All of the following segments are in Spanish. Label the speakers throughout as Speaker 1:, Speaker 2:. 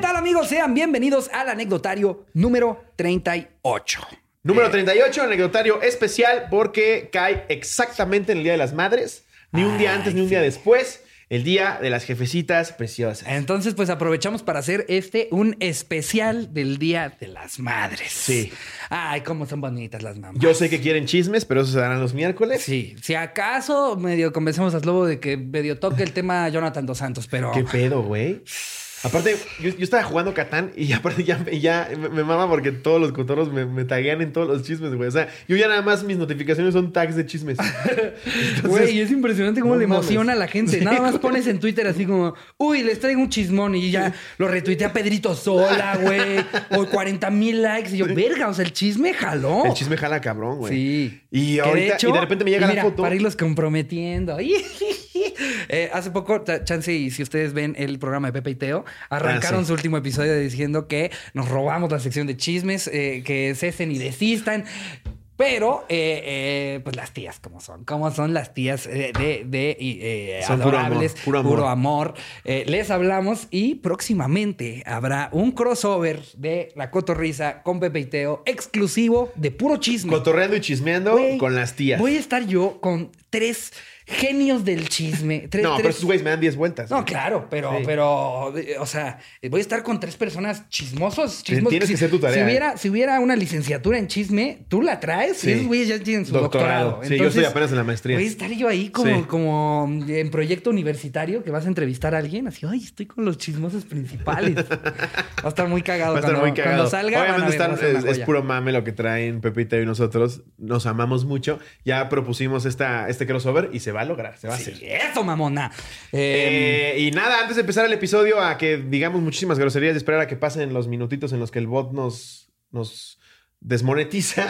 Speaker 1: tal amigos? Sean bienvenidos al anecdotario número 38. Eh.
Speaker 2: Número 38, anecdotario especial porque cae exactamente en el Día de las Madres. Ni un día antes ni un día después. El Día de las Jefecitas Preciosas.
Speaker 1: Entonces, pues aprovechamos para hacer este un especial del Día de las Madres.
Speaker 2: Sí.
Speaker 1: Ay, cómo son bonitas las mamás.
Speaker 2: Yo sé que quieren chismes, pero eso se darán los miércoles.
Speaker 1: Sí, si acaso medio convencemos a Slobo de que medio toque el tema Jonathan dos Santos, pero
Speaker 2: ¿Qué pedo, güey? Aparte, yo, yo estaba jugando Catán y aparte ya, ya me, me mama porque todos los cotorros me, me taguean en todos los chismes, güey. O sea, yo ya nada más mis notificaciones son tags de chismes. Entonces,
Speaker 1: Güey, es impresionante cómo
Speaker 2: no
Speaker 1: le
Speaker 2: mames.
Speaker 1: emociona a la gente. Nada más pones en Twitter así como, uy, les traigo un chismón y ya lo retuitea Pedrito Sola, güey, o 40 mil likes. Y yo, verga, o sea, el chisme jaló.
Speaker 2: el chisme jala cabrón, güey.
Speaker 1: Sí.
Speaker 2: Y,
Speaker 1: Que
Speaker 2: ahorita, y de repente me llega
Speaker 1: y
Speaker 2: la
Speaker 1: mira,
Speaker 2: foto.
Speaker 1: Para irlos comprometiendo. Eh, hace poco, ta- chance, y si ustedes ven el programa de Pepe y Teo, arrancaron
Speaker 2: Ah, sí.
Speaker 1: su último episodio diciendo que nos robamos la sección de chismes, eh, que cesen y desistan. Pero, eh, eh, pues las tías, como son? ¿Cómo son las tías eh, de, de y, eh,
Speaker 2: Son puro amor,
Speaker 1: adorables?
Speaker 2: puro amor.
Speaker 1: amor. Eh, les hablamos y próximamente habrá un crossover de La Cotorrisa con Pepe y Teo exclusivo de puro chisme.
Speaker 2: Cotorreando y chismeando
Speaker 1: Güey,
Speaker 2: con las tías.
Speaker 1: Voy a estar yo con tres genios del chisme. Tres,
Speaker 2: no,
Speaker 1: tres-
Speaker 2: pero esos güeyes me dan 10 vueltas.
Speaker 1: No,
Speaker 2: güey.
Speaker 1: claro, pero,
Speaker 2: Sí.
Speaker 1: pero, eh, o sea, eh, voy a estar con tres personas chismosos. chismos-
Speaker 2: Tienes que hacer tu tarea,
Speaker 1: Si
Speaker 2: eh.
Speaker 1: hubiera, si hubiera una licenciatura en chisme, tú la traes.
Speaker 2: Sí.
Speaker 1: Y esos güeyes ya tienen su
Speaker 2: Doctorado.
Speaker 1: doctorado.
Speaker 2: Sí, yo estoy apenas en la maestría.
Speaker 1: Voy a estar yo ahí como,
Speaker 2: Sí.
Speaker 1: como en proyecto universitario que vas a entrevistar a alguien. Así, ay, estoy con los chismosos principales. Va a estar muy cagado.
Speaker 2: Va a estar
Speaker 1: cuando,
Speaker 2: muy cagado.
Speaker 1: cuando salga, van a
Speaker 2: Obviamente
Speaker 1: ver, va a
Speaker 2: están-
Speaker 1: ser una
Speaker 2: es, es
Speaker 1: joya.
Speaker 2: puro mame lo que traen Pepita y nosotros. Nos amamos mucho. Ya propusimos esta, este crossover y se va a lograr, se va a
Speaker 1: Sí,
Speaker 2: hacer.
Speaker 1: eso, mamona. Eh,
Speaker 2: Eh, y nada, antes de empezar el episodio, a que digamos muchísimas groserías y esperar a que pasen los minutitos en los que el bot nos, nos desmonetiza.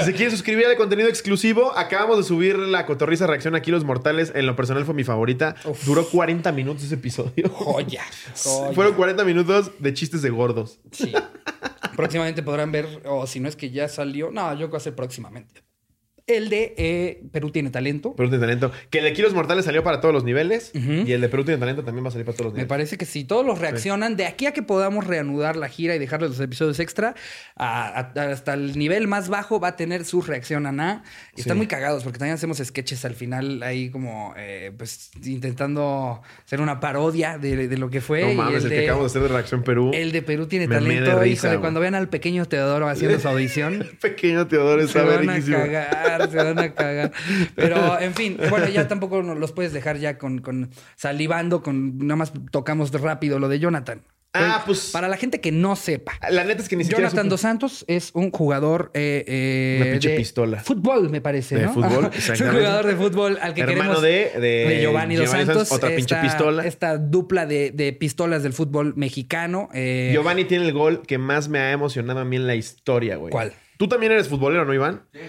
Speaker 2: si se quieren suscribir al contenido exclusivo, acabamos de subir la cotorriza reacción aquí los mortales. En lo personal fue mi favorita.
Speaker 1: Uf.
Speaker 2: Duró 40 minutos ese episodio.
Speaker 1: Joya. joya.
Speaker 2: Fueron 40 minutos de chistes de gordos.
Speaker 1: Sí. Próximamente podrán ver, o si no es que ya salió. No, yo creo que va a ser próximamente. El de eh, Perú tiene talento.
Speaker 2: Perú tiene talento. Que el de Kilos Mortales salió para todos los niveles.
Speaker 1: Ujú.
Speaker 2: Y el de Perú tiene talento también va a salir para todos los
Speaker 1: Me
Speaker 2: niveles.
Speaker 1: parece que si todos los reaccionan, de aquí a que podamos reanudar la gira y dejarles los episodios extra, a- a- hasta el nivel más bajo va a tener su reacción a nada. Y Están
Speaker 2: Sí.
Speaker 1: muy cagados porque también hacemos sketches al final ahí como eh, pues intentando hacer una parodia de, de lo que fue.
Speaker 2: no
Speaker 1: y
Speaker 2: mames, el,
Speaker 1: de-
Speaker 2: que acabamos de hacer de Reacción Perú.
Speaker 1: El de Perú tiene
Speaker 2: Me meé de
Speaker 1: talento.
Speaker 2: risa,
Speaker 1: Híjole,
Speaker 2: güey.
Speaker 1: cuando vean al pequeño Teodoro haciendo su audición,
Speaker 2: pequeño Teodoro
Speaker 1: se
Speaker 2: está
Speaker 1: van a
Speaker 2: verguísimo.
Speaker 1: cagar, se van a cagar. Pero, en fin, bueno, ya tampoco nos los puedes dejar ya con, con salivando, con nada más tocamos rápido lo de Jonathan.
Speaker 2: Ah, pues.
Speaker 1: Para la gente que no sepa,
Speaker 2: La neta es que ni siquiera.
Speaker 1: Jonathan
Speaker 2: supe-
Speaker 1: Dos Santos es un jugador eh, eh,
Speaker 2: Una pinche pistola.
Speaker 1: Fútbol, me parece,
Speaker 2: De
Speaker 1: ¿no?
Speaker 2: fútbol,
Speaker 1: es un
Speaker 2: exactamente.
Speaker 1: jugador de fútbol al que
Speaker 2: Hermano
Speaker 1: queremos...
Speaker 2: de- de
Speaker 1: Giovanni Dos
Speaker 2: Giovanni
Speaker 1: Santos.
Speaker 2: Santos, otra pinche
Speaker 1: esta-
Speaker 2: pistola.
Speaker 1: Esta dupla de, de pistolas del fútbol mexicano. eh,
Speaker 2: Giovanni tiene el gol que más me ha emocionado a mí en la historia, güey.
Speaker 1: ¿Cuál?
Speaker 2: Tú también eres futbolero, ¿no, Iván? Sí.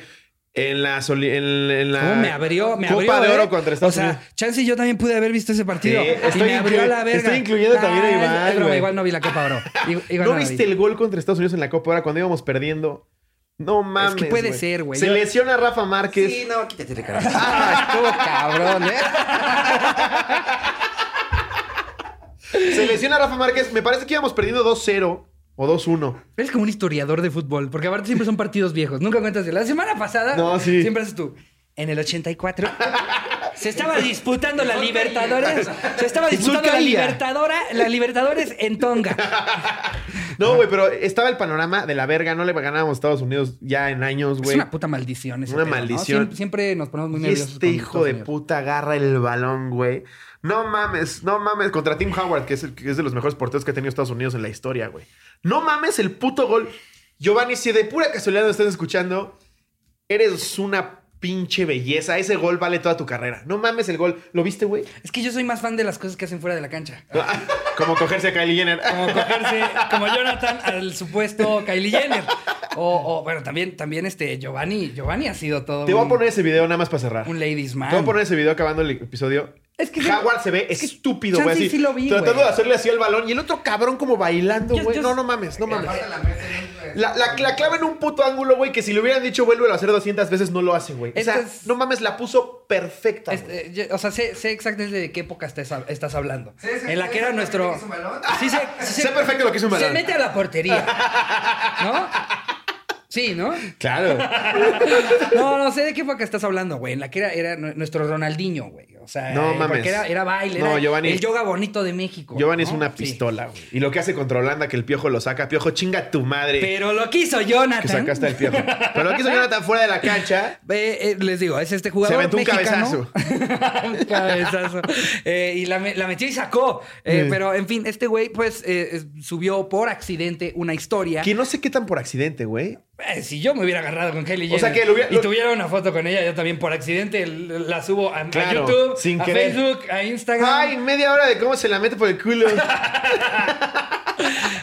Speaker 2: En la. soli- en, en la
Speaker 1: ¿Cómo me abrió? Me
Speaker 2: Copa
Speaker 1: abrió,
Speaker 2: de
Speaker 1: ¿eh?
Speaker 2: Oro contra
Speaker 1: O
Speaker 2: Estados
Speaker 1: sea,
Speaker 2: Unidos.
Speaker 1: Chance y yo también pude haber visto ese partido.
Speaker 2: Sí,
Speaker 1: y
Speaker 2: estoy
Speaker 1: me abrió
Speaker 2: incluy-
Speaker 1: la verga.
Speaker 2: estoy incluyendo también a
Speaker 1: Ah,
Speaker 2: Iván,
Speaker 1: es broma,
Speaker 2: güey.
Speaker 1: igual no vi la Copa Oro. I- igual
Speaker 2: ¿No
Speaker 1: la
Speaker 2: viste
Speaker 1: vi.
Speaker 2: el gol contra Estados Unidos en la Copa ahora cuando íbamos perdiendo? No mames.
Speaker 1: puede ser, güey.
Speaker 2: Se
Speaker 1: Yo-
Speaker 2: lesiona Rafa Márquez.
Speaker 3: Sí, no, quítate de cara.
Speaker 1: Ah, estuvo cabrón, ¿eh?
Speaker 2: Se lesiona Rafa Márquez. Me parece que íbamos perdiendo 2-0 o 2-1.
Speaker 1: Eres como un historiador de fútbol, porque aparte siempre son partidos viejos. Nunca cuentas de la semana pasada.
Speaker 2: No, sí.
Speaker 1: Siempre haces tú. En el 84 se estaba disputando la Libertadores. Se estaba
Speaker 2: En
Speaker 1: disputando la
Speaker 2: Sulcalía.
Speaker 1: Libertadora, la Libertadores en Tonga.
Speaker 2: No, güey, pero estaba el panorama de la verga. No le ganábamos a Estados Unidos ya en años,
Speaker 1: Es
Speaker 2: güey.
Speaker 1: una puta maldición ese
Speaker 2: Una
Speaker 1: pedo, ¿no?
Speaker 2: maldición.
Speaker 1: Siem- Siempre nos ponemos muy
Speaker 2: Y
Speaker 1: nerviosos.
Speaker 2: este
Speaker 1: con
Speaker 2: hijo
Speaker 1: Estados
Speaker 2: de
Speaker 1: Unidos.
Speaker 2: puta agarra el balón, güey. No mames, no mames. Contra Tim Howard, que es, el- que es de los mejores porteros que ha tenido Estados Unidos en la historia, güey. No mames el puto gol. Giovanni, si de pura casualidad lo estás escuchando, eres una pinche belleza. Ese gol vale toda tu carrera. No mames el gol. ¿Lo viste, güey?
Speaker 1: Es que yo soy más fan de las cosas que hacen fuera de la cancha.
Speaker 2: Como cogerse a Kylie Jenner.
Speaker 1: Como cogerse, como Jonathan al supuesto Kylie Jenner. O, o, bueno, también, también este Giovanni. Giovanni ha sido todo
Speaker 2: Te voy a
Speaker 1: un-
Speaker 2: poner ese video nada más para cerrar.
Speaker 1: un ladies man.
Speaker 2: Te voy a poner ese video acabando el episodio.
Speaker 1: Es que
Speaker 2: Howard se ve
Speaker 1: es que
Speaker 2: estúpido,
Speaker 1: chance
Speaker 2: güey.
Speaker 1: y
Speaker 2: así,
Speaker 1: sí lo vi,
Speaker 2: tratando
Speaker 1: güey.
Speaker 2: de hacerle así al balón. Y el otro cabrón como bailando,
Speaker 1: Yo-
Speaker 2: güey.
Speaker 1: yo-
Speaker 2: No, no mames, no mames.
Speaker 3: Aparte la mete en un-
Speaker 2: La, la, la clava en un puto ángulo, güey, que si le hubieran dicho vuélvelo a hacer 200 veces, no lo hacen, güey. O sea,
Speaker 1: Entonces-
Speaker 2: no mames, la puso perfecta. güey.
Speaker 1: Este, yo- o sea, sé, sé exactamente de qué época estás, estás hablando.
Speaker 3: Sí, sí,
Speaker 1: en la
Speaker 3: sí,
Speaker 1: que era
Speaker 3: sí,
Speaker 1: nuestro.
Speaker 3: que hizo Malone.
Speaker 1: Sí, sé, sí sé-
Speaker 2: Sé perfecto lo que hizo
Speaker 1: Se
Speaker 2: Malone.
Speaker 1: mete a la portería. ¿No? Sí, ¿no?
Speaker 2: Claro.
Speaker 1: No, no sé de qué época estás hablando, güey. En la que era, era nu- nuestro Ronaldinho, güey. O sea,
Speaker 2: No
Speaker 1: eh,
Speaker 2: mames.
Speaker 1: porque era, era baile,
Speaker 2: No,
Speaker 1: era
Speaker 2: Giovanni-
Speaker 1: el yoga bonito de México.
Speaker 2: Giovanni es
Speaker 1: ¿no?
Speaker 2: una
Speaker 1: Sí.
Speaker 2: pistola, güey. Y lo que hace contra Holanda, que el piojo lo saca. Piojo, chinga tu madre.
Speaker 1: Pero lo quiso
Speaker 2: que
Speaker 1: Jonathan.
Speaker 2: sacaste al piojo. Pero lo que hizo Jonathan fuera de la cancha.
Speaker 1: Eh, eh, les digo, es este jugador.
Speaker 2: Se aventó un
Speaker 1: mexicano. un cabezazo. Eh, y la, me- la metió y sacó. Eh, Pero, en fin, este güey, pues, eh, es- subió por accidente una historia.
Speaker 2: Que no sé qué tan por accidente, güey.
Speaker 1: Eh, si yo me hubiera agarrado con Kelly
Speaker 2: O sea, que lo hubiera-
Speaker 1: y
Speaker 2: lo-
Speaker 1: tuviera una foto con ella, yo también por accidente l- la subo a, a
Speaker 2: Claro,
Speaker 1: YouTube,
Speaker 2: sin
Speaker 1: a
Speaker 2: querer.
Speaker 1: Facebook, a Instagram.
Speaker 2: Ay, media hora de cómo se la mete por el culo.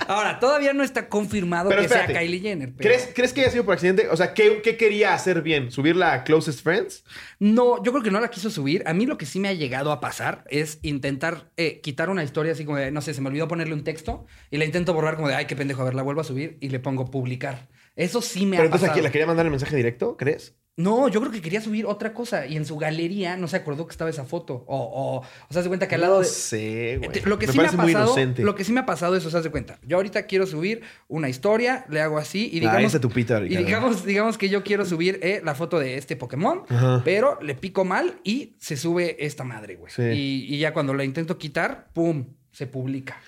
Speaker 1: Ahora, todavía no está confirmado
Speaker 2: Pero
Speaker 1: que
Speaker 2: espérate.
Speaker 1: sea Kylie Jenner. pero-
Speaker 2: ¿Crees, ¿Crees que haya sido por accidente? O sea, ¿qué, qué quería hacer bien? ¿Subirla a Closest Friends?
Speaker 1: No, yo creo que no la quiso subir. A mí lo que sí me ha llegado a pasar es intentar eh, quitar una historia así como de, no sé, se me olvidó ponerle un texto y la intento borrar como de, ay, qué pendejo, a ver, la vuelvo a subir y le pongo publicar. Eso sí me
Speaker 2: Pero
Speaker 1: ha
Speaker 2: entonces
Speaker 1: pasado.
Speaker 2: aquí la quería mandar el mensaje directo, ¿crees?
Speaker 1: No, yo creo que quería subir otra cosa y en su galería no se acordó que estaba esa foto. O, o, o sea, se cuenta que al lado
Speaker 2: No
Speaker 1: de...
Speaker 2: sé, güey.
Speaker 1: Te- Lo que
Speaker 2: me
Speaker 1: sí me ha
Speaker 2: parece muy
Speaker 1: pasado,
Speaker 2: inocente.
Speaker 1: lo que sí me ha pasado es, o sea, haz de cuenta, yo ahorita quiero subir una historia, le hago así y
Speaker 2: Ah, ahí
Speaker 1: digamos,
Speaker 2: está tu pita,
Speaker 1: y
Speaker 2: Ricardo.
Speaker 1: digamos, digamos que yo quiero subir eh, la foto de este Pokémon,
Speaker 2: Ajá.
Speaker 1: pero le pico mal y se sube esta madre, güey.
Speaker 2: Sí.
Speaker 1: Y, y ya cuando la intento quitar, pum, se publica.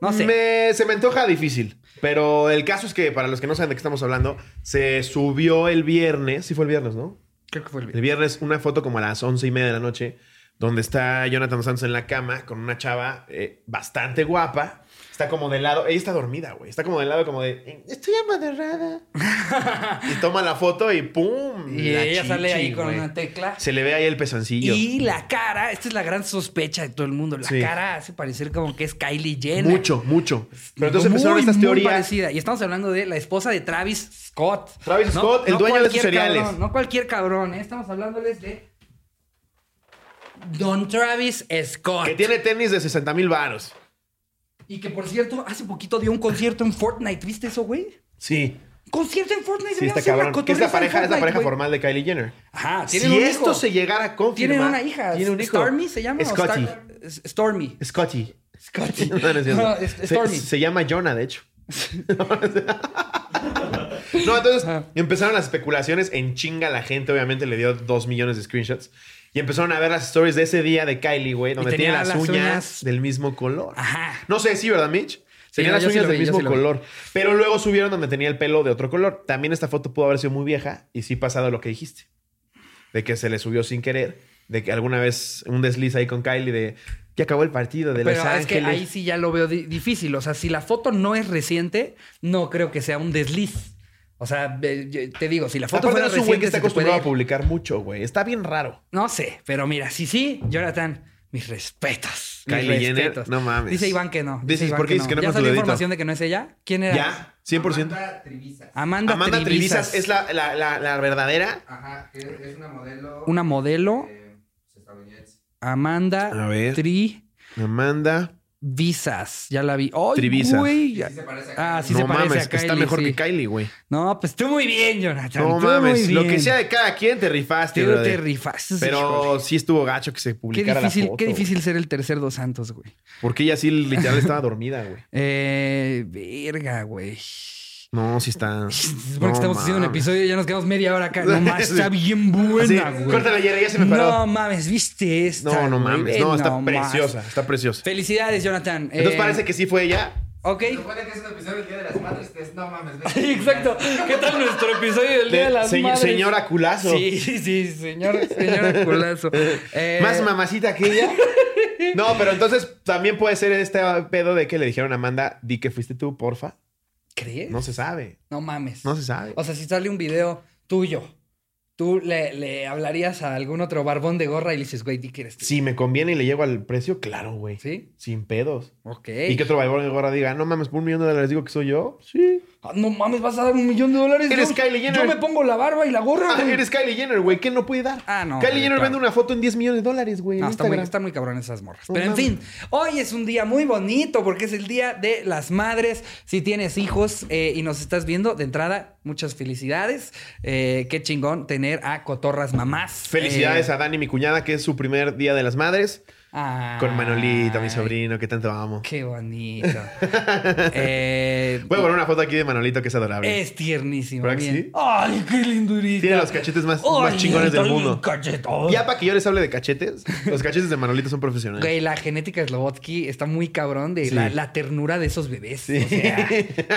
Speaker 1: No sé.
Speaker 2: Me- se me antoja difícil. Pero el caso es que, para los que no saben de qué estamos hablando, se subió el viernes. Sí, fue el viernes, ¿no?
Speaker 1: Creo que fue el
Speaker 2: El viernes, una foto como a las once y media de la noche, donde está Jonathan Santos en la cama con una chava eh, bastante guapa. Está como de lado. Ella está dormida, güey. Está como de lado, como de. "Eh, Estoy amaderrada. y toma la foto y ¡pum!
Speaker 1: Y
Speaker 2: La
Speaker 1: ella sale
Speaker 2: chichi,
Speaker 1: ahí con
Speaker 2: güey.
Speaker 1: una tecla.
Speaker 2: Se le ve ahí el pezoncillo.
Speaker 1: Y la cara, esta es la gran sospecha de todo el mundo. La
Speaker 2: Sí.
Speaker 1: cara hace parecer como que es Kylie Jenner.
Speaker 2: Mucho, mucho. Pero entonces
Speaker 1: Este, Muy,
Speaker 2: empezaron estas
Speaker 1: muy
Speaker 2: teorías.
Speaker 1: parecida. Y estamos hablando de la esposa de Travis Scott.
Speaker 2: Travis Scott, el dueño de sus
Speaker 1: cualquier
Speaker 2: cereales.
Speaker 1: cabrón, no cualquier cabrón, ¿eh? estamos hablándoles de Don Travis Scott.
Speaker 2: Que tiene tenis de 60 mil varos.
Speaker 1: Y que por cierto, hace poquito dio un concierto en Fortnite. ¿Viste eso, güey?
Speaker 2: Sí.
Speaker 1: Concierto en Fortnite.
Speaker 2: Sí,
Speaker 1: debería
Speaker 2: está
Speaker 1: hacer una
Speaker 2: cabrón. Que es la
Speaker 1: cotorriza
Speaker 2: pareja,
Speaker 1: en
Speaker 2: es la
Speaker 1: Fortnite,
Speaker 2: pareja
Speaker 1: güey.
Speaker 2: formal de Kylie Jenner.
Speaker 1: Ajá,
Speaker 2: Si
Speaker 1: tienen un
Speaker 2: esto
Speaker 1: hijo.
Speaker 2: se llegara a confirmar.
Speaker 1: Tienen una hija.
Speaker 2: Tiene un hijo.
Speaker 1: ¿Stormy se llama? ¿O
Speaker 2: Scotty.
Speaker 1: Star- S- Stormy.
Speaker 2: Scotty.
Speaker 1: Scotty.
Speaker 2: No, no es cierto.
Speaker 1: No, es-
Speaker 2: Se-
Speaker 1: Stormy.
Speaker 2: Se, llama Jonah, de hecho. no, entonces
Speaker 1: Ajá.
Speaker 2: empezaron las especulaciones. En chinga la gente, obviamente, le dio dos millones de screenshots. Y empezaron a ver las stories de ese día de Kylie, güey, donde
Speaker 1: tenía
Speaker 2: tenía las,
Speaker 1: las
Speaker 2: uñas,
Speaker 1: uñas-
Speaker 2: del mismo color.
Speaker 1: Ajá.
Speaker 2: No sé, sí, ¿verdad, Mitch?
Speaker 1: Sí,
Speaker 2: Tenía
Speaker 1: no,
Speaker 2: las
Speaker 1: yo sí
Speaker 2: uñas
Speaker 1: lo
Speaker 2: del
Speaker 1: vi, yo sí
Speaker 2: mismo
Speaker 1: lo vi.
Speaker 2: color. Pero luego subieron donde tenía el pelo de otro color. También esta foto pudo haber sido muy vieja y sí pasado lo que dijiste de que se le subió sin querer, de que alguna vez un desliz ahí con Kylie de que acabó el partido de
Speaker 1: Pero
Speaker 2: Los
Speaker 1: es que
Speaker 2: Ángeles.
Speaker 1: ahí sí ya lo veo di- difícil. O sea, si la foto no es reciente, no creo que sea un desliz. O sea, eh, yo- te digo, si la foto
Speaker 2: Aparte,
Speaker 1: fuera
Speaker 2: no es un güey
Speaker 1: reciente,
Speaker 2: que está
Speaker 1: se te puede
Speaker 2: acostumbrado a
Speaker 1: ir.
Speaker 2: publicar mucho, güey. Está bien raro.
Speaker 1: no sé, pero mira, si sí, Jonathan, mis respetos. mis
Speaker 2: Kylie Jenner,
Speaker 1: respetos.
Speaker 2: no mames.
Speaker 1: Dice Iván que no.
Speaker 2: Dices, ¿por qué dices que no
Speaker 1: ¿Ya
Speaker 2: con tu
Speaker 1: salió
Speaker 2: dedito?
Speaker 1: información de que no es ella? ¿Quién era?
Speaker 2: Ya, 100%. Amanda,
Speaker 3: Amanda Trivisas.
Speaker 1: Amanda, Trivisas
Speaker 2: Trivisas es la, la- la- la verdadera.
Speaker 1: Ah.
Speaker 3: Ajá, que es, es una modelo.
Speaker 1: Una modelo,
Speaker 3: eh, pues, estadounidense.
Speaker 1: Amanda
Speaker 2: A ver.
Speaker 1: Trivisas.
Speaker 2: Amanda.
Speaker 1: Ya la vi. ¡Ay,
Speaker 2: Trivisas.
Speaker 1: güey!
Speaker 3: Sí se parece a
Speaker 1: Ah, sí
Speaker 3: Kylie.
Speaker 1: se
Speaker 2: no
Speaker 1: parece
Speaker 2: mames,
Speaker 1: a Kylie.
Speaker 2: está mejor
Speaker 1: sí.
Speaker 2: que Kylie, güey.
Speaker 1: No, pues tú muy bien, Jonathan.
Speaker 2: No
Speaker 1: tú
Speaker 2: mames,
Speaker 1: muy
Speaker 2: lo que
Speaker 1: bien.
Speaker 2: sea de cada quien te rifaste,
Speaker 1: Tú
Speaker 2: brother.
Speaker 1: te rifaste. híjole.
Speaker 2: Pero sí estuvo gacho que se
Speaker 1: Qué
Speaker 2: publicara
Speaker 1: difícil,
Speaker 2: la foto.
Speaker 1: qué difícil ser el tercer Dos Santos, güey.
Speaker 2: güey. Porque ella sí literal estaba dormida, güey.
Speaker 1: Eh, verga, güey.
Speaker 2: No, sí está.
Speaker 1: Es
Speaker 2: No
Speaker 1: porque estamos haciendo un
Speaker 2: mames. Ah,
Speaker 1: episodio y ya nos quedamos media hora acá. No mames, está bien buena,
Speaker 2: Así,
Speaker 1: güey.
Speaker 2: Córtala, Yera, ya se me paró.
Speaker 1: No mames, ¿viste esta?
Speaker 2: No, no
Speaker 1: güey?
Speaker 2: mames.
Speaker 1: Ve
Speaker 2: No, está
Speaker 1: nomás.
Speaker 2: preciosa. Está preciosa.
Speaker 1: Felicidades, Jonathan.
Speaker 2: Entonces
Speaker 1: Eh,
Speaker 2: parece que sí fue ella.
Speaker 1: Ok.
Speaker 3: Se supone que es un episodio del Día de las Madres. que es- No mames.
Speaker 1: Sí, Exacto. ¿Qué tal nuestro episodio del Día de las
Speaker 2: Se-
Speaker 1: Madres?
Speaker 2: Señora culazo.
Speaker 1: Sí, sí, señor, señora culazo. Eh,
Speaker 2: Más mamacita que ella. No, pero entonces también puede ser este pedo de que le dijeron a Amanda, di que fuiste tú, porfa.
Speaker 1: ¿Crees?
Speaker 2: No se sabe.
Speaker 1: No mames.
Speaker 2: No se sabe.
Speaker 1: O sea, si sale un video tuyo, tú le, le hablarías a algún otro barbón de gorra y le dices, güey, ¿qué quieres?
Speaker 2: Si me conviene y le llego al precio, claro, güey.
Speaker 1: ¿Sí?
Speaker 2: Sin pedos.
Speaker 1: Ok.
Speaker 2: Y que otro bailón de gorra diga, no mames, por un millón de dólares digo que soy yo. Sí.
Speaker 1: Ah, no mames, vas a dar un millón de dólares.
Speaker 2: Eres
Speaker 1: yo-
Speaker 2: Kylie Jenner.
Speaker 1: Yo me pongo la barba y la gorra.
Speaker 2: Ah,
Speaker 1: güey.
Speaker 2: eres Kylie Jenner, güey. ¿Qué no puede dar?
Speaker 1: Ah, no,
Speaker 2: Kylie
Speaker 1: güey,
Speaker 2: Jenner
Speaker 1: claro.
Speaker 2: vende una foto en 10 millones de dólares, güey. en
Speaker 1: No, están muy,
Speaker 2: Instagram.
Speaker 1: están muy cabrones esas morras.
Speaker 2: No
Speaker 1: Pero en
Speaker 2: mames.
Speaker 1: fin, hoy es un día muy bonito porque es el día de las madres. Si tienes hijos eh, y nos estás viendo, de entrada, muchas felicidades. Eh, qué chingón tener a cotorras mamás. Eh.
Speaker 2: Felicidades a Dani, mi cuñada, que es su primer día de las madres.
Speaker 1: Eh,
Speaker 2: Con Manolito, mi sobrino, que tanto amo.
Speaker 1: Qué bonito. Eh,
Speaker 2: Voy a poner una foto aquí de Manolito, que es adorable.
Speaker 1: es tiernísimo.
Speaker 2: ¿Verdad que
Speaker 1: bien.
Speaker 2: sí?
Speaker 1: Ay, qué lindurita.
Speaker 2: Tiene los cachetes más, más
Speaker 1: Ay,
Speaker 2: chingones del
Speaker 1: está bien
Speaker 2: mundo.
Speaker 1: cachetón.
Speaker 2: Ya para que yo les hable de cachetes, los cachetes de Manolito son profesionales.
Speaker 1: Güey, la genética de Slobotsky está muy cabrón de
Speaker 2: Sí.
Speaker 1: la, la ternura de esos bebés.
Speaker 2: Sí.
Speaker 1: O sea,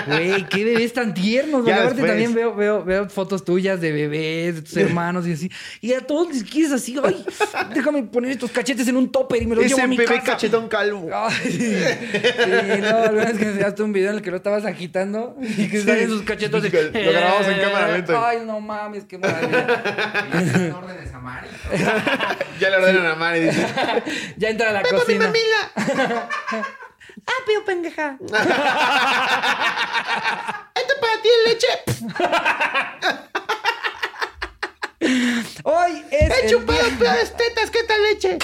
Speaker 1: güey, qué bebés tan tiernos. güey.
Speaker 2: Ya
Speaker 1: Aparte
Speaker 2: después.
Speaker 1: también veo, veo, veo fotos tuyas de bebés, de tus hermanos y así. Y a todos les quieres así, ay, déjame poner estos cachetes en un topper y me Ah. los llevo
Speaker 2: Ese
Speaker 1: a mi
Speaker 2: bebé
Speaker 1: casa.
Speaker 2: cachetón calvo.
Speaker 1: Ay, sí, no, alguna vez que enseñaste un video en el que lo estabas agitando y que
Speaker 2: Sí.
Speaker 1: salen sus cachetos. así,
Speaker 2: Lo grabamos en cámara lenta.
Speaker 1: Ay, no mames, qué maravilla.
Speaker 3: Y órdenes a Mari.
Speaker 2: Ya le ordenan a Mari. Dice,
Speaker 1: Ya entra a la cocina.
Speaker 2: mamila!
Speaker 1: ¡Ah, pío pendeja!
Speaker 2: ¡Esto para ti es leche!
Speaker 1: Hoy es. el día-
Speaker 2: peores tetas! ¿Qué tal leche?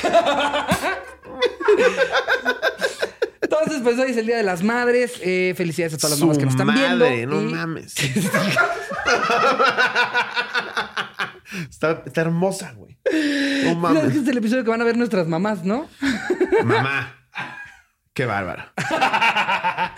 Speaker 1: Entonces, pues hoy es el Día de las Madres. Eh, felicidades a todas las
Speaker 2: Su
Speaker 1: mamás que nos están
Speaker 2: madre,
Speaker 1: viendo.
Speaker 2: no
Speaker 1: Y-
Speaker 2: mames. está, está hermosa, güey. No
Speaker 1: Claro, es que
Speaker 2: mames.
Speaker 1: es el episodio que van a ver nuestras mamás, ¿no?
Speaker 2: Mamá. Qué bárbara.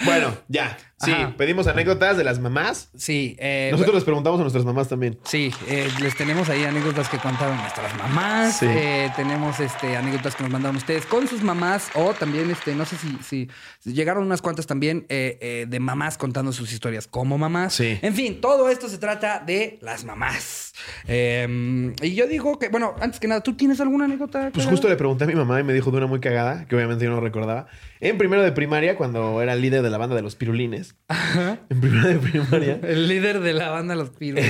Speaker 2: Bueno, ya. Sí,
Speaker 1: Ajá.
Speaker 2: pedimos anécdotas de las mamás.
Speaker 1: Sí, eh,
Speaker 2: Nosotros les preguntamos a nuestras mamás también.
Speaker 1: Sí, eh, les tenemos ahí anécdotas que contaron nuestras mamás.
Speaker 2: Sí.
Speaker 1: eh, tenemos este, anécdotas que nos mandaron ustedes con sus mamás o también, este, no sé si, si- si llegaron unas cuantas también eh, eh, de mamás contando sus historias como mamás.
Speaker 2: Sí.
Speaker 1: En fin, todo esto se trata de las mamás. Eh, y yo digo que, bueno, antes que nada, ¿tú tienes alguna anécdota?
Speaker 2: Pues
Speaker 1: Clara?
Speaker 2: justo le pregunté a mi mamá y me dijo de una muy cagada, que obviamente yo no recordaba. En primero de primaria, cuando era líder de la banda de los pirulines. En primero de primaria.
Speaker 1: El líder de la banda Los Piros.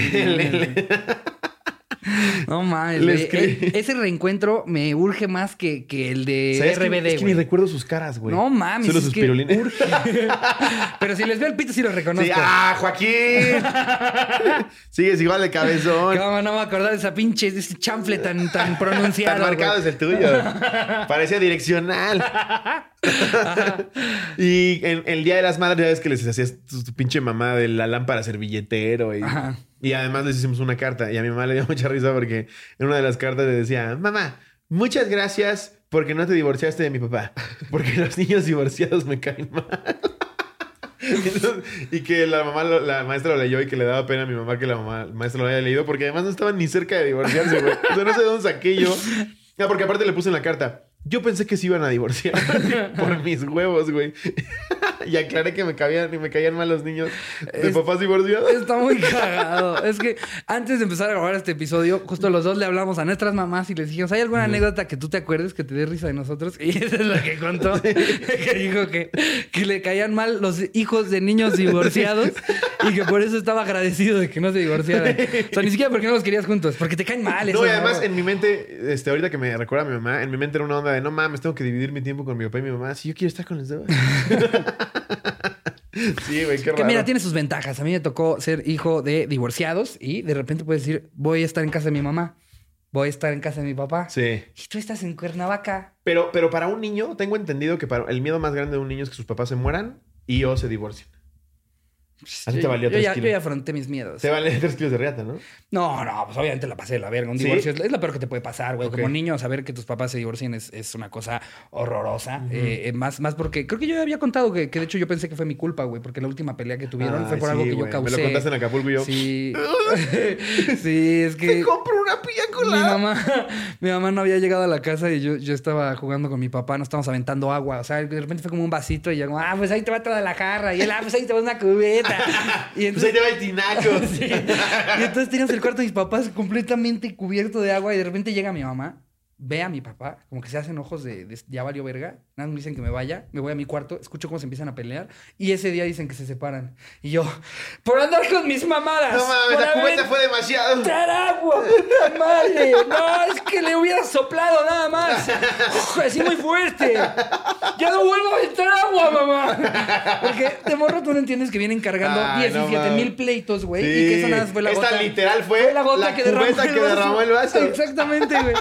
Speaker 1: no mames.
Speaker 2: Le
Speaker 1: güey.
Speaker 2: escribí.
Speaker 1: E- ese reencuentro me urge más que, que el de
Speaker 2: ¿Sabes qué?
Speaker 1: RBD.
Speaker 2: es que ni
Speaker 1: güey.
Speaker 2: recuerdo sus caras, güey.
Speaker 1: No mames.
Speaker 2: Solo
Speaker 1: es
Speaker 2: sus
Speaker 1: que
Speaker 2: pirulines.
Speaker 1: urge. Pero si les veo el pito, sí los reconozco.
Speaker 2: Sí, ¡Ah, Joaquín! Sigues igual de cabezón.
Speaker 1: ¿Cómo no me voy a acordar de esa pinche, de ese chanfle tan, tan pronunciado?
Speaker 2: Tan marcado
Speaker 1: güey?
Speaker 2: es el tuyo. Parecía direccional. y en, el Día de las Madres, ya ves que les hacías tu, tu pinche mamá de la lámpara servilletero. Y,
Speaker 1: Ajá.
Speaker 2: y además les hicimos una carta. Y a mi mamá le dio mucha risa porque en una de las cartas le decía, mamá, muchas gracias porque no te divorciaste de mi papá. Porque los niños divorciados me caen mal. Entonces, y que la mamá lo- la maestra lo leyó y que le daba pena a mi mamá que la mamá la maestra lo haya leído porque además no estaban ni cerca de divorciarse, güey. O sea, no sé de dónde saqué yo. Ah, porque aparte le puse en la carta. Yo pensé que se iban a divorciar por mis huevos, güey. y aclaré que me cabían y me caían mal los niños de
Speaker 1: Es-
Speaker 2: papás divorciados.
Speaker 1: Está muy cagado. Es que antes de empezar a grabar este episodio, justo los dos le hablamos a nuestras mamás y les dijimos, ¿hay alguna anécdota que tú te acuerdes que te dé risa de nosotros? Y esa es la que contó, que dijo que, que le caían mal los hijos de niños divorciados y que por eso estaba agradecido de que no se divorciaran. O sea, ni siquiera porque no los querías juntos, porque te caen mal.
Speaker 2: No,
Speaker 1: esos
Speaker 2: y además
Speaker 1: morros.
Speaker 2: en mi mente, este, ahorita que me recuerda a mi mamá, en mi mente era una onda de no mames, tengo que dividir mi tiempo con mi papá y mi mamá. Si yo quiero estar con los dos. sí, güey, qué raro.
Speaker 1: Que mira, tiene sus ventajas. A mí me tocó ser hijo de divorciados y de repente puedes decir, voy a estar en casa de mi mamá, voy a estar en casa de mi papá.
Speaker 2: Sí.
Speaker 1: Y tú estás en Cuernavaca.
Speaker 2: Pero, pero para un niño, tengo entendido que para el miedo más grande de un niño es que sus papás se mueran y o se divorcien. A ti te
Speaker 1: Yo-
Speaker 2: valió
Speaker 1: yo,
Speaker 2: tres
Speaker 1: ya,
Speaker 2: kilos.
Speaker 1: yo ya afronté mis miedos.
Speaker 2: Te vale tres kilos de reata, ¿no?
Speaker 1: No, no, pues obviamente la pasé de la verga. Un
Speaker 2: ¿Sí?
Speaker 1: divorcio es, es lo peor que te puede pasar, güey.
Speaker 2: Ok.
Speaker 1: Como niño, saber que tus papás se divorcien es, es una cosa horrorosa. Eh, eh, más, más porque creo que yo ya había contado que, que de hecho yo pensé que fue mi culpa, güey, porque la última pelea que tuvieron fue
Speaker 2: Ay,
Speaker 1: por
Speaker 2: Ah, sí,
Speaker 1: algo que
Speaker 2: güey.
Speaker 1: yo causé.
Speaker 2: Me lo contaste en Acapulco y yo.
Speaker 1: Sí. sí, es que.
Speaker 2: Te compro una pilla
Speaker 1: Mi
Speaker 2: colada.
Speaker 1: mamá, mi mamá no había llegado a la casa y yo, yo estaba jugando con mi papá, nos estábamos aventando agua. O sea, de repente fue como un vasito y yo como, ah, pues ahí te va toda la jarra. Y él, ah, pues ahí te va una cubeta. Y
Speaker 2: Pues ahí
Speaker 1: entonces,
Speaker 2: te va el tinaco.
Speaker 1: Sí. Y entonces teníamos el cuarto de mis papás completamente cubierto de agua y de repente llega mi mamá, ve a mi papá, como que se hacen ojos de, de ya valió verga, nada más me dicen que me vaya, me voy a mi cuarto, escucho cómo se empiezan a pelear y ese día dicen que se separan. Y yo, por andar con mis mamadas.
Speaker 2: No mames,
Speaker 1: por
Speaker 2: la cubeta
Speaker 1: haber-
Speaker 2: fue demasiado.
Speaker 1: ¡Tar agua, puta madre! No, es que le hubiera soplado nada más. Uf, Así muy fuerte. Ya no vuelvo a entrar agua, mamá. Porque de morro tú no entiendes que vienen cargando
Speaker 2: Ay, Ah, no
Speaker 1: 17 mil
Speaker 2: mames.
Speaker 1: pleitos, güey.
Speaker 2: Sí.
Speaker 1: Y que esa nada más fue la
Speaker 2: Esta
Speaker 1: gota.
Speaker 2: literal fue
Speaker 1: la gota
Speaker 2: la
Speaker 1: que, derramó
Speaker 2: cubeta
Speaker 1: el
Speaker 2: que
Speaker 1: vaso.
Speaker 2: derramó el vaso.
Speaker 1: Exactamente, güey.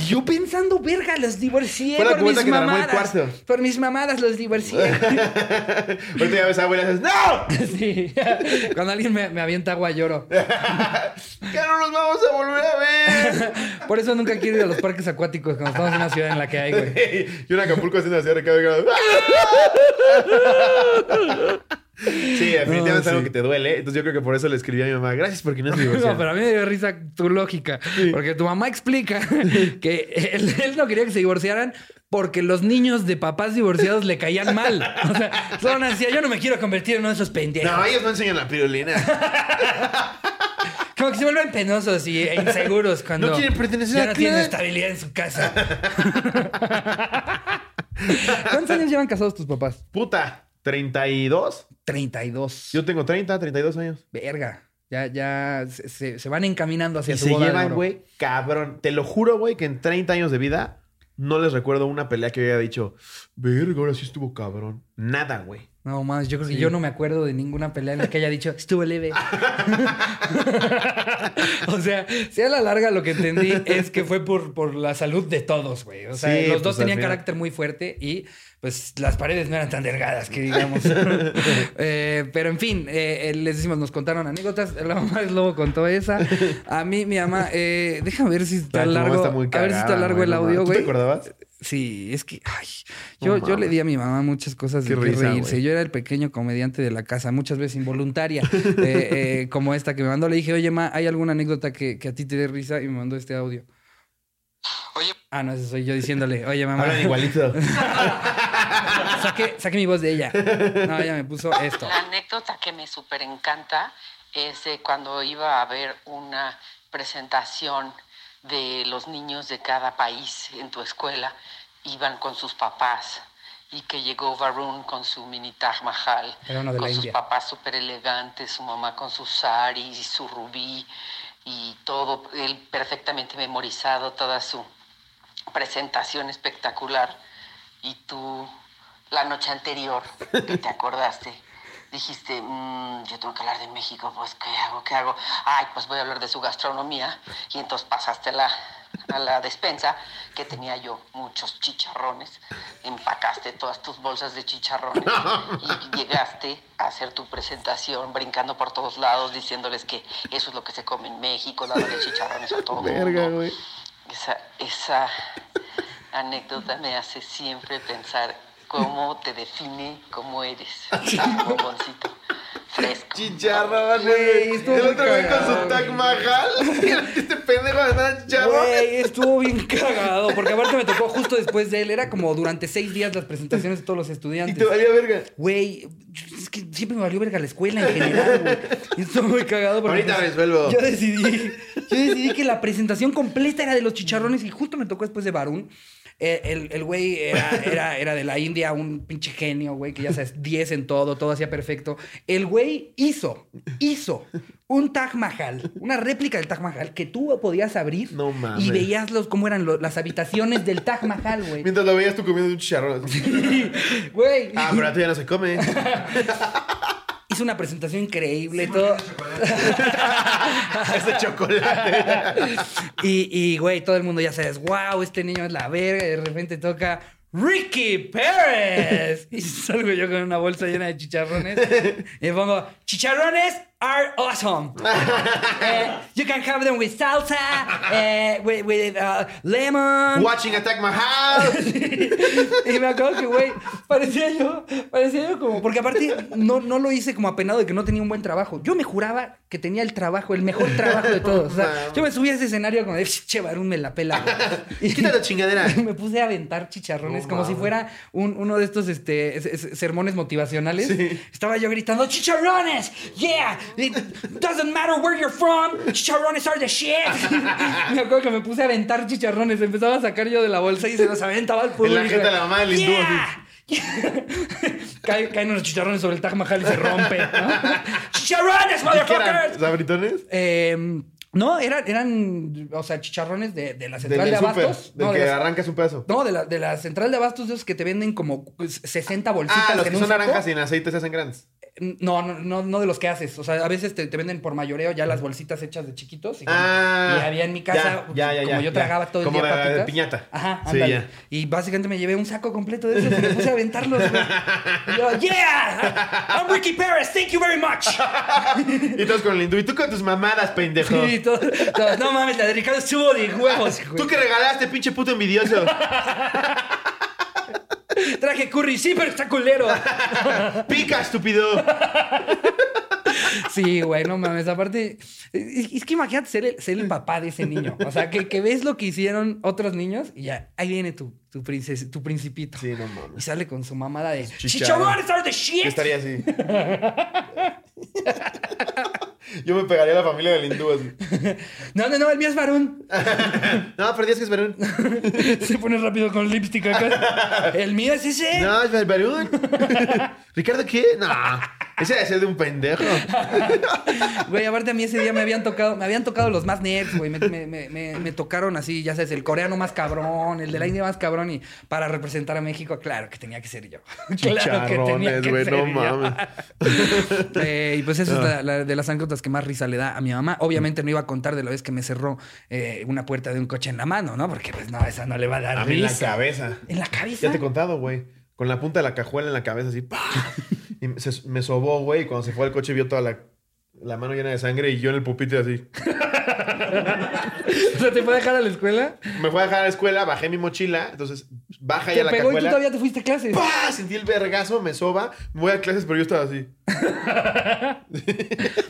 Speaker 1: Y yo pensando, verga, los divorcié
Speaker 2: Fue la
Speaker 1: por
Speaker 2: cubeta
Speaker 1: mis
Speaker 2: que derramó el
Speaker 1: mamadas.
Speaker 2: cuarto.
Speaker 1: Por mis mamadas los divorcié.
Speaker 2: Ahorita ya ves a abuela y dices, ¡No!
Speaker 1: Sí. Cuando alguien me, me avienta agua lloro.
Speaker 2: ¡Que no nos vamos a volver a ver!
Speaker 1: Por eso nunca quiero ir a los parques acuáticos cuando estamos en una ciudad en la que hay, güey.
Speaker 2: y un Acapulco haciendo así a Ricardo Delgado. Sí, definitivamente
Speaker 1: No,
Speaker 2: es algo
Speaker 1: sí.
Speaker 2: que te duele. Entonces yo creo que por eso le escribí a mi mamá. Gracias porque no es mi
Speaker 1: No,
Speaker 2: divorciada".
Speaker 1: pero a mí me dio risa tu lógica. Porque tu mamá explica que él, él no quería que se divorciaran porque los niños de papás divorciados le caían mal. O sea, solo decía, yo no me quiero convertir en uno de esos pendejos.
Speaker 2: No, ellos no enseñan la pirulina.
Speaker 1: Como que se vuelven penosos y, e inseguros cuando
Speaker 2: No quieren pertenecer
Speaker 1: ya
Speaker 2: al
Speaker 1: no tienen
Speaker 2: clan.
Speaker 1: estabilidad en su casa. ¿Cuántos años llevan casados tus papás?
Speaker 2: Puta, 32.
Speaker 1: 32.
Speaker 2: Yo tengo 30, 32 años.
Speaker 1: Verga. Ya, ya se- se, se van encaminando hacia
Speaker 2: Y
Speaker 1: su
Speaker 2: se
Speaker 1: boda de
Speaker 2: llevan,
Speaker 1: oro.
Speaker 2: güey, cabrón. Te lo juro, güey, que en 30 años de vida no les recuerdo una pelea que yo haya dicho, verga, ahora sí estuvo cabrón. Nada, güey.
Speaker 1: No más, yo creo que yo no me acuerdo de ninguna pelea en la que haya dicho, estuvo leve. o sea, si a la larga lo que entendí es que fue por, por la salud de todos, güey. O sea,
Speaker 2: Sí,
Speaker 1: los
Speaker 2: pues,
Speaker 1: dos
Speaker 2: al
Speaker 1: tenían
Speaker 2: final.
Speaker 1: carácter muy fuerte y pues las paredes no eran tan delgadas que digamos. Eh, pero en fin, eh, eh, les decimos, nos contaron anécdotas. La mamá del lobo contó esa. A mí, mi mamá, eh, déjame ver si está
Speaker 2: Tu mamá
Speaker 1: largo.
Speaker 2: está muy
Speaker 1: a ver si está
Speaker 2: cagada,
Speaker 1: largo
Speaker 2: güey,
Speaker 1: el
Speaker 2: no mames.
Speaker 1: audio,
Speaker 2: ¿Tú
Speaker 1: güey.
Speaker 2: ¿Te acordabas?
Speaker 1: Sí, es que ay, yo,
Speaker 2: No
Speaker 1: yo le
Speaker 2: mames.
Speaker 1: di a mi mamá muchas cosas de
Speaker 2: Qué
Speaker 1: que
Speaker 2: risa,
Speaker 1: reírse.
Speaker 2: güey.
Speaker 1: Yo era el pequeño comediante de la casa, muchas veces involuntaria, Eh, eh, como esta que me mandó. Le dije, oye, ma, ¿hay alguna anécdota que, que a ti te dé risa? Y me mandó este audio.
Speaker 4: Oye,
Speaker 1: Ah, no, eso soy yo diciéndole, oye, mamá,
Speaker 2: Hablan igualito.
Speaker 1: saque, saque mi voz de ella. No, ella me puso esto.
Speaker 4: la anécdota que me súper encanta es de cuando iba a ver una presentación de los niños de cada país en tu escuela, iban con sus papás y que llegó Varun con su mini Taj Mahal,
Speaker 1: Era uno de la
Speaker 4: con sus
Speaker 1: India.
Speaker 4: papá súper elegante, su mamá con su sari y su rubí y todo, él perfectamente memorizado, toda su presentación espectacular. Y tú, la noche anterior, que te acordaste, dijiste, "Mm, yo tengo que hablar de México, pues ¿qué hago? ¿Qué hago? Ay, pues voy a hablar de su gastronomía. Y entonces pasaste la, a la despensa, que tenía yo muchos chicharrones, empacaste todas tus bolsas de chicharrones y llegaste a hacer tu presentación brincando por todos lados, diciéndoles que eso es lo que se come en México, dándole chicharrones a todo el
Speaker 2: Verga,
Speaker 4: mundo.
Speaker 2: güey.
Speaker 4: Esa, esa anécdota me hace siempre pensar cómo te define, cómo eres. Bomboncito, fresco.
Speaker 2: Chicharrones,
Speaker 1: Güey,
Speaker 2: güey.
Speaker 1: estuvo
Speaker 2: El
Speaker 1: muy
Speaker 2: otro güey con
Speaker 1: cagado,
Speaker 2: su Taj
Speaker 1: güey.
Speaker 2: Mahal. Este pendejo de nada chicharrones.
Speaker 1: Güey, estuvo bien cagado, porque aparte me tocó justo después de él. Era como durante seis días las presentaciones de todos los
Speaker 2: Y
Speaker 1: estudiantes.
Speaker 2: te valía verga.
Speaker 1: Güey, es que siempre me valió verga la escuela en general, güey. Y estoy muy cagado porque
Speaker 2: Ahorita resuelvo.
Speaker 1: Yo decidí, yo decidí que la presentación completa era de los chicharrones y justo me tocó después de Barún. Eh, El, el güey era, era, era de la India, un pinche genio, güey, que ya sabes, 10 en todo, todo hacía perfecto. El güey hizo, hizo un Taj Mahal, una réplica del Taj Mahal que tú podías abrir
Speaker 2: No mames.
Speaker 1: y veías los, cómo eran lo- las habitaciones del Taj Mahal, güey.
Speaker 2: Mientras lo veías tú comiendo un chicharrón.
Speaker 1: Güey.
Speaker 2: Ah, pero tú ya no se come.
Speaker 1: Hizo una presentación increíble,
Speaker 3: Sí, porque
Speaker 1: todo.
Speaker 3: es de chocolate.
Speaker 2: Ese chocolate.
Speaker 1: Y, y, güey, todo el mundo ya sabes, wow, este niño es la verga. Y de repente toca Ricky Pérez. Y salgo yo con una bolsa llena de chicharrones. Y pongo, chicharrones are awesome. Eh, you can have them with salsa, eh, with, with, uh, lemon.
Speaker 2: Watching Attack Mahal.
Speaker 1: y me acuerdo que, güey, parecía yo, parecía yo como, porque aparte no, no lo hice como apenado de que no tenía un buen trabajo. Yo me juraba que tenía el trabajo, el mejor trabajo de todos. O sea, yo me subí a ese escenario como de, che, varón, me la pela. güey". Y
Speaker 2: Quita la chingadera.
Speaker 1: me puse a aventar chicharrones
Speaker 2: No
Speaker 1: como si
Speaker 2: mames.
Speaker 1: fuera un- uno de estos este, es- es- sermones motivacionales. Estaba yo gritando, chicharrones, yeah, it doesn't matter where you're from, chicharrones are the shit. me acuerdo que me puse a aventar chicharrones, empezaba a sacar yo de la bolsa y se los aventaba al público.
Speaker 2: En la jeta de la mamá del hindú,
Speaker 1: "Yeah". Caen- caen unos chicharrones sobre el Taj Mahal y se rompe. ¿no? ¡Chicharrones,
Speaker 2: ¿Qué eran?
Speaker 1: motherfuckers!
Speaker 2: ¿Sabritones?
Speaker 1: Eh, No, eran, eran, o sea, chicharrones de, de la
Speaker 2: Del,
Speaker 1: central
Speaker 2: del
Speaker 1: de
Speaker 2: súper,
Speaker 1: abastos.
Speaker 2: del
Speaker 1: no,
Speaker 2: que
Speaker 1: de las-
Speaker 2: arrancas un pedazo.
Speaker 1: no, de la, de la central de abastos, de esos que te venden como 60 bolsitas.
Speaker 2: Ah, los
Speaker 1: en
Speaker 2: que
Speaker 1: un
Speaker 2: son
Speaker 1: saco.
Speaker 2: naranjas sin aceite se hacen grandes.
Speaker 1: No, no, no, no de los que haces. O sea, a veces te, te venden por mayoreo ya las bolsitas hechas de chiquitos. Y,
Speaker 2: Ah,
Speaker 1: y había en mi casa,
Speaker 2: ya, ya, ya,
Speaker 1: como
Speaker 2: ya,
Speaker 1: yo
Speaker 2: ya.
Speaker 1: tragaba todo el
Speaker 2: Como
Speaker 1: día
Speaker 2: de- de
Speaker 1: papitas.
Speaker 2: piñata.
Speaker 1: Ajá,
Speaker 2: Sí,
Speaker 1: ándale.
Speaker 2: ya.
Speaker 1: Y básicamente me llevé un saco completo de esos y me puse a aventarlos. güey. Y yo, ¡Yeah! I'm Ricky Perez, thank you very much.
Speaker 2: Y todos con el hindú. Y tú con tus mamadas, pendejo.
Speaker 1: Y todo- todo, no mames, la de Ricardo estuvo de huevos, güey.
Speaker 2: Tú que regalaste, pinche puto envidioso.
Speaker 1: Traje curry, sí, pero está culero.
Speaker 2: Pica, estúpido.
Speaker 1: Sí, güey, no mames. Aparte, es, es que imagínate ser el, ser el papá de ese niño. O sea, que, que ves lo que hicieron otros niños y ya, ahí viene tu, tu, princes- tu principito.
Speaker 2: Sí, no
Speaker 1: Y
Speaker 2: mames.
Speaker 1: sale con su mamada de
Speaker 2: Chicharrón.
Speaker 1: chicharrones are the shit.
Speaker 2: Yo estaría así. Yo me pegaría a la familia del hindú así.
Speaker 1: No, no, no, el mío es varón.
Speaker 2: No, pero es que es Barún.
Speaker 1: Se pone rápido con lipstick acá. El mío es ese.
Speaker 2: No, es Barún. ¿Ricardo qué? No. Ese debe ser de un pendejo.
Speaker 1: Güey, aparte a mí ese día me habían tocado, me habían tocado los más nerds, güey. Me, me- me- me- me tocaron así, ya sabes, el coreano más cabrón, el de la India más cabrón. Y para representar a México, claro que tenía que ser yo. Claro que tenía que ser yo. Eh, y pues eso es la, la- de las anécdotas que más risa le da a mi mamá. Obviamente no iba a contar de la vez que me cerró eh, una puerta de un coche en la mano, ¿no? Porque pues no, esa no le va a dar
Speaker 2: A mí en la
Speaker 1: risa.
Speaker 2: cabeza.
Speaker 1: ¿En la cabeza?
Speaker 2: Ya te he contado, güey. Con la punta de la cajuela en la cabeza, así. ¡pa! Y me- se- me sobó, güey. Y cuando se fue al coche, vio toda la, la mano llena de sangre y yo en el pupitre, así.
Speaker 1: O sea, ¿te fue a dejar a la escuela?
Speaker 2: Me fue a dejar a la escuela, bajé mi mochila. Entonces, baja
Speaker 1: Te
Speaker 2: ya la
Speaker 1: pegó y tú
Speaker 2: cajuela.
Speaker 1: todavía te fuiste a clases.
Speaker 2: ¡Pah! Sentí el vergazo, me soba. Me voy a clases, pero yo estaba así.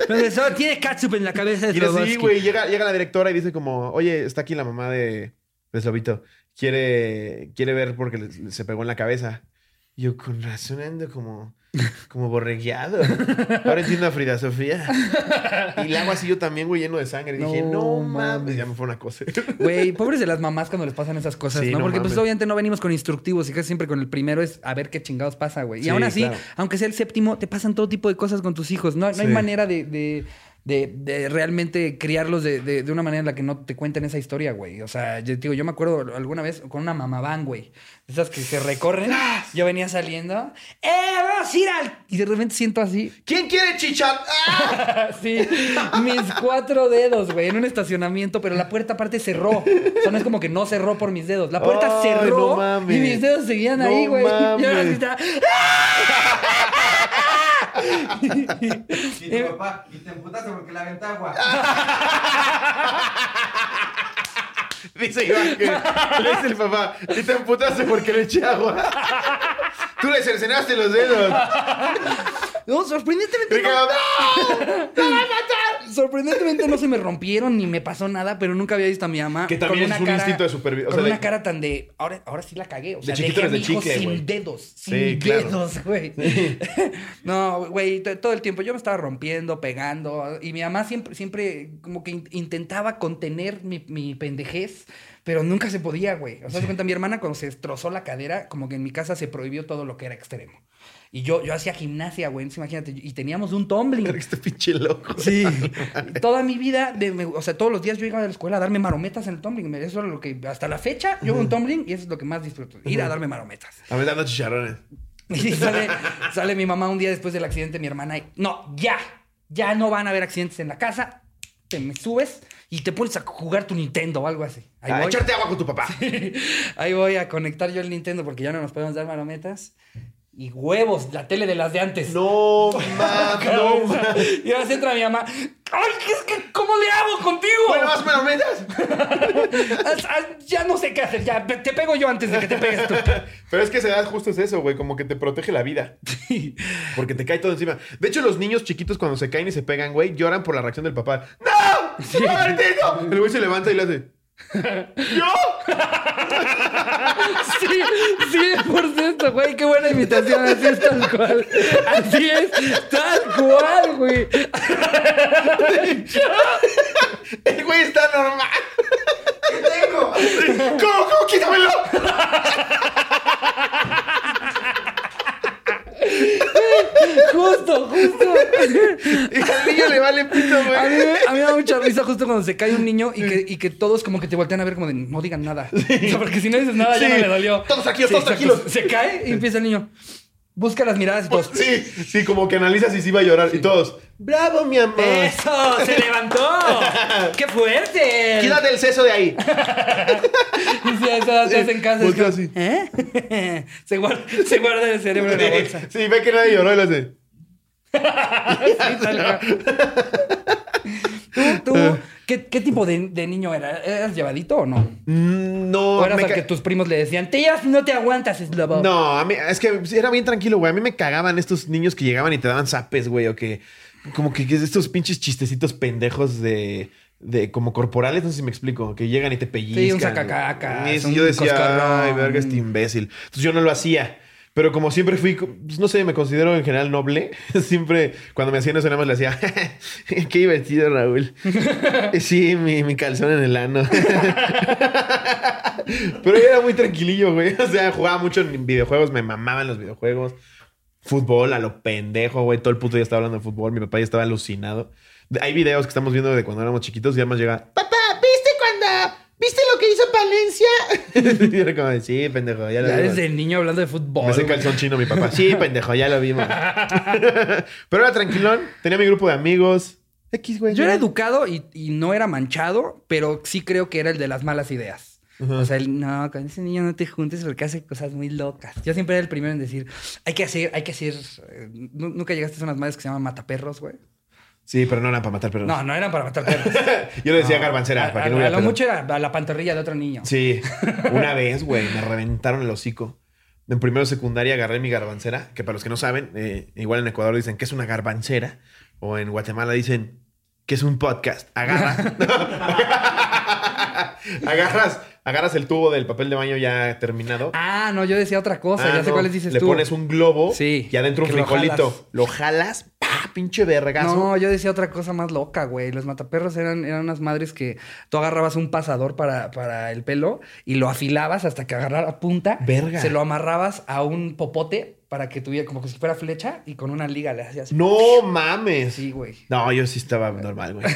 Speaker 1: Profesor, tiene catsup en la cabeza de
Speaker 2: Y así,
Speaker 1: Slobodsky.
Speaker 2: güey, llega, llega la directora y dice como, oye, está aquí la mamá de, de Slobito. Quiere, quiere ver porque le- le- se pegó en la cabeza. Y yo con razón ando como, como borregueado. Ahora entiendo a Frida Sofía. Y la hago así yo también, güey, lleno de sangre. Y dije,
Speaker 1: No
Speaker 2: no mames.
Speaker 1: mames.
Speaker 2: Ya me fue una cosa.
Speaker 1: Güey, pobres de las mamás cuando les pasan esas cosas,
Speaker 2: Sí,
Speaker 1: ¿no?
Speaker 2: no
Speaker 1: Porque pues
Speaker 2: mames.
Speaker 1: obviamente no venimos con instructivos y casi siempre con el primero es a ver qué chingados pasa, güey. Y
Speaker 2: Sí,
Speaker 1: aún así,
Speaker 2: claro.
Speaker 1: aunque sea el séptimo, te pasan todo tipo de cosas con tus hijos. No, no hay
Speaker 2: Sí.
Speaker 1: manera de, de- de- de realmente criarlos de, de- de una manera en la que no te cuenten esa historia, güey. O sea, yo te digo, yo me acuerdo alguna vez con una mamabán, güey. Esas que se recorren.
Speaker 2: ¡Ah!
Speaker 1: Yo venía saliendo. ¡Eh, vamos a ir al-! Y de repente siento así.
Speaker 2: ¿Quién quiere chichar? ¡Ah!
Speaker 1: Sí, mis cuatro dedos, güey, en un estacionamiento, pero la puerta aparte cerró. O sea, no es como que no cerró por mis dedos. La puerta
Speaker 2: Ay,
Speaker 1: cerró
Speaker 2: no mames.
Speaker 1: y mis dedos seguían
Speaker 2: No
Speaker 1: ahí, güey. Y ahora
Speaker 2: mames.
Speaker 1: sí está.
Speaker 3: Y tu papá, y te emputaste porque la venta agua.
Speaker 2: Dice Iván que le dice el papá, y te emputaste porque le eché agua. Tú le cercenaste los dedos.
Speaker 1: No, sorprendentemente no,
Speaker 2: Ricardo, ¡no!
Speaker 1: sorprendentemente no se me rompieron ni me pasó nada, pero nunca había visto a mi mamá.
Speaker 2: Que
Speaker 1: con
Speaker 2: también
Speaker 1: una
Speaker 2: es un
Speaker 1: cara-
Speaker 2: instinto de supervivencia, o
Speaker 1: Con
Speaker 2: sea, de-
Speaker 1: una cara tan de. Ahora, ahora sí la cagué. O sea,
Speaker 2: chiquito
Speaker 1: dejé a
Speaker 2: eres
Speaker 1: mi
Speaker 2: de
Speaker 1: hijo
Speaker 2: chicle,
Speaker 1: sin
Speaker 2: güey.
Speaker 1: dedos.
Speaker 2: Sí,
Speaker 1: Sin
Speaker 2: claro.
Speaker 1: dedos, güey. No, güey, t- todo el tiempo yo me estaba rompiendo, pegando. Y mi mamá siempre, siempre como que in- intentaba contener mi, mi pendejez. Pero nunca se podía, güey. O sea, se cuenta, mi hermana cuando se destrozó la cadera, como que en mi casa se prohibió todo lo que era extremo. Y yo, yo hacía gimnasia, güey. Entonces, imagínate, y teníamos un tumbling.
Speaker 2: Este pinche loco.
Speaker 1: Sí. Toda mi vida, de- me- o sea, todos los días yo llegaba de la escuela a darme marometas en el tumbling. Eso era lo que, hasta la fecha, yo hago un tumbling y eso es lo que más disfruto. Ir a darme marometas.
Speaker 2: A ver, dando chicharrones.
Speaker 1: Y sale, sale mi mamá un día después del accidente, mi hermana, y, no, ya, ya no van a haber accidentes en la casa. Te me subes y te pones a jugar tu Nintendo o algo así. Ahí
Speaker 2: A
Speaker 1: voy.
Speaker 2: echarte agua con tu papá.
Speaker 1: Ahí voy a conectar yo el Nintendo porque ya no nos podemos dar marometas. Y huevos, la tele de las de antes.
Speaker 2: No
Speaker 1: Ah,
Speaker 2: mames, no
Speaker 1: Cabeza.
Speaker 2: mames.
Speaker 1: Y ahora se entra mi mamá. ¡Ay, qué es que cómo le hago contigo!
Speaker 2: Bueno, más marometas.
Speaker 1: Haz- haz- ya no sé qué hacer, ya pe- te pego yo antes de que te pegues tú.
Speaker 2: Pero es que esa edad justo es eso, güey. Como que te protege la vida. Porque te cae todo encima. De hecho, los niños chiquitos cuando se caen y se pegan, güey, lloran por la reacción del papá. ¡No! ¡Se va a ver, Tito! El güey se levanta y le hace. ¡Yo!
Speaker 1: Sí, sí, por cierto, güey, qué buena imitación, así es tal cual. Así es, tal cual, güey.
Speaker 2: El güey está normal.
Speaker 3: ¿Qué tengo?
Speaker 2: ¿Cómo, cómo? ¡Quítamelo!
Speaker 1: Justo, Justo, justo.
Speaker 2: Y al niño le vale pito,
Speaker 1: A mí,
Speaker 2: güey.
Speaker 1: a mí me da mucha risa justo cuando se cae un niño y que, y que todos como que te voltean a ver como de no digan nada. O sea, porque si no dices nada ya
Speaker 2: Sí.
Speaker 1: no le dolió.
Speaker 2: Todos tranquilos, todos
Speaker 1: exacto.
Speaker 2: tranquilos.
Speaker 1: Se cae y empieza el niño. Busca las miradas y todos.
Speaker 2: Pues Sí, sí, como que analizas si sí va a llorar. Y todos, bravo, mi amor.
Speaker 1: ¡Eso! ¡Se levantó! ¡Qué fuerte!
Speaker 2: Quítate el seso de ahí.
Speaker 1: Sí, eso se hace en casa. es
Speaker 2: Voltea
Speaker 1: como,
Speaker 2: así.
Speaker 1: ¿Eh? se, guarda, se guarda el cerebro en la bolsa.
Speaker 2: Sí, ve que nadie lloró y le hace.
Speaker 1: Sí, tal cual. ¿Tú,
Speaker 2: Eh.
Speaker 1: tú ¿qué, qué tipo de, de niño era? ¿Eras llevadito o no?
Speaker 2: "Mm, No,
Speaker 1: ¿O eras
Speaker 2: me
Speaker 1: al
Speaker 2: ca-
Speaker 1: que tus primos le decían, tías, no te aguantas, es lobo?
Speaker 2: No, a mí, es que era bien tranquilo, güey. A mí me cagaban estos niños que llegaban y te daban zapes, güey, o que como que estos pinches chistecitos pendejos de, de como corporales, no sé si me explico, que llegan y te pellizcan.
Speaker 1: un sacacacas,
Speaker 2: Y eso,
Speaker 1: un
Speaker 2: yo decía,
Speaker 1: coscorrón.
Speaker 2: ay, verga, este imbécil. Entonces yo no lo hacía. Pero como siempre fui, pues, no sé, me considero en general noble. Siempre cuando me hacían eso nada más le hacía, qué divertido, Raúl. sí, mi, mi calzón en el ano. Pero yo era muy tranquilillo, güey. O sea, jugaba mucho en videojuegos, me mamaban los videojuegos. Fútbol a lo pendejo, güey. Todo el puto día estaba hablando de fútbol. Mi papá ya estaba alucinado. De- Hay videos que estamos viendo de cuando éramos chiquitos y además llega, papá, ¿viste cuando... ¿Viste lo que hizo Palencia? y era como, de, sí, pendejo, ya lo
Speaker 1: Ya
Speaker 2: vimos".
Speaker 1: desde niño hablando de fútbol.
Speaker 2: Me sé
Speaker 1: güey.
Speaker 2: calzón chino mi papá. Sí, pendejo, ya lo vimos. Pero era tranquilón. Tenía mi grupo de amigos. X, güey.
Speaker 1: Yo era
Speaker 2: ya.
Speaker 1: educado y, y no era manchado, pero sí creo que era el de las malas ideas. O sea, el, no, con ese niño no te juntes porque hace cosas muy locas. Yo siempre era el primero en decir, hay que hacer, hay que hacer... eh, nu- Nunca llegaste a unas madres que se llaman mataperros, güey.
Speaker 2: Pues. Sí, pero no era para matar perros.
Speaker 1: No, no eran para matar perros.
Speaker 2: Yo le decía
Speaker 1: A,
Speaker 2: garbancera, para
Speaker 1: a-
Speaker 2: que no
Speaker 1: a
Speaker 2: hubiera
Speaker 1: lo
Speaker 2: pedo.
Speaker 1: mucho era a la pantorrilla de otro niño.
Speaker 2: Sí, una vez, güey, me reventaron el hocico. En primero de secundaria agarré mi garbancera, que para los que no saben, eh, igual en Ecuador dicen que es una garbancera, o en Guatemala dicen que es un podcast. Agarra. agarras, agarras el tubo del papel de baño ya terminado.
Speaker 1: Ah, no, yo decía otra cosa.
Speaker 2: Ah,
Speaker 1: ya sé
Speaker 2: no,
Speaker 1: cuáles dices
Speaker 2: le
Speaker 1: tú.
Speaker 2: pones un globo
Speaker 1: Sí,
Speaker 2: y adentro un
Speaker 1: que lo
Speaker 2: frijolito. Lo jalas, ¡pa! pinche vergazo.
Speaker 1: No, yo decía otra cosa más loca, güey. Los mataperros eran, eran unas madres que tú agarrabas un pasador para, para el pelo y lo afilabas hasta que agarrara punta.
Speaker 2: Verga.
Speaker 1: Se lo amarrabas a un popote para que tuviera como que si fuera flecha y con una liga le hacías. así.
Speaker 2: No mames.
Speaker 1: Sí, güey.
Speaker 2: No, yo sí estaba normal, güey.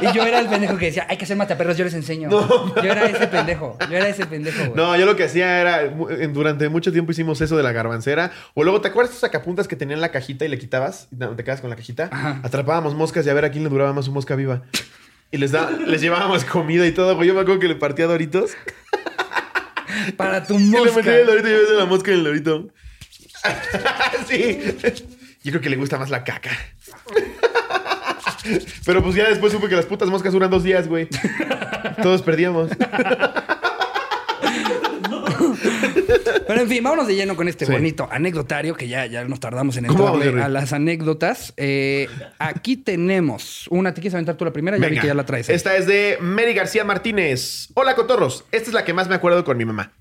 Speaker 1: Y yo era el pendejo que decía, hay que hacer mataperros, yo les enseño. yo era ese pendejo. Yo era ese pendejo, güey.
Speaker 2: No, yo lo que hacía era, mu- eh, en- durante mucho tiempo hicimos eso de la garbancera. O luego, ¿te acuerdas de esos sacapuntas que tenían la cajita y le quitabas? Y no, te quedas con la cajita.
Speaker 1: Ajá.
Speaker 2: Atrapábamos moscas y a ver a quién le duraba más su mosca viva. Y les, da, les llevábamos comida y todo. güey. Yo me acuerdo que le partía doritos.
Speaker 1: Para tu
Speaker 2: Y le
Speaker 1: mosca.
Speaker 2: metía el dorito y yo veía la mosca en el dorito. sí. Yo creo que le gusta más la caca. Pero pues ya después supe que las putas moscas duran dos días, güey. Todos perdíamos.
Speaker 1: Pero en fin, vámonos de lleno con este
Speaker 2: Sí.
Speaker 1: bonito anecdotario que ya, ya nos tardamos en
Speaker 2: ¿Cómo vamos,
Speaker 1: entrarle
Speaker 2: Jerry?
Speaker 1: a las anécdotas. Eh, aquí tenemos una. ¿Te quieres aventar tú la primera? Ya vi
Speaker 2: Venga.
Speaker 1: que ya la traes. ¿eh?
Speaker 2: Esta es de Mary García Martínez. Hola, cotorros. Esta es la que más me acuerdo con mi mamá.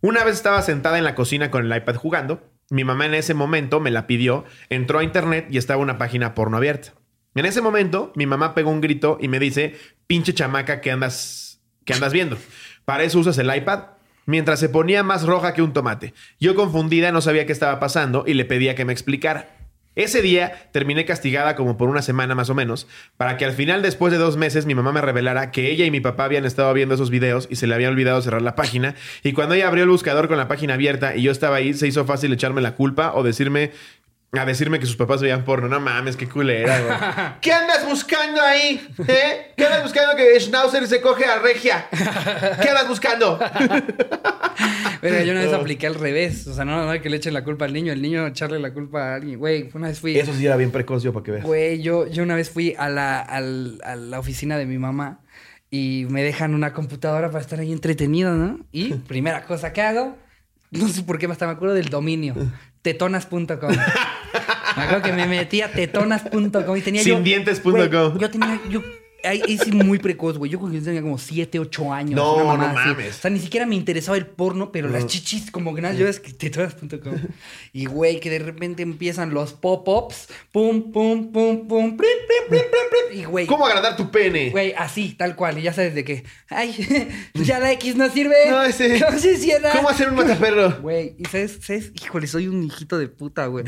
Speaker 2: Una vez estaba sentada en la cocina con el iPad jugando. Mi mamá en ese momento me la pidió, entró a internet y estaba una página porno abierta. En ese momento, mi mamá pegó un grito y me dice, pinche chamaca, ¿qué andas, qué andas viendo? Para eso usas el iPad. Mientras se ponía más roja que un tomate. Yo confundida no sabía qué estaba pasando y le pedía que me explicara. Ese día terminé castigada como por una semana más o menos, para que al final, después de dos meses, mi mamá me revelara que ella y mi papá habían estado viendo esos videos y se le había olvidado cerrar la página. Y cuando ella abrió el buscador con la página abierta y yo estaba ahí, se hizo fácil echarme la culpa o decirme. A decirme que sus papás veían porno. No mames, qué culera, güey. ¿Qué andas buscando ahí? ¿Eh? ¿Qué andas buscando que Schnauzer se coge a Regia? ¿Qué andas buscando?
Speaker 1: Pero yo una vez apliqué al revés. O sea, no, no hay que le echen la culpa al niño, el niño echarle la culpa a alguien. Güey, una vez fui.
Speaker 2: Eso sí era bien precoz yo, para que veas.
Speaker 1: Güey, yo, yo una vez fui a la, al- a la oficina de mi mamá y me dejan una computadora para estar ahí entretenido, ¿no? Y primera cosa que hago, no sé por qué, hasta me acuerdo del dominio, tetonas.com. Me acuerdo que me metí a tetonas.com y tenía
Speaker 2: Sin
Speaker 1: yo...
Speaker 2: dientes punto
Speaker 1: güey,
Speaker 2: com.
Speaker 1: Yo tenía, yo Ay, Es muy precoz, güey. Yo cuando tenía como 7, 8 años.
Speaker 2: No,
Speaker 1: una mamá
Speaker 2: no
Speaker 1: así.
Speaker 2: mames.
Speaker 1: O sea, ni siquiera me interesaba el porno, pero las chichis como que nada, yo es que te todas punto com. Y güey, que de repente empiezan los pop-ups. Pum, pum, pum, pum. prim, prim, prim, prim, prim. Y güey.
Speaker 2: ¿Cómo agrandar tu pene?
Speaker 1: Güey, así, tal cual. Y ya sabes de qué. Ay, ya la X no sirve.
Speaker 2: No, ese-
Speaker 1: No se cierra.
Speaker 2: ¿Cómo hacer un mataperro?
Speaker 1: Güey, y sabes, sabes, híjole, soy un hijito de puta, güey.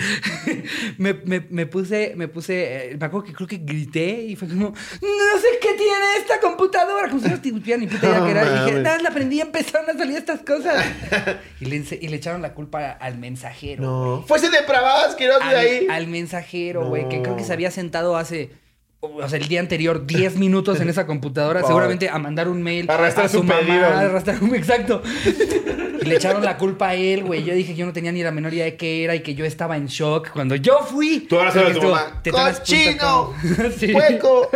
Speaker 1: me, me, me puse, me puse, eh, me acuerdo que creo que grité y fue como, no sé qué tiene esta computadora. Como si no tuviera ni puta idea
Speaker 2: No
Speaker 1: que era. Y dije,
Speaker 2: mames.
Speaker 1: nada, más la aprendí y empezaron a salir estas cosas. y, le, ense- y le echaron la culpa al mensajero.
Speaker 2: No. Fuese depravado asqueroso
Speaker 1: Al,
Speaker 2: de ahí.
Speaker 1: al mensajero, güey, que creo que se
Speaker 2: No.
Speaker 1: había sentado hace. O sea, el día anterior, 10 minutos en esa computadora,
Speaker 2: Wow.
Speaker 1: seguramente a mandar un mail.
Speaker 2: A arrastrar
Speaker 1: a su
Speaker 2: su
Speaker 1: mamá,
Speaker 2: pedido.
Speaker 1: a arrastrar un exacto. Y le echaron la culpa a él, güey. Yo dije que yo no tenía ni la menor idea de qué era y que yo estaba en shock cuando yo fui.
Speaker 2: Tú ahora sabes
Speaker 1: Porque
Speaker 2: tu
Speaker 1: estuvo
Speaker 2: mamá.
Speaker 1: tetanas.com.
Speaker 2: ¡Cochino!
Speaker 1: Sí.
Speaker 2: ¡Hueco!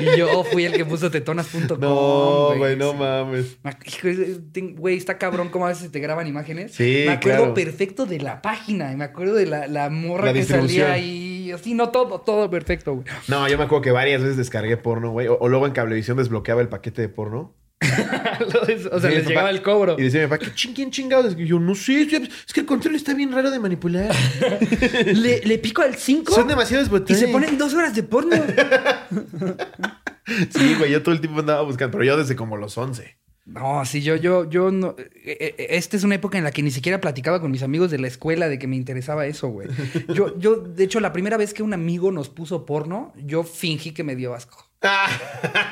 Speaker 1: Y yo fui el que puso tetonas.com.
Speaker 2: No, güey, no mames.
Speaker 1: Me ac- hijo, es- ten- Güey, está cabrón cómo a veces te graban imágenes.
Speaker 2: Sí,
Speaker 1: Me acuerdo
Speaker 2: claro.
Speaker 1: perfecto de la página. y Me acuerdo de la, la morra
Speaker 2: La
Speaker 1: que salía
Speaker 2: distribución.
Speaker 1: ahí. Así, no todo, todo perfecto, güey.
Speaker 2: No, yo me acuerdo que varias veces descargué porno, güey. O, o luego en cablevisión desbloqueaba el paquete de porno.
Speaker 1: o sea,
Speaker 2: Sí,
Speaker 1: les
Speaker 2: papá.
Speaker 1: llegaba el cobro.
Speaker 2: Y decía mi papá, ¿qué ching, quién chingados? Y yo, no sé, es que el control está bien raro de manipular.
Speaker 1: Le, le pico al 5
Speaker 2: Son demasiados
Speaker 1: y
Speaker 2: botones.
Speaker 1: se ponen dos horas de porno.
Speaker 2: Sí, güey, yo todo el tiempo andaba buscando, pero yo desde como los 11.
Speaker 1: No, sí, yo, yo, yo no. eh, eh, Esta es una época en la que ni siquiera platicaba con mis amigos de la escuela de que me interesaba eso, güey. Yo, yo, de hecho, la primera vez que un amigo nos puso porno, yo fingí que me dio asco.
Speaker 2: Ah.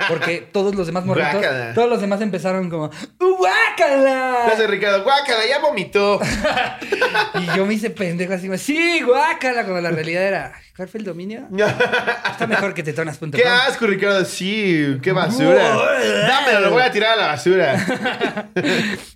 Speaker 1: Porque todos los demás morritos,
Speaker 2: Guácala.
Speaker 1: todos los demás empezaron como ¡Guácala!
Speaker 2: Gracias, Ricardo. Guácala, ya vomitó.
Speaker 1: Y yo me hice pendejo así, como, sí, guácala, cuando la realidad era, ¿cuál fue el dominio? Ah, Está mejor que tetonas.com.
Speaker 2: qué asco, Ricardo. Sí, qué basura. Dámelo, lo voy a tirar a la basura.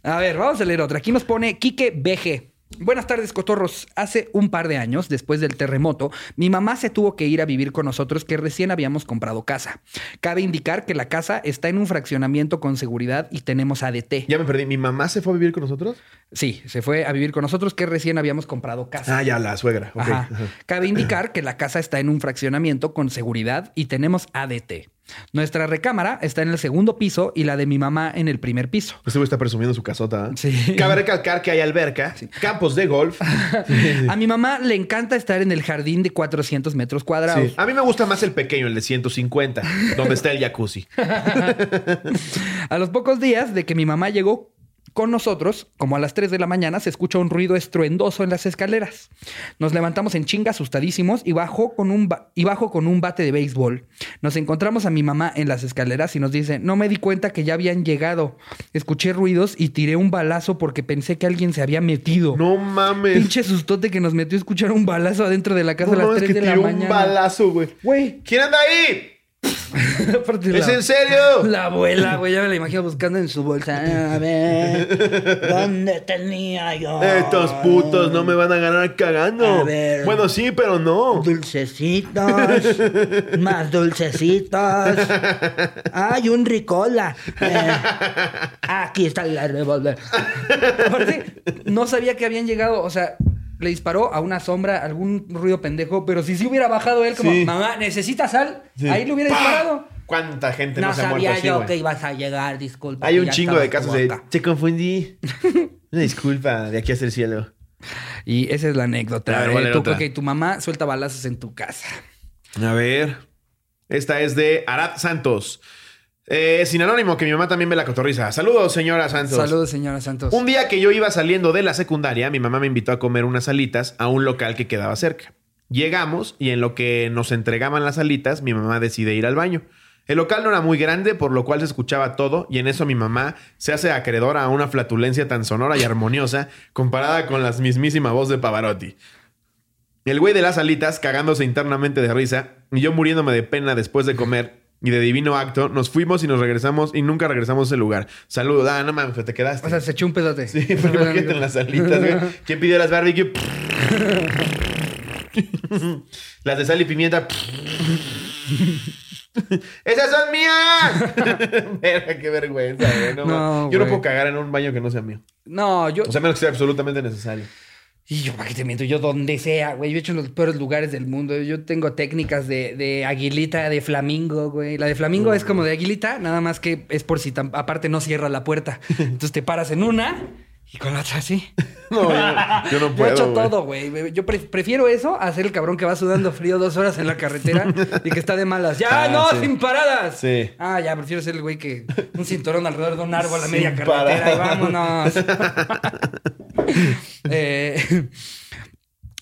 Speaker 1: A ver, vamos a leer otra. Aquí nos pone Quique BG. Buenas tardes, cotorros. Hace un par de años, después del terremoto, mi mamá se tuvo que ir a vivir con nosotros que recién habíamos comprado casa. Cabe indicar que la casa está en un fraccionamiento con seguridad y tenemos ADT.
Speaker 2: Ya me perdí. ¿Mi mamá se fue a vivir con nosotros?
Speaker 1: Sí, se fue a vivir con nosotros que recién habíamos comprado casa.
Speaker 2: Ah, ya, la suegra. Ok.
Speaker 1: Ajá. Cabe indicar que la casa está en un fraccionamiento con seguridad y tenemos ADT. Nuestra recámara está en el segundo piso y la de mi mamá en el primer piso.
Speaker 2: Este güey está presumiendo su casota. ¿eh?
Speaker 1: Sí.
Speaker 2: Cabe recalcar que hay alberca, campos de golf.
Speaker 1: A mi mamá le encanta estar en el jardín de 400 metros cuadrados.
Speaker 2: Sí. A mí me gusta más el pequeño, el de 150, donde está el jacuzzi.
Speaker 1: A los pocos días de que mi mamá llegó con nosotros, como a las 3 de la mañana, se escucha un ruido estruendoso en las escaleras. Nos levantamos en chinga asustadísimos y bajó con un, ba- y bajo con un bate de béisbol. Nos encontramos a mi mamá en las escaleras y nos dice, no me di cuenta que ya habían llegado. Escuché ruidos y tiré un balazo porque pensé que alguien se había metido.
Speaker 2: No mames.
Speaker 1: Pinche sustote que nos metió a escuchar un balazo adentro de la casa a
Speaker 2: No
Speaker 1: las
Speaker 2: mames
Speaker 1: 3
Speaker 2: que
Speaker 1: de la
Speaker 2: tiró un
Speaker 1: mañana.
Speaker 2: balazo, güey.
Speaker 1: Güey,
Speaker 2: ¿Quién anda ahí?
Speaker 1: aparte
Speaker 2: ¿Es
Speaker 1: la-
Speaker 2: en serio?
Speaker 1: La abuela, güey, ya me la imagino buscando en su bolsa. "Ah, A ver, ¿dónde tenía yo?
Speaker 2: Estos putos no me van a ganar cagando.
Speaker 1: A ver.
Speaker 2: Bueno, sí, pero no.
Speaker 1: Dulcecitos, más dulcecitos. Hay un ricola. Eh, aquí está la revólver. Aparte, no sabía que habían llegado, o sea, le disparó a una sombra, algún ruido pendejo, pero si sí hubiera bajado él, como,
Speaker 2: Sí.
Speaker 1: mamá, ¿necesitas sal?
Speaker 2: Sí.
Speaker 1: Ahí le hubiera
Speaker 2: ¡Pah!
Speaker 1: disparado.
Speaker 2: ¿Cuánta gente no,
Speaker 1: No
Speaker 2: se ha muerto
Speaker 1: sabía
Speaker 2: así,
Speaker 1: yo
Speaker 2: güey?
Speaker 1: que ibas a llegar, disculpa.
Speaker 2: Hay
Speaker 1: que
Speaker 2: un
Speaker 1: ya
Speaker 2: chingo de
Speaker 1: estabas
Speaker 2: casos
Speaker 1: tu
Speaker 2: de...
Speaker 1: boca.
Speaker 2: Te confundí. Una disculpa, de aquí hasta el cielo.
Speaker 1: Y esa es la anécdota.
Speaker 2: A ver,
Speaker 1: ¿eh?
Speaker 2: ¿cuál era
Speaker 1: Tú,
Speaker 2: otra?
Speaker 1: ok, tu mamá suelta balazos en tu casa.
Speaker 2: A ver. Esta es de Arad Santos. Eh, sin anónimo, que mi mamá también me la cotorriza. Saludos, señora Santos.
Speaker 1: Saludos, señora Santos.
Speaker 2: Un día que yo iba saliendo de la secundaria, mi mamá me invitó a comer unas alitas a un local que quedaba cerca. Llegamos y en lo que nos entregaban las alitas, mi mamá decide ir al baño. El local no era muy grande, por lo cual se escuchaba todo, y en eso mi mamá se hace acreedora a una flatulencia tan sonora y armoniosa comparada con la mismísima voz de Pavarotti. El güey de las alitas, cagándose internamente de risa, y yo muriéndome de pena después de comer y de divino acto, nos fuimos y nos regresamos y nunca regresamos a ese lugar. Saludos. Ah, no mames, te quedaste.
Speaker 1: O sea, se echó un pedote.
Speaker 2: Sí, porque imagínate en las alitas, güey. ¿Quién pidió las barbecue? las de sal y pimienta. ¡Esas son mías! Verga, qué vergüenza, güey. No,
Speaker 1: No,
Speaker 2: yo no
Speaker 1: güey.
Speaker 2: puedo cagar en un baño que no sea mío.
Speaker 1: No, yo.
Speaker 2: O sea, menos que sea absolutamente necesario.
Speaker 1: Y yo, ¿para qué te miento? Yo donde sea, güey. Yo he hecho en los peores lugares del mundo. Yo tengo técnicas de, de aguilita, de flamingo, güey. La de flamingo es como de aguilita, nada más que es por si tam- aparte no cierra la puerta. Entonces te paras en una y con la otra así.
Speaker 2: No, yo, yo no
Speaker 1: Yo
Speaker 2: puedo.
Speaker 1: he hecho
Speaker 2: güey.
Speaker 1: todo, güey. Yo pre- prefiero eso a ser el cabrón que va sudando frío dos horas en la carretera y que está de malas. ¡Ya,
Speaker 2: Ah,
Speaker 1: no!
Speaker 2: sí.
Speaker 1: ¡Sin paradas!
Speaker 2: Sí.
Speaker 1: Ah, ya, prefiero ser el güey que un cinturón alrededor de un árbol a
Speaker 2: Sin
Speaker 1: media carretera. y vámonos.
Speaker 2: paradas.
Speaker 1: Eh,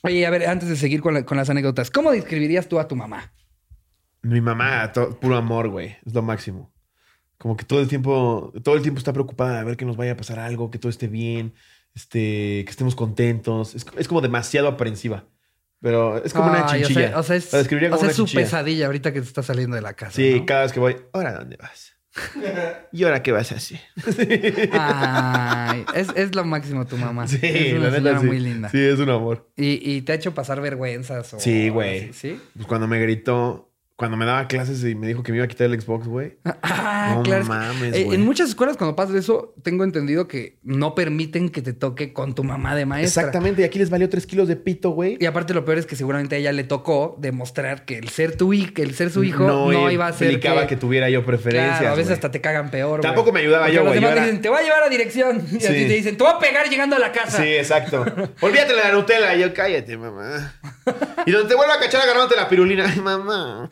Speaker 1: oye, a ver, antes de seguir con, la- con las anécdotas, ¿cómo describirías tú a tu mamá?
Speaker 2: Mi mamá, to- puro amor, güey. Es lo máximo. Como que todo el tiempo, todo el tiempo está preocupada de ver que nos vaya a pasar algo, que todo esté bien, este, que estemos contentos. Es, es como demasiado aprensiva. Pero es como una
Speaker 1: Ay, o sea-
Speaker 2: chinchilla.
Speaker 1: O sea, es,
Speaker 2: La describiría
Speaker 1: o
Speaker 2: como
Speaker 1: sea,
Speaker 2: una
Speaker 1: es su
Speaker 2: chinchilla.
Speaker 1: pesadilla ahorita que te está saliendo de la casa.
Speaker 2: Sí,
Speaker 1: ¿no?
Speaker 2: cada vez que voy, ¿ahora dónde vas? ¿Y ahora qué vas a hacer?
Speaker 1: Ay, es, es lo máximo tu mamá.
Speaker 2: Sí,
Speaker 1: es una
Speaker 2: la neta,
Speaker 1: señora
Speaker 2: sí.
Speaker 1: muy linda.
Speaker 2: Sí, es un amor.
Speaker 1: Y, y te ha hecho pasar vergüenzas. O,
Speaker 2: Sí, güey.
Speaker 1: ¿Sí?
Speaker 2: Pues cuando me gritó, cuando me daba clases y me dijo que me iba a quitar el Xbox, güey.
Speaker 1: Ah,
Speaker 2: No
Speaker 1: claro. es que-
Speaker 2: mames,
Speaker 1: eh,
Speaker 2: güey.
Speaker 1: en muchas escuelas, cuando pasa eso, tengo entendido que no permiten que te toque con tu mamá de maestra.
Speaker 2: Exactamente, y aquí les valió 3 kilos de pito, güey.
Speaker 1: Y aparte, lo peor es que seguramente a ella le tocó demostrar que el ser tu hijo, el ser su hijo no, iba a ser.
Speaker 2: implicaba que... tuviera yo preferencias.
Speaker 1: Claro, a veces
Speaker 2: güey.
Speaker 1: hasta te cagan peor. güey.
Speaker 2: Tampoco me ayudaba
Speaker 1: Porque
Speaker 2: yo,
Speaker 1: Los
Speaker 2: güey, yo
Speaker 1: demás
Speaker 2: era-
Speaker 1: dicen, te voy a llevar a dirección. Y a ti
Speaker 2: Sí.
Speaker 1: te dicen, te voy a pegar llegando a la casa.
Speaker 2: Sí, exacto. Olvídate de la Nutella. Y Yo, cállate, mamá. Y donde te vuelva a cachar agarrándote la pirulina. Ay, mamá.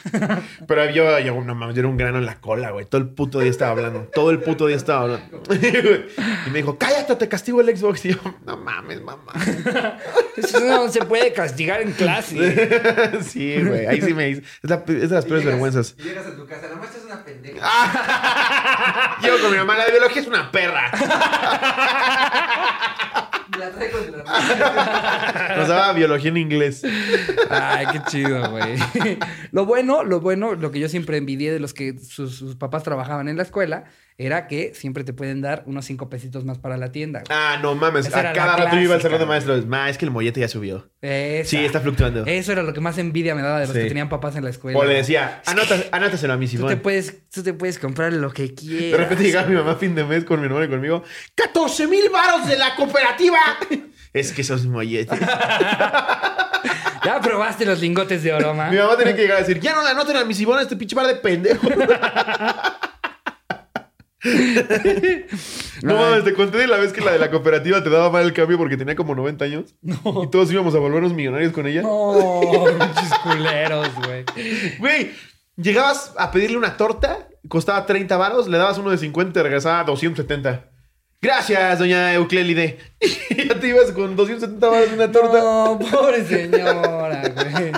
Speaker 2: Pero yo, yo, no mames, yo era un grano en la cola, güey. Todo el puto día estaba hablando. Todo el puto día estaba hablando. Y me dijo, cállate, te castigo el Xbox. Y yo, no mames, mamá.
Speaker 1: Eso no se puede castigar en clase.
Speaker 2: Sí, güey. Ahí sí me hizo. Es, la- es de las peores vergüenzas.
Speaker 3: Y llegas a tu casa, la maestra es una
Speaker 2: Ah.
Speaker 3: pendeja.
Speaker 2: Yo con mi mamá, la de biología es una perra.
Speaker 3: Y la traigo de la mano.
Speaker 2: Nos daba biología en inglés.
Speaker 1: Ay, qué chido, güey. Lo bueno, lo bueno, lo que yo siempre envidié de los que sus, sus papás trabajaban en la escuela, era que siempre te pueden dar unos cinco pesitos más para la tienda. güey.
Speaker 2: Ah, no mames.
Speaker 1: Esa era
Speaker 2: A
Speaker 1: la
Speaker 2: cada rato yo iba al salón de
Speaker 1: clásica,
Speaker 2: maestros. Ma, es que el mollete ya subió.
Speaker 1: Esa. Eh,
Speaker 2: Sí, está fluctuando.
Speaker 1: Eso era lo que más envidia me daba de los
Speaker 2: Sí.
Speaker 1: que tenían papás en la escuela.
Speaker 2: O le decía, "Anota- anótaselo a mi
Speaker 1: Tú te,
Speaker 2: Simón.
Speaker 1: puedes, tú te puedes comprar lo que quieras.
Speaker 2: De repente llegaba mi mamá a fin de mes con mi hermano y conmigo. ¡14 mil varos de la cooperativa! es que esos molletes.
Speaker 1: Ya probaste los lingotes de oro, ma?
Speaker 2: mi mamá tenía que llegar a decir, ya no le anoten a mi Simón a este pinche par de pendejo. No
Speaker 1: Ay.
Speaker 2: mames, te conté de la vez que la de la cooperativa te daba mal el cambio porque tenía como 90 años. Y todos íbamos a volvernos millonarios con ella.
Speaker 1: No, pinches culeros, güey.
Speaker 2: Güey, llegabas a pedirle una torta, costaba 30 varos, le dabas uno de 50 y te regresaba 270. Gracias, doña Euclélide. Y ya te ibas con 270 varos de una torta.
Speaker 1: No, pobre señora, güey.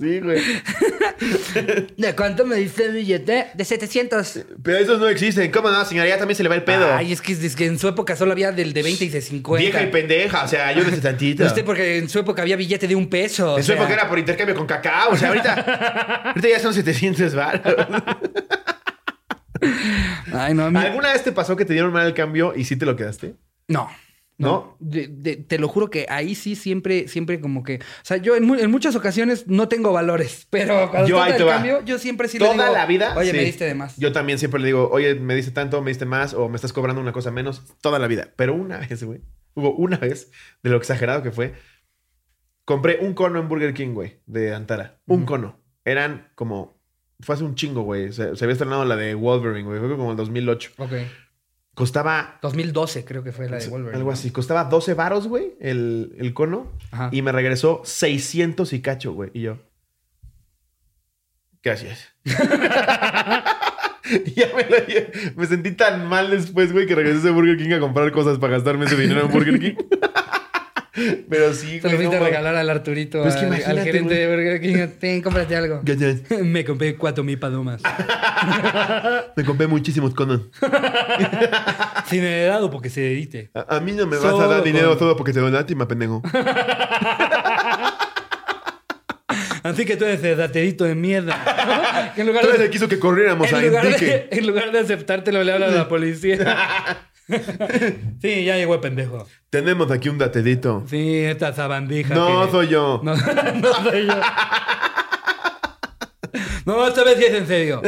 Speaker 2: Sí, güey.
Speaker 1: ¿De cuánto me diste el billete? De 700.
Speaker 2: Pero esos no existen. ¿Cómo no, señora? Ya también se le va el pedo.
Speaker 1: Ay, es que, es que en su época solo había del de 20 y de 50.
Speaker 2: Vieja y pendeja. O sea, ayúdese tantito.
Speaker 1: Usted porque en su época había billete de un peso. o
Speaker 2: Eso
Speaker 1: sea.
Speaker 2: es porque era por intercambio con cacao. O sea, ahorita, ahorita ya son 700 varos.
Speaker 1: Ay, no, a mí-
Speaker 2: ¿Alguna vez te pasó que te dieron mal el cambio y sí te lo quedaste?
Speaker 1: No.
Speaker 2: ¿No?
Speaker 1: De- de- te lo juro que ahí sí siempre, siempre como que... O sea, yo en, mu- en muchas ocasiones no tengo valores, pero cuando
Speaker 2: Yo
Speaker 1: trata
Speaker 2: ahí
Speaker 1: del
Speaker 2: te va.
Speaker 1: cambio, yo siempre sí le
Speaker 2: Toda
Speaker 1: digo,
Speaker 2: la vida.
Speaker 1: Oye,
Speaker 2: sí.
Speaker 1: me diste de más.
Speaker 2: Yo también siempre le digo, oye, me diste tanto, me diste más, o me estás cobrando una cosa menos. Toda la vida. Pero una vez, güey. Hubo una vez, de lo exagerado que fue, compré un cono en Burger King, güey, de Antara. Un cono. Eran como. Fue hace un chingo, güey. Se, se había estrenado la de Wolverine, güey. Fue como en el 2008.
Speaker 1: Ok.
Speaker 2: Costaba.
Speaker 1: 2012 creo que fue la de Wolverine.
Speaker 2: Algo así. Costaba 12 varos, güey, el, el cono.
Speaker 1: Ajá.
Speaker 2: Y me regresó 600 y cacho, güey. Y yo. Gracias. Y ya me, lo lle- me sentí tan mal después, güey, que regresé a Burger King a comprar cosas para gastarme ese dinero en Burger King. Pero sí,
Speaker 1: Se lo
Speaker 2: güey.
Speaker 1: fuiste
Speaker 2: no
Speaker 1: a
Speaker 2: mames.
Speaker 1: regalar al Arturito,
Speaker 2: Pues que
Speaker 1: al- al,
Speaker 2: imagínate,
Speaker 1: gerente
Speaker 2: güey.
Speaker 1: de Burger King. Ten, cómprate algo.
Speaker 2: Gracias.
Speaker 1: me compré cuatro mil palomas.
Speaker 2: Me compré muchísimos conos.
Speaker 1: Sin heredado porque se edite.
Speaker 2: A, a mí no me vas
Speaker 1: Solo
Speaker 2: a dar dinero
Speaker 1: conos.
Speaker 2: todo porque te doy lástima, pendejo.
Speaker 1: Así que tú eres daterito de mierda. Que en lugar
Speaker 2: Entonces él
Speaker 1: de,
Speaker 2: quiso que corriéramos a
Speaker 1: en lugar de,
Speaker 2: Enrique.
Speaker 1: en lugar de aceptártelo, le hablas a la policía. sí, ya llegó el pendejo.
Speaker 2: Tenemos aquí un datedito.
Speaker 1: Sí, esta sabandija.
Speaker 2: No,
Speaker 1: que-
Speaker 2: soy yo.
Speaker 1: No, no soy yo. No, esta vez sí es en serio.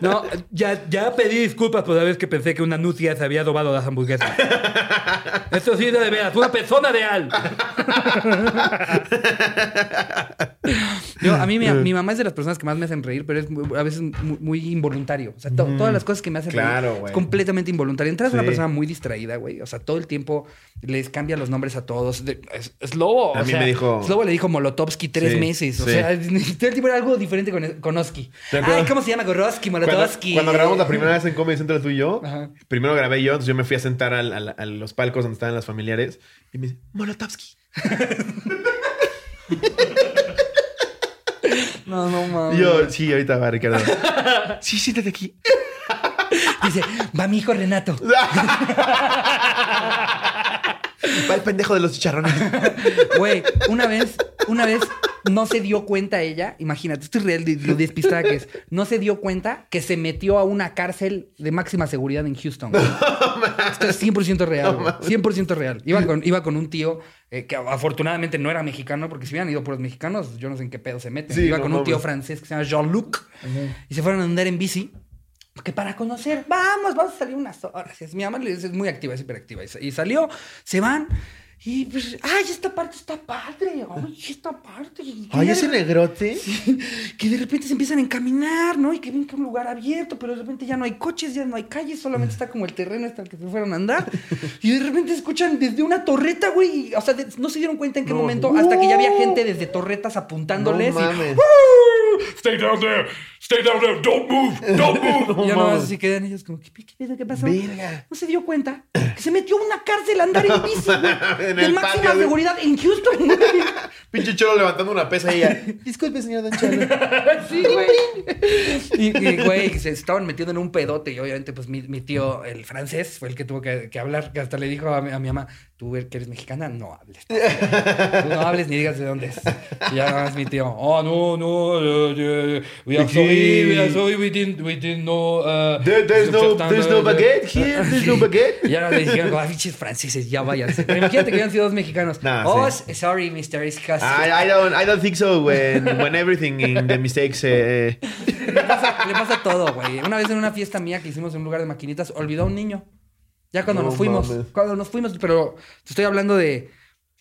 Speaker 1: No, ya, ya pedí disculpas por la vez que pensé que una nucia se había robado las hamburguesas. Esto sí es de veras, una persona real. Yo, a mí, mi, mi mamá es de las personas que más me hacen reír, pero es muy- a veces muy, muy involuntario. O sea, to- todas las cosas que me hacen
Speaker 2: Claro,
Speaker 1: reír
Speaker 2: güey.
Speaker 1: es completamente involuntario. Entras a una
Speaker 2: Sí.
Speaker 1: persona muy distraída, güey. O sea, todo el tiempo les cambia los nombres a todos. De- es, es lobo.
Speaker 2: A
Speaker 1: o
Speaker 2: mí
Speaker 1: sea,
Speaker 2: me dijo-
Speaker 1: Slobo le dijo Molotovsky tres
Speaker 2: Sí,
Speaker 1: meses. O
Speaker 2: sí.
Speaker 1: sea, todo el tiempo era algo diferente con, con Oski.
Speaker 2: ¿Te acuerdas?
Speaker 1: Ay, ¿cómo se llama? Goroski,
Speaker 2: Cuando,
Speaker 1: Molotovsky.
Speaker 2: cuando grabamos la primera vez en Comedy Central tú y yo,
Speaker 1: Ajá.
Speaker 2: primero grabé yo, entonces yo me fui a sentar al- al- a los palcos donde estaban las familiares y me dice, Molotovsky.
Speaker 1: No, no
Speaker 2: Y
Speaker 1: mames.
Speaker 2: yo, sí, ahorita va, Ricardo. sí, siéntate aquí.
Speaker 1: Dice, va mi hijo Renato.
Speaker 2: Va el pendejo de los chicharrones.
Speaker 1: Güey, una vez, una vez no se dio cuenta ella, imagínate, esto es real de- lo despistada que es. No se dio cuenta que se metió a una cárcel de máxima seguridad en Houston. güey. esto es 100% real, güey, 100% real. Iba con, iba con un tío eh, que afortunadamente no era mexicano, porque si hubieran ido por los mexicanos, yo no sé en qué pedo se meten.
Speaker 2: Sí,
Speaker 1: iba
Speaker 2: no
Speaker 1: con un tío
Speaker 2: mames.
Speaker 1: francés que se llama Jean-Luc y se fueron a andar en bici. Que para conocer, vamos, vamos a salir unas horas. Y es- mi mamá le dice, es muy activa, es hiperactiva. Y, sa- y salió, se van. Y pues, ay, esta parte está padre. Ay, esta parte. Y que
Speaker 2: Ay,
Speaker 1: ya
Speaker 2: ese
Speaker 1: de-
Speaker 2: negrote.
Speaker 1: Que de repente se empiezan a encaminar, ¿no? Y que ven que un lugar abierto, pero de repente ya no hay coches, ya no hay calles, solamente está como el terreno hasta el que se fueron a andar. Y de repente escuchan desde una torreta, güey. y, O sea, de- no se dieron cuenta en qué
Speaker 2: No.
Speaker 1: momento, hasta que ya había
Speaker 2: ¡Uh!
Speaker 1: gente desde torretas apuntándoles.
Speaker 2: No
Speaker 1: y-
Speaker 2: mames.
Speaker 5: Stay down there. Stay down there. Don't move. Don't move.
Speaker 1: Y ya
Speaker 2: No
Speaker 1: nomás
Speaker 2: mames.
Speaker 1: así quedan ellos como, ¿qué, qué, pedo? ¿Qué pasó?
Speaker 2: Verga.
Speaker 1: No se dio cuenta que se metió a una cárcel a andar en bici, güey.
Speaker 2: En
Speaker 1: de
Speaker 2: el
Speaker 1: máxima
Speaker 2: patio, güey.
Speaker 1: seguridad en Houston, güey.
Speaker 2: Pinche cholo levantando una pesa y ella. Disculpe, señor Don Cholo.
Speaker 1: Sí, güey. Y, y, güey, se estaban metiendo en un pedote. Y obviamente, pues, mi, mi tío, el francés, fue el que tuvo que, que hablar. Que hasta le dijo a mi, a mi mamá, tú que eres mexicana, no hables. Tú no hables ni digas de dónde es. Y ya nada más mi tío, oh, no, no, eh, eh, we are sorry, we are sorry, we didn't, we didn't know. uh,
Speaker 2: There- there's no- there's no baguette here, there's no baguette.
Speaker 1: Y ya le dijeron, ah, pinches franceses, ya váyanse. Pero imagínate que hubieran sido dos mexicanos.
Speaker 2: Nah,
Speaker 1: oh,
Speaker 2: sí.
Speaker 1: s- sorry, Mr. Iscas.
Speaker 2: I, I don't, I don't think so when, when everything in the mistakes. eh,
Speaker 1: Le pasa, le pasa todo, güey. Una vez en una fiesta mía que hicimos en un lugar de maquinitas, olvidó a un niño. Ya cuando
Speaker 2: No
Speaker 1: nos fuimos.
Speaker 2: mames.
Speaker 1: Cuando nos fuimos, pero te estoy hablando de.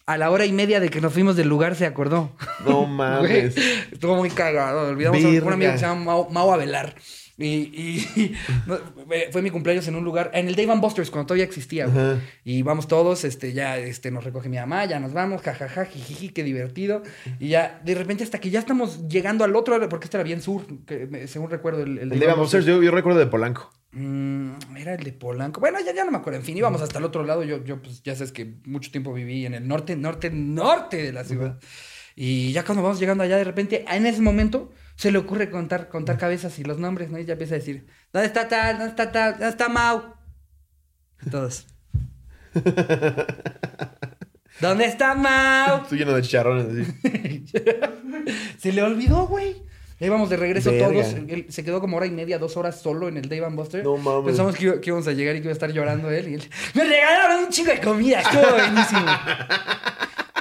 Speaker 1: A la hora y media de que nos fuimos del lugar se acordó.
Speaker 2: no
Speaker 1: Güey,
Speaker 2: mames.
Speaker 1: Estuvo muy cagado. Olvidamos a un- un
Speaker 2: Verga.
Speaker 1: amigo que se llama Mau, Mau Avelar. Y, y- no, eh, fue mi cumpleaños en un lugar, en el Dave and Buster's, cuando todavía existía. güey.
Speaker 2: Ajá.
Speaker 1: Y vamos todos, este, ya este, nos recoge mi mamá, ya nos vamos, jajaja, jijiji, qué divertido. Y ya, de repente, hasta que ya estamos llegando al otro, porque este era bien sur, que, me- según recuerdo, el, el
Speaker 2: El de Van Busters, yo, yo recuerdo de Polanco.
Speaker 1: Mm, era el de Polanco. Bueno, ya, ya no me acuerdo. En fin, íbamos hasta el otro lado. Yo, yo, pues ya sabes que mucho tiempo viví en el norte, norte, norte de la ciudad. Y ya cuando vamos llegando allá, de repente, en ese momento, se le ocurre contar, contar cabezas y los nombres, ¿no? Y ya empieza a decir, ¿dónde está tal? ¿Dónde está tal? ¿Dónde está Mau? Y Todos. ¿Dónde está Mau?
Speaker 2: Estoy lleno de chicharrones. así.
Speaker 1: Se le olvidó, güey. Ya íbamos de regreso
Speaker 2: Verga.
Speaker 1: todos. Él se quedó como hora y media, dos horas solo en el Dave and Buster.
Speaker 2: No mames.
Speaker 1: Pensamos que, iba- que íbamos a llegar y que iba a estar llorando él. Y él, ¡me regalaron un chingo de comida! ¡Estuvo buenísimo!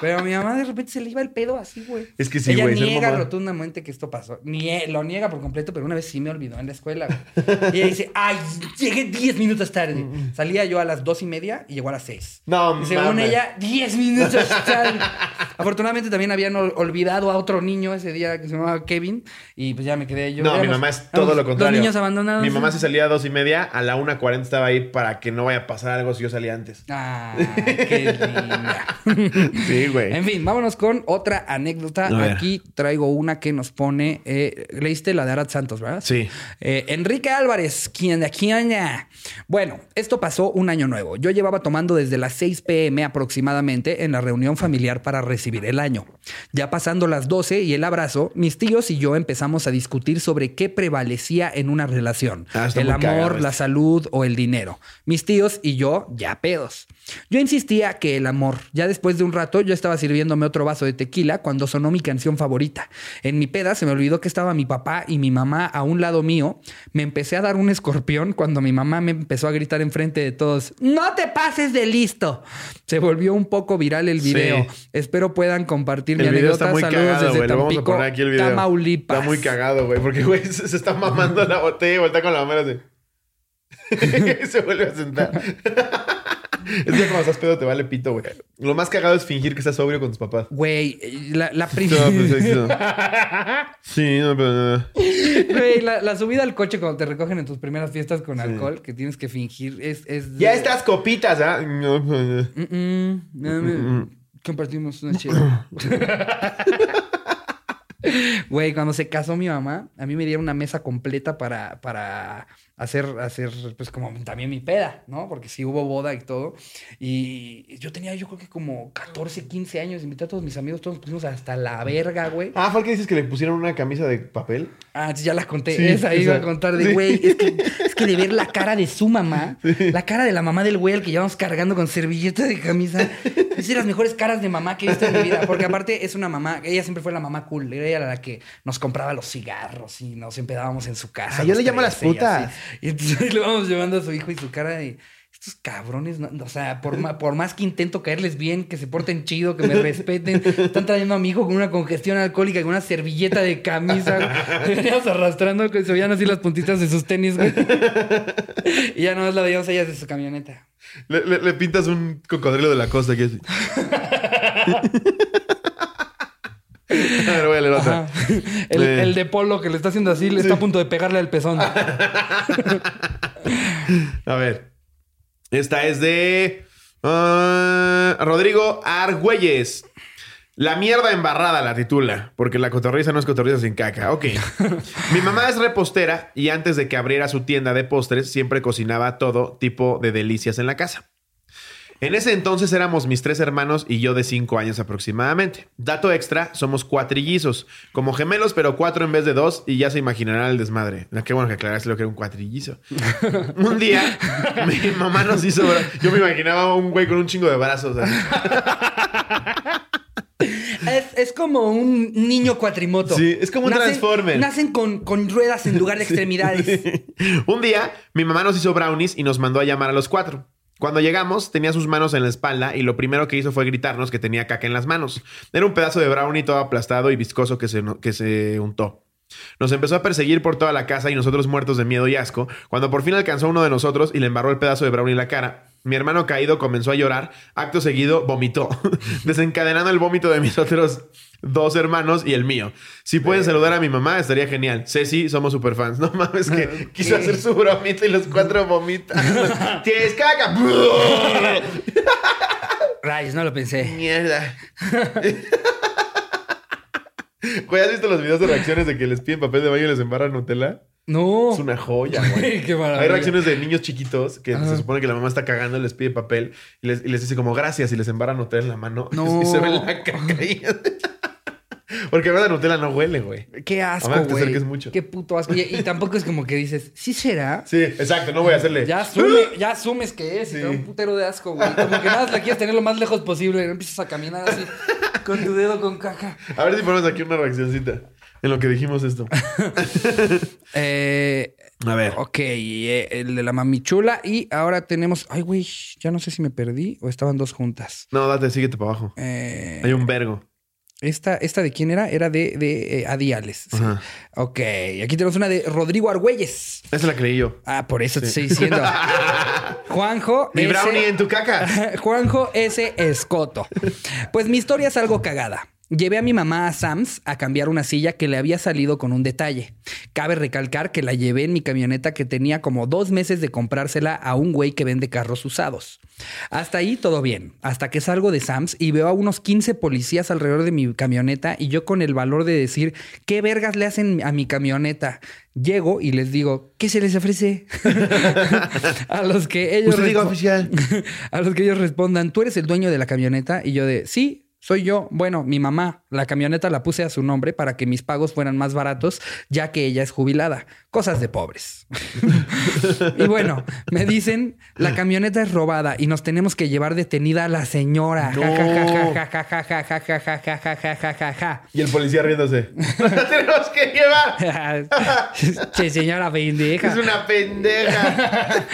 Speaker 1: Pero a mi mamá de repente se le iba el pedo así, güey.
Speaker 2: Es que sí,
Speaker 1: Ella
Speaker 2: güey, ser
Speaker 1: niega
Speaker 2: mamá.
Speaker 1: rotundamente que esto pasó. Nie- lo niega por completo, pero una vez sí me olvidó en la escuela. güey. Y ella dice, ¡ay, llegué 10 minutos tarde! Salía yo a las dos y media y llegó a las 6.
Speaker 2: No
Speaker 1: Y según
Speaker 2: mames.
Speaker 1: ella, 10 minutos tarde. Afortunadamente también habían ol- olvidado a otro niño ese día que se llamaba Kevin. Y pues ya me quedé yo.
Speaker 2: No, mi
Speaker 1: Éramos-
Speaker 2: mamá es
Speaker 1: éramos
Speaker 2: todo lo contrario.
Speaker 1: Dos niños abandonados. ¿eh?
Speaker 2: Mi mamá se salía a dos y media, a la 1.40 estaba ahí para que no vaya a pasar algo si yo salía antes.
Speaker 1: Ah, qué linda.
Speaker 2: Sí, güey.
Speaker 1: En fin, vámonos con otra anécdota.
Speaker 2: A ver.
Speaker 1: Aquí traigo una que nos pone. eh, leíste la de Arad Santos, ¿verdad?
Speaker 2: Sí.
Speaker 1: Eh, Enrique Álvarez, quien aquí anda. Bueno, esto pasó un año nuevo. Yo llevaba tomando desde las 6 pm aproximadamente en la reunión familiar para recibir el año. Ya pasando las 12 y el abrazo, mis tíos y yo empezamos a discutir sobre qué prevalecía en una relación:
Speaker 2: Ah, está
Speaker 1: el
Speaker 2: muy
Speaker 1: amor,
Speaker 2: cagado
Speaker 1: la
Speaker 2: esto.
Speaker 1: salud o el dinero. Mis tíos y yo ya pedos. Yo insistía que el amor. Ya después de un rato yo estaba sirviéndome otro vaso de tequila cuando sonó mi canción favorita. En mi peda se me olvidó que estaba mi papá y mi mamá a un lado mío. Me empecé a dar un escorpión cuando mi mamá me empezó a gritar enfrente de todos. No te pases de listo. Se volvió un poco viral el video. Espero puedan compartir mi
Speaker 2: El video está
Speaker 1: anécdota.
Speaker 2: muy
Speaker 1: Saludos
Speaker 2: cagado,
Speaker 1: desde
Speaker 2: güey. Lo vamos a
Speaker 1: Tampico,
Speaker 2: poner aquí el video.
Speaker 1: Tamaulipas.
Speaker 2: Está muy cagado, güey. Porque, güey, se, se está mamando la botella y voltea con la mano así. y se vuelve a sentar. es que como estás pedo te vale pito, güey. Lo más cagado es fingir que estás sobrio con tus papás.
Speaker 1: Güey, la, la prim-
Speaker 2: Sí, no, pues, perfecto. Sí, no, pero... eh. nada.
Speaker 1: Güey, la, la subida al coche cuando te recogen en tus primeras fiestas con alcohol, que tienes que fingir, es... es
Speaker 2: Ya estas copitas, ¿ah? No, pero nada.
Speaker 1: Mm-mm, no, no. Compartimos una chela. Güey, cuando se casó mi mamá, a mí me dieron una mesa completa para, para hacer, hacer, pues como también mi peda, ¿no? Porque sí hubo boda y todo. Y yo tenía, yo creo que como 14, 15 años, invité a todos mis amigos, todos nos pusimos hasta la verga, güey.
Speaker 2: Ah, fue el que dices que le pusieron una camisa de papel.
Speaker 1: Ah, sí, ya la conté.
Speaker 2: Sí,
Speaker 1: esa iba a
Speaker 2: esa.
Speaker 1: contar de
Speaker 2: Sí.
Speaker 1: güey. Es, que, es que de ver la cara de su mamá, la cara de la mamá del güey al que llevamos cargando con servilleta de camisa, es de las mejores caras de mamá que he visto en mi vida. Porque aparte es una mamá, ella siempre fue la mamá cool. Era ella la que nos compraba los cigarros y nos empedábamos en su casa.
Speaker 2: Ah, yo
Speaker 1: los
Speaker 2: le llamo a las
Speaker 1: tres, ella,
Speaker 2: putas.
Speaker 1: sí. Y entonces le vamos llevando a su hijo y su cara de. Estos cabrones, no- o sea, por, ma- por más que intento caerles bien, que se porten chido, que me respeten, están trayendo a mi hijo con una congestión alcohólica y con una servilleta de camisa. güey. Veníamos arrastrando, que se veían así las puntitas de sus tenis, güey. Y ya nomás la veíamos a ellas de su camioneta.
Speaker 2: Le, le- le pintas un cocodrilo de la costa aquí así. a ver, voy a leer otra.
Speaker 1: Ajá. El,
Speaker 2: Eh.
Speaker 1: el de polo que le está haciendo así, le está a punto de pegarle al pezón.
Speaker 2: A ver. Esta es de ah, Rodrigo Argüelles. La mierda embarrada la titula, porque la cotorriza no es cotorriza sin caca. Ok. Mi mamá es repostera y antes de que abriera su tienda de postres siempre cocinaba todo tipo de delicias en la casa. En ese entonces éramos mis tres hermanos y yo de cinco años aproximadamente. Dato extra, somos cuatrillizos, como gemelos, pero cuatro en vez de dos, y ya se imaginarán el desmadre. Ah, Qué bueno que aclaraste lo que era un cuatrillizo. un día, mi mamá nos hizo. bra- Yo me imaginaba un güey con un chingo de brazos. así.
Speaker 1: Es, es como un niño cuatrimoto.
Speaker 2: Sí, es como un Transformer.
Speaker 1: Nacen con, con ruedas en lugar de extremidades.
Speaker 2: Un día, mi mamá nos hizo brownies y nos mandó a llamar a los cuatro. Cuando llegamos, tenía sus manos en la espalda y lo primero que hizo fue gritarnos que tenía caca en las manos. Era un pedazo de brownie todo aplastado y viscoso que se, no- que se untó. Nos empezó a perseguir por toda la casa y nosotros muertos de miedo y asco, cuando por fin alcanzó uno de nosotros y le embarró el pedazo de brownie en la cara. Mi hermano caído comenzó a llorar, acto seguido vomitó, desencadenando el vómito de mis otros dos hermanos y el mío. Si pueden saludar a mi mamá, estaría genial. Ceci, somos superfans. No mames, que quiso hacer su bromita y los cuatro vomitan. ¡Tienes caca!
Speaker 1: Rayos, no lo pensé.
Speaker 2: Mierda. Güey, ¿has visto los videos de reacciones de que les piden papel de baño y les embarran Nutella?
Speaker 1: No.
Speaker 2: Es una joya, güey.
Speaker 1: Güey, Oh. qué maravilla.
Speaker 2: Hay reacciones de niños chiquitos que se supone que la mamá está cagando, les pide papel y les, y les dice como gracias y les embarra Nutella en la mano
Speaker 1: No.
Speaker 2: y se ve la caca ahí. Porque la verdad Nutella no huele, güey.
Speaker 1: Qué asco,
Speaker 2: Además, te
Speaker 1: güey.
Speaker 2: acerques mucho.
Speaker 1: Qué puto asco. Y, y tampoco es como que dices, ¿sí será?
Speaker 2: Sí, exacto, no voy a hacerle.
Speaker 1: Ya, asume- ya asumes que es. Y
Speaker 2: Sí.
Speaker 1: te da un putero de asco, güey. Como que nada más la quieres tener lo más lejos posible. No empiezas a caminar así con tu dedo con caca.
Speaker 2: A ver si ponemos aquí una reaccioncita en lo que dijimos esto.
Speaker 1: Eh,
Speaker 2: A ver.
Speaker 1: ok, eh, el de la mamichula. Y ahora tenemos. Ay, güey, ya no sé si me perdí o estaban dos juntas.
Speaker 2: No, date, síguete para abajo.
Speaker 1: Eh,
Speaker 2: Hay un vergo.
Speaker 1: esta, ¿Esta de quién era? Era de, de eh, Adiales. sí.
Speaker 2: Ajá.
Speaker 1: Ok, aquí tenemos una de Rodrigo Argüelles.
Speaker 2: Esa la creí yo.
Speaker 1: Ah, por eso te estoy diciendo. Juanjo.
Speaker 2: Mi
Speaker 1: ese-
Speaker 2: brownie en tu caca.
Speaker 1: Juanjo S. Escoto. Pues mi historia es algo cagada. Llevé a mi mamá a Sam's a cambiar una silla que le había salido con un detalle. Cabe recalcar que la llevé en mi camioneta que tenía como dos meses de comprársela a un güey que vende carros usados. Hasta ahí todo bien, hasta que salgo de Sam's y veo a unos 15 policías alrededor de mi camioneta y yo con el valor de decir, ¿qué vergas le hacen a mi camioneta? Llego y les digo, ¿qué se les ofrece? a los que ellos...
Speaker 2: Usted diga
Speaker 1: respo-
Speaker 2: oficial.
Speaker 1: a los que ellos respondan, tú eres el dueño de la camioneta y yo de, sí, Soy yo. Bueno, mi mamá. La camioneta la puse a su nombre para que mis pagos fueran más baratos, ya que ella es jubilada. Cosas de pobres. y bueno, me dicen, la camioneta es robada y nos tenemos que llevar detenida a la señora. Ja, ja, ja, ja, ja, ja, ja, ja, ja, ja, ja, ja, ja, ja, ja, ja.
Speaker 2: Y el policía riéndose. ¡La tenemos que llevar!
Speaker 1: Che, señora pendeja.
Speaker 2: ¡Es una pendeja!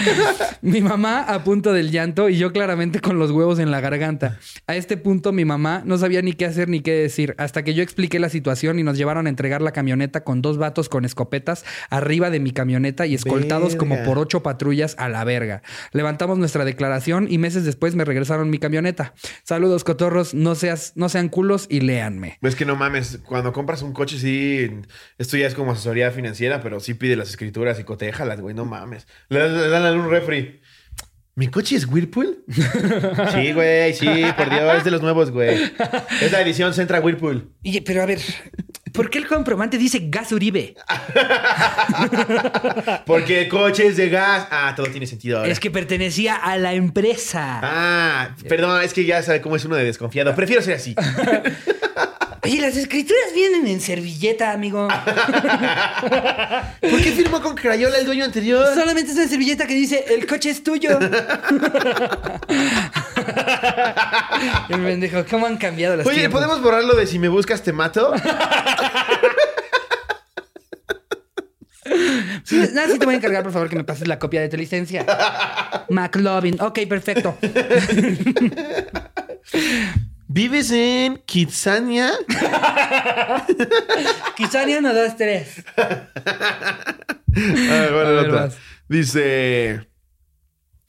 Speaker 1: Mi mamá a punto del llanto y yo claramente con los huevos en la garganta. A este punto mi mamá no sabía ni qué hacer ni qué decir, hasta que yo expliqué la situación y nos llevaron a entregar la camioneta con dos vatos con escopetas arriba de mi camioneta y escoltados
Speaker 2: Verga.
Speaker 1: como por ocho patrullas a la verga. Levantamos nuestra declaración y meses después me regresaron mi camioneta. Saludos cotorros, no seas, no sean culos y léanme.
Speaker 2: Ves que no mames, cuando compras un coche, sí. Esto ya es como asesoría financiera, pero sí pide las escrituras y cotéjalas, güey, no mames. Le, dan- le dan a un refri. ¿Mi coche es Whirlpool? sí, güey, sí, por Dios, es de los nuevos, güey. Es la edición Centra Whirlpool.
Speaker 1: Oye, pero a ver, ¿por qué el comprobante dice gas Uribe?
Speaker 2: Porque coches de gas. Ah, todo tiene sentido ahora.
Speaker 1: Es que pertenecía a la empresa.
Speaker 2: Ah, perdón, es que ya sabe cómo es uno de desconfiado. Prefiero ser así.
Speaker 1: Oye, las escrituras vienen en servilleta, amigo.
Speaker 2: ¿Por qué firmó con Crayola el dueño anterior?
Speaker 1: Solamente es una servilleta que dice, el coche es tuyo. el pendejo, ¿cómo han cambiado las
Speaker 2: Oye, ¿podemos borrar lo de si me buscas te mato?
Speaker 1: Nada, sí te voy a encargar, por favor, que me pases la copia de tu licencia. McLovin. Ok, perfecto.
Speaker 2: ¿Vives en Kitsania?
Speaker 1: Quizá ni uno, dos, tres.
Speaker 2: A ver, bueno,
Speaker 1: A ver,
Speaker 2: otra.
Speaker 1: vas.
Speaker 2: Dice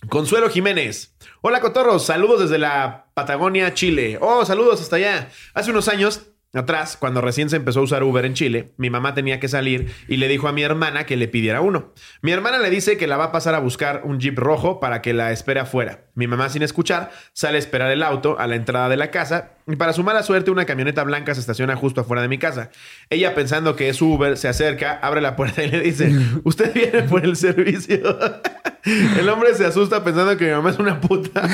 Speaker 2: Consuelo Jiménez. Hola, cotorros. Saludos desde la Patagonia, Chile. Oh, saludos hasta allá. Hace unos años atrás, cuando recién se empezó a usar Uber en Chile, mi mamá tenía que salir y le dijo a mi hermana que le pidiera uno. Mi hermana le dice que la va a pasar a buscar un jeep rojo para que la espere afuera. Mi mamá, sin escuchar, sale a esperar el auto a la entrada de la casa y para su mala suerte una camioneta blanca se estaciona justo afuera de mi casa. Ella pensando que es Uber, se acerca, abre la puerta y le dice, usted viene por el servicio. El hombre se asusta pensando que mi mamá es una puta.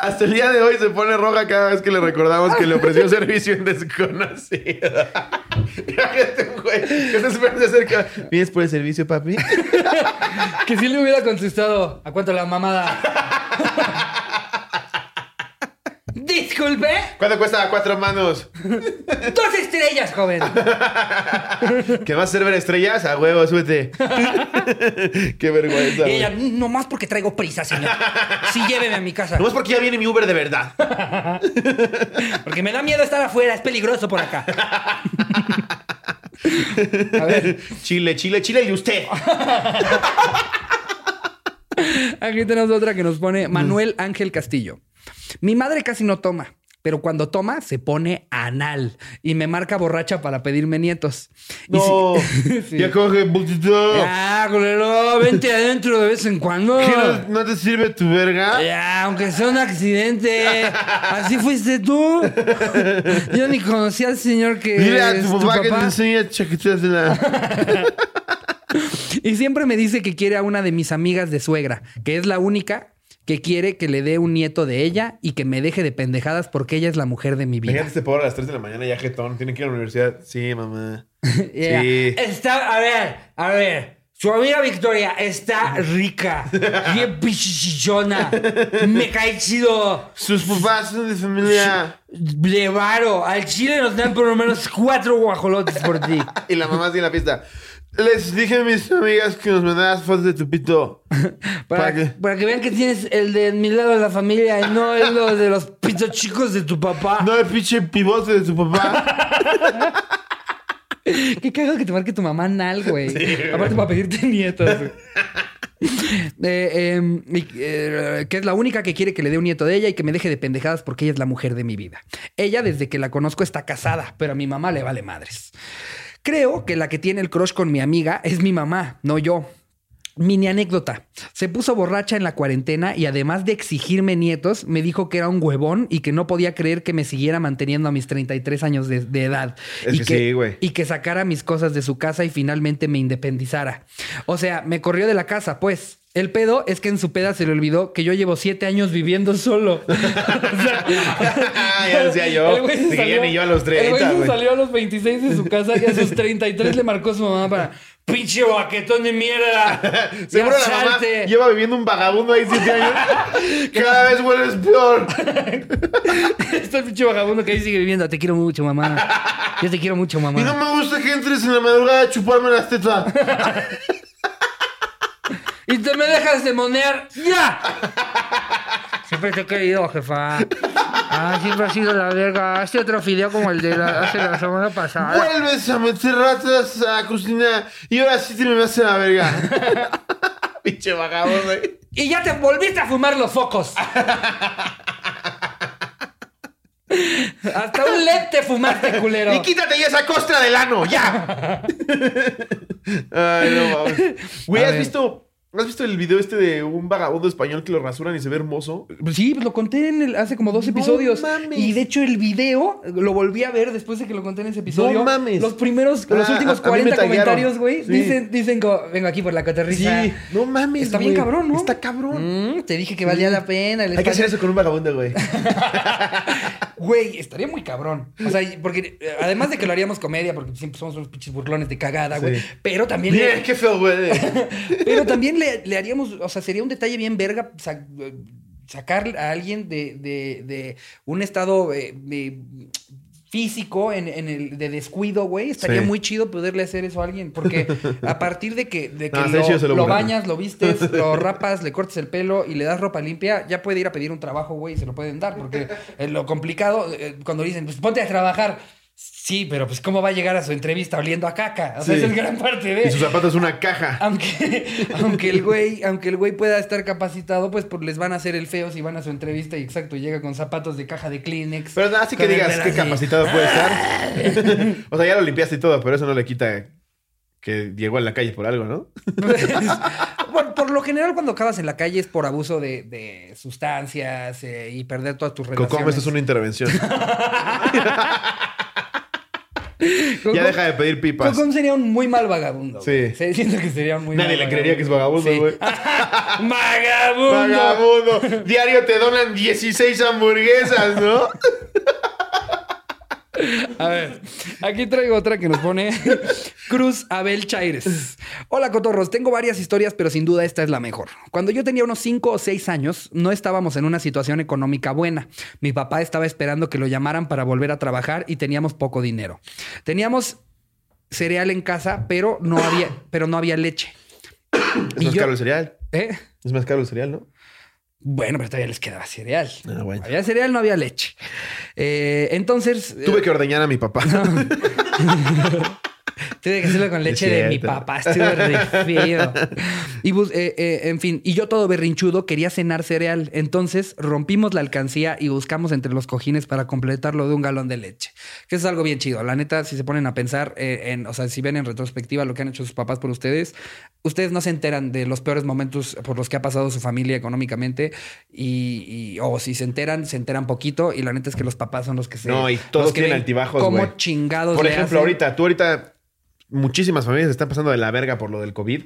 Speaker 2: Hasta el día de hoy se pone roja cada vez que le recordamos que le ofreció servicio en desconocido. Imagínate, güey, que se espera, se acerca. ¿Vienes por el servicio, papi?
Speaker 1: Que si le hubiera contestado, ¿a cuánto la mamada? Disculpe,
Speaker 2: ¿Cuánto cuesta a cuatro manos?
Speaker 1: dos estrellas, joven.
Speaker 2: ¿Que vas a ser ver estrellas? A huevo, súbete. Qué vergüenza.
Speaker 1: Y
Speaker 2: güey.
Speaker 1: ella, no más porque traigo prisa, señor. Sí, lléveme a mi casa.
Speaker 2: No es porque ya viene mi Uber de verdad.
Speaker 1: Porque me da miedo estar afuera, es peligroso por acá. A ver,
Speaker 2: Chile, Chile, Chile y usted.
Speaker 1: aquí tenemos otra que nos pone Manuel Ángel Castillo. Mi madre casi no toma, pero cuando toma se pone anal y me marca borracha para pedirme nietos. Y
Speaker 2: No.
Speaker 1: si- Sí.
Speaker 2: Ya coge.
Speaker 1: Ya, culero, vente adentro de vez en cuando.
Speaker 2: ¿Qué no, no te sirve tu verga?
Speaker 1: Ya, aunque sea un accidente. Así fuiste tú. Yo ni conocía al señor que.
Speaker 2: Dile a
Speaker 1: es
Speaker 2: tu papá, que te enseña chaquetas de la.
Speaker 1: Y siempre me dice que quiere a una de mis amigas de suegra, que es la única que quiere que le dé un nieto de ella y que me deje de pendejadas porque ella es la mujer de mi vida.
Speaker 2: este pobre a las 3 de la mañana ya jetón. Tiene que ir a la universidad. Sí, mamá.
Speaker 1: Ella,
Speaker 2: Sí.
Speaker 1: Está, a ver, a ver. Su amiga Victoria está rica, bien pichichona, me cae chido,
Speaker 2: Sus papás son de familia.
Speaker 1: le varo. Al chile nos dan por lo menos cuatro guajolotes por ti.
Speaker 2: Y la mamá sigue en la pista. Les dije a mis amigas que nos mandaras fotos de tu pito.
Speaker 1: Para,
Speaker 2: ¿Para qué?
Speaker 1: para que vean que tienes el de mi lado de la familia y no el de los pitos chicos de tu papá.
Speaker 2: No el pinche pivote de tu papá.
Speaker 1: Qué cagado que te marque tu mamá anal, güey. Aparte para pedirte nietos. güey. Eh, eh, y, eh, que es la única que quiere que le dé un nieto de ella y que me deje de pendejadas porque ella es la mujer de mi vida. Ella desde que la conozco está casada, pero a mi mamá le vale madres. Creo que la que tiene el crush con mi amiga es mi mamá, no yo. Mini anécdota. Se puso borracha en la cuarentena y además de exigirme nietos, me dijo que era un huevón y que no podía creer que me siguiera manteniendo a mis 33 años de, de edad.
Speaker 2: Es
Speaker 1: y
Speaker 2: que sí, güey.
Speaker 1: Y que sacara mis cosas de su casa y finalmente me independizara. O sea, me corrió de la casa, pues. El pedo es que en su peda se le olvidó que yo llevo siete años viviendo solo. O sea,
Speaker 2: Ya decía yo,
Speaker 1: el güey se
Speaker 2: de que ya
Speaker 1: salió-
Speaker 2: ni yo a los 30,
Speaker 1: El güey se
Speaker 2: güey.
Speaker 1: salió a los 26 de su casa y a sus 33 le marcó su mamá para... ¡Pinche vaquetón de mierda!
Speaker 2: Seguro
Speaker 1: Ya
Speaker 2: la mamá
Speaker 1: salte".
Speaker 2: lleva viviendo un vagabundo ahí siete años. Cada vez hueles peor.
Speaker 1: Está el Este pinche vagabundo que ahí sigue viviendo. Te quiero mucho, mamá. Yo te quiero mucho,
Speaker 2: Y no
Speaker 1: mamá.
Speaker 2: me gusta que entres en la madrugada a chuparme las tetas.
Speaker 1: Y te me dejas de monear ya. Siempre te he querido, jefa. Ah, siempre ha sido la verga. Hazte otro fideo como el de la, hace la semana pasada.
Speaker 2: Vuelves a meter ratas a la cocina y ahora sí te me vas a la verga. Pinche vagabundo. eh.
Speaker 1: Y ya te volviste a fumar los focos. Hasta un LED te fumaste, culero.
Speaker 2: Y quítate ya esa costra del ano, ya. Ay, no mames. Güey,
Speaker 1: A
Speaker 2: ¿has
Speaker 1: ver.
Speaker 2: visto, ¿has visto el video este de un vagabundo español que lo rasuran y se ve hermoso?
Speaker 1: Pues Sí, pues lo conté en el- hace como dos
Speaker 2: No
Speaker 1: episodios.
Speaker 2: mames.
Speaker 1: Y de hecho el video lo volví a ver después de que lo conté en ese episodio.
Speaker 2: No mames.
Speaker 1: Los primeros,
Speaker 2: Ah,
Speaker 1: los
Speaker 2: a-
Speaker 1: últimos
Speaker 2: a mí me
Speaker 1: 40
Speaker 2: taguearon.
Speaker 1: comentarios, güey,
Speaker 2: Sí.
Speaker 1: dicen, dicen como, vengo aquí por la cotorriza.
Speaker 2: Sí, no mames.
Speaker 1: Está bien
Speaker 2: güey.
Speaker 1: cabrón, ¿no?
Speaker 2: Está cabrón. Mm.
Speaker 1: Mm, te dije que valía la pena. el
Speaker 2: Hay que
Speaker 1: espacio.
Speaker 2: hacer eso con un vagabundo, güey.
Speaker 1: Güey, estaría muy cabrón. O sea, y- porque eh, además de que lo haríamos comedia, porque siempre somos unos pinches burlones de cagada, güey.
Speaker 2: Sí.
Speaker 1: Pero también...
Speaker 2: Bien, qué feo, güey.
Speaker 1: Pero también le, le haríamos, o sea, sería un detalle bien verga sa- sacar a alguien de, de- de un estado eh, de- físico en, en el de descuido, güey. Estaría
Speaker 2: Sí.
Speaker 1: muy chido poderle hacer eso a alguien, porque a partir de que, de que
Speaker 2: No, estaría chido, se
Speaker 1: lo,
Speaker 2: lo
Speaker 1: lo
Speaker 2: borran.
Speaker 1: bañas, lo vistes, lo rapas, le cortas el pelo y le das ropa limpia, ya puede ir a pedir un trabajo, güey, y se lo pueden dar, porque eh, lo complicado, eh, cuando dicen, pues ponte a trabajar. Sí, pero pues cómo va a llegar a su entrevista oliendo a caca. O sea,
Speaker 2: Sí.
Speaker 1: esa es gran parte de
Speaker 2: Y su zapato es una
Speaker 1: Ah.
Speaker 2: caja.
Speaker 1: aunque, aunque el güey, aunque el güey pueda estar capacitado, pues, por- les van a hacer el feo si van a su entrevista y exacto, llega con zapatos de caja de Kleenex.
Speaker 2: Pero nada, así que
Speaker 1: con el Ah.
Speaker 2: digas
Speaker 1: pelo
Speaker 2: qué
Speaker 1: así.
Speaker 2: capacitado puede estar. o sea, ya lo limpiaste y todo, pero eso no le quita que llegó a la calle por algo, ¿no?
Speaker 1: Por, por lo general, cuando acabas en la calle es por abuso de, de sustancias eh, y perder todas tus relaciones.
Speaker 2: Cocom, esto es una intervención.
Speaker 1: Cocom-
Speaker 2: ya deja de pedir pipas.
Speaker 1: Cocom sería un muy mal vagabundo. güey.
Speaker 2: Sí.
Speaker 1: Sí, Siento que sería un muy
Speaker 2: Nadie
Speaker 1: mal
Speaker 2: le creería que es vagabundo,
Speaker 1: eh. Sí. Ah,
Speaker 2: güey.
Speaker 1: ¡Vagabundo!
Speaker 2: Vagabundo. Diario te donan 16 hamburguesas, ¿no?
Speaker 1: A ver, aquí traigo otra que nos pone Cruz Abel Chaires. Hola, cotorros. Tengo varias historias, pero sin duda esta es la mejor. Cuando yo tenía unos 5 o 6 años, no estábamos en una situación económica buena. Mi papá estaba esperando que lo llamaran para volver a trabajar y teníamos poco dinero. Teníamos cereal en casa, pero no había, pero no había leche.
Speaker 2: Es
Speaker 1: Y
Speaker 2: más
Speaker 1: yo-
Speaker 2: caro el cereal.
Speaker 1: ¿Eh?
Speaker 2: Es más caro el cereal, ¿no?
Speaker 1: Bueno, pero todavía les quedaba cereal.
Speaker 2: Ah, bueno.
Speaker 1: Había cereal, no había leche. Eh, entonces...
Speaker 2: Tuve que ordeñar a mi papá.
Speaker 1: Tuve que hacerlo con leche
Speaker 2: Es
Speaker 1: de mi
Speaker 2: cierto.
Speaker 1: papá, estuvo re feo. Y bus- eh, eh, en fin, y yo todo berrinchudo quería cenar cereal. Entonces rompimos la alcancía y buscamos entre los cojines para completarlo de un galón de leche. Que eso es algo bien chido. La neta, si se ponen a pensar, eh, en, o sea, si ven en retrospectiva lo que han hecho sus papás por ustedes, ustedes no se enteran de los peores momentos por los que ha pasado su familia económicamente. Y, y- o si se enteran, se enteran poquito. Y la neta es que los papás son los que se.
Speaker 2: No, y todos
Speaker 1: los que
Speaker 2: tienen
Speaker 1: ven
Speaker 2: altibajos,
Speaker 1: Como
Speaker 2: güey.
Speaker 1: chingados.
Speaker 2: Por
Speaker 1: le
Speaker 2: ejemplo,
Speaker 1: hacen.
Speaker 2: ahorita, tú ahorita, muchísimas familias están pasando de la verga por lo del COVID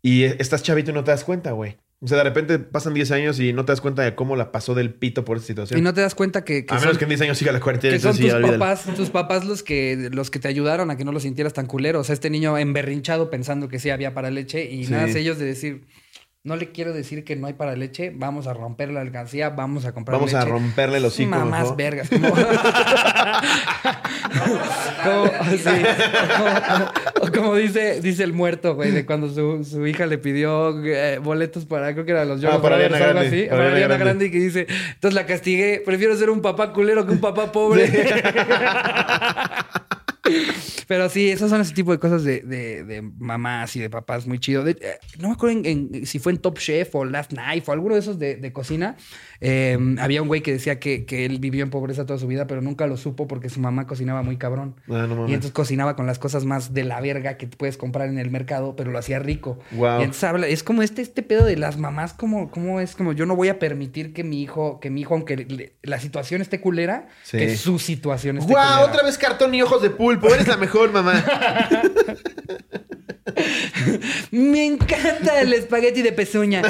Speaker 2: y e- estás chavito y no te das cuenta, güey. O sea, de repente pasan 10 años y no te das cuenta de cómo la pasó del pito por esa situación.
Speaker 1: Y no te das cuenta que. que
Speaker 2: a
Speaker 1: son-
Speaker 2: menos que en 10 años siga la cuarentena.
Speaker 1: Que son
Speaker 2: entonces sí,
Speaker 1: tus
Speaker 2: olvídalo.
Speaker 1: papás, tus papás los que, los que te ayudaron a que no lo sintieras tan culero. O sea, este niño emberrinchado pensando que sí había para leche y
Speaker 2: Sí.
Speaker 1: nada más ellos de decir, no le quiero decir que no hay para leche, vamos a romper la alcancía, vamos a comprar
Speaker 2: Vamos a
Speaker 1: leche".
Speaker 2: romperle el hocico,
Speaker 1: Mamás
Speaker 2: ¿no?
Speaker 1: vergas. Como... como- Ah, sí, o como, o como dice, dice el muerto, güey, de cuando su, su hija le pidió eh, boletos para, creo que era los Jonas
Speaker 2: Ah, para
Speaker 1: Brothers
Speaker 2: Ariana
Speaker 1: o algo
Speaker 2: Grande,
Speaker 1: así, para Ariana Grande. y que dice, entonces la castigué, prefiero ser un papá culero que un papá pobre. Pero sí, esos son ese tipo de cosas de, de- de mamás y de papás muy chido. De- eh, no me acuerdo en- en- si fue en Top Chef o Last Knife o alguno de esos de, de cocina. Eh, había un güey que decía que, que él vivió en pobreza toda su vida, pero nunca lo supo porque su mamá cocinaba muy cabrón.
Speaker 2: Ah, no mames.
Speaker 1: y entonces cocinaba con las cosas más de la verga que puedes comprar en el mercado, pero lo hacía rico.
Speaker 2: Guau.
Speaker 1: Y entonces habla- es como este, este pedo de las mamás, como, como es como yo no voy a permitir que mi hijo, que mi hijo, aunque le- la situación esté culera,
Speaker 2: Sí.
Speaker 1: que su situación esté
Speaker 2: ¡Guau!
Speaker 1: culera.
Speaker 2: Otra vez cartón y ojos de pulpo. Eres la mejor, mamá.
Speaker 1: Me encanta el espagueti de pezuña.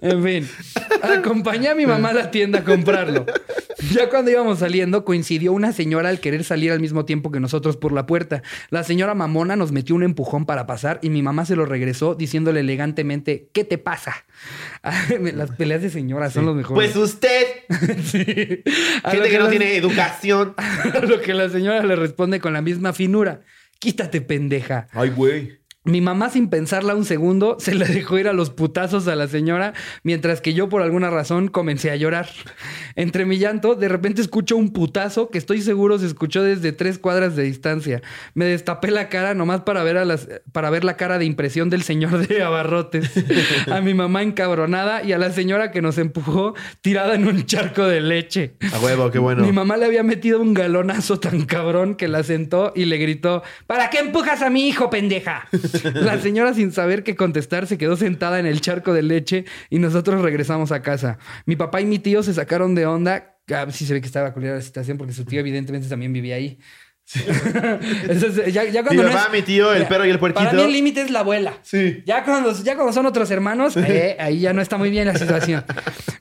Speaker 1: En fin, acompañé a mi mamá a la tienda a comprarlo. Ya cuando íbamos saliendo, coincidió una señora al querer salir al mismo tiempo que nosotros por la puerta. La señora mamona nos metió un empujón para pasar y mi mamá se lo regresó diciéndole elegantemente, ¿qué te pasa? Las peleas de señoras son los mejores.
Speaker 2: Pues usted,
Speaker 1: Sí. A lo
Speaker 2: gente que no
Speaker 1: las-
Speaker 2: tiene educación.
Speaker 1: a lo que la señora le responde con la misma finura. Quítate, pendeja.
Speaker 2: Ay, güey.
Speaker 1: Mi mamá, sin pensarla un segundo, se la dejó ir a los putazos a la señora, mientras que yo, por alguna razón, comencé a llorar. Entre mi llanto, de repente escucho un putazo que estoy seguro se escuchó desde tres cuadras de distancia. Me destapé la cara nomás para ver, a las, para ver la cara de impresión del señor de abarrotes, a mi mamá encabronada y a la señora que nos empujó tirada en un charco de leche.
Speaker 2: A huevo, qué bueno.
Speaker 1: Mi mamá le había metido un galonazo tan cabrón que la sentó y le gritó, ¿para qué empujas a mi hijo, pendeja? La señora sin saber qué contestar se quedó sentada en el charco de leche y nosotros regresamos a casa. Mi papá y mi tío se sacaron de onda. Ah, sí se ve que estaba culera la situación porque su tío evidentemente también vivía ahí. Entonces, ya, ya cuando
Speaker 2: Mi
Speaker 1: no
Speaker 2: papá,
Speaker 1: es-
Speaker 2: mi tío, el
Speaker 1: Mira,
Speaker 2: perro y el puerquito.
Speaker 1: Para mí el límite es la abuela.
Speaker 2: Sí.
Speaker 1: Ya cuando, ya cuando son otros hermanos, eh, ahí ya no está muy bien la situación.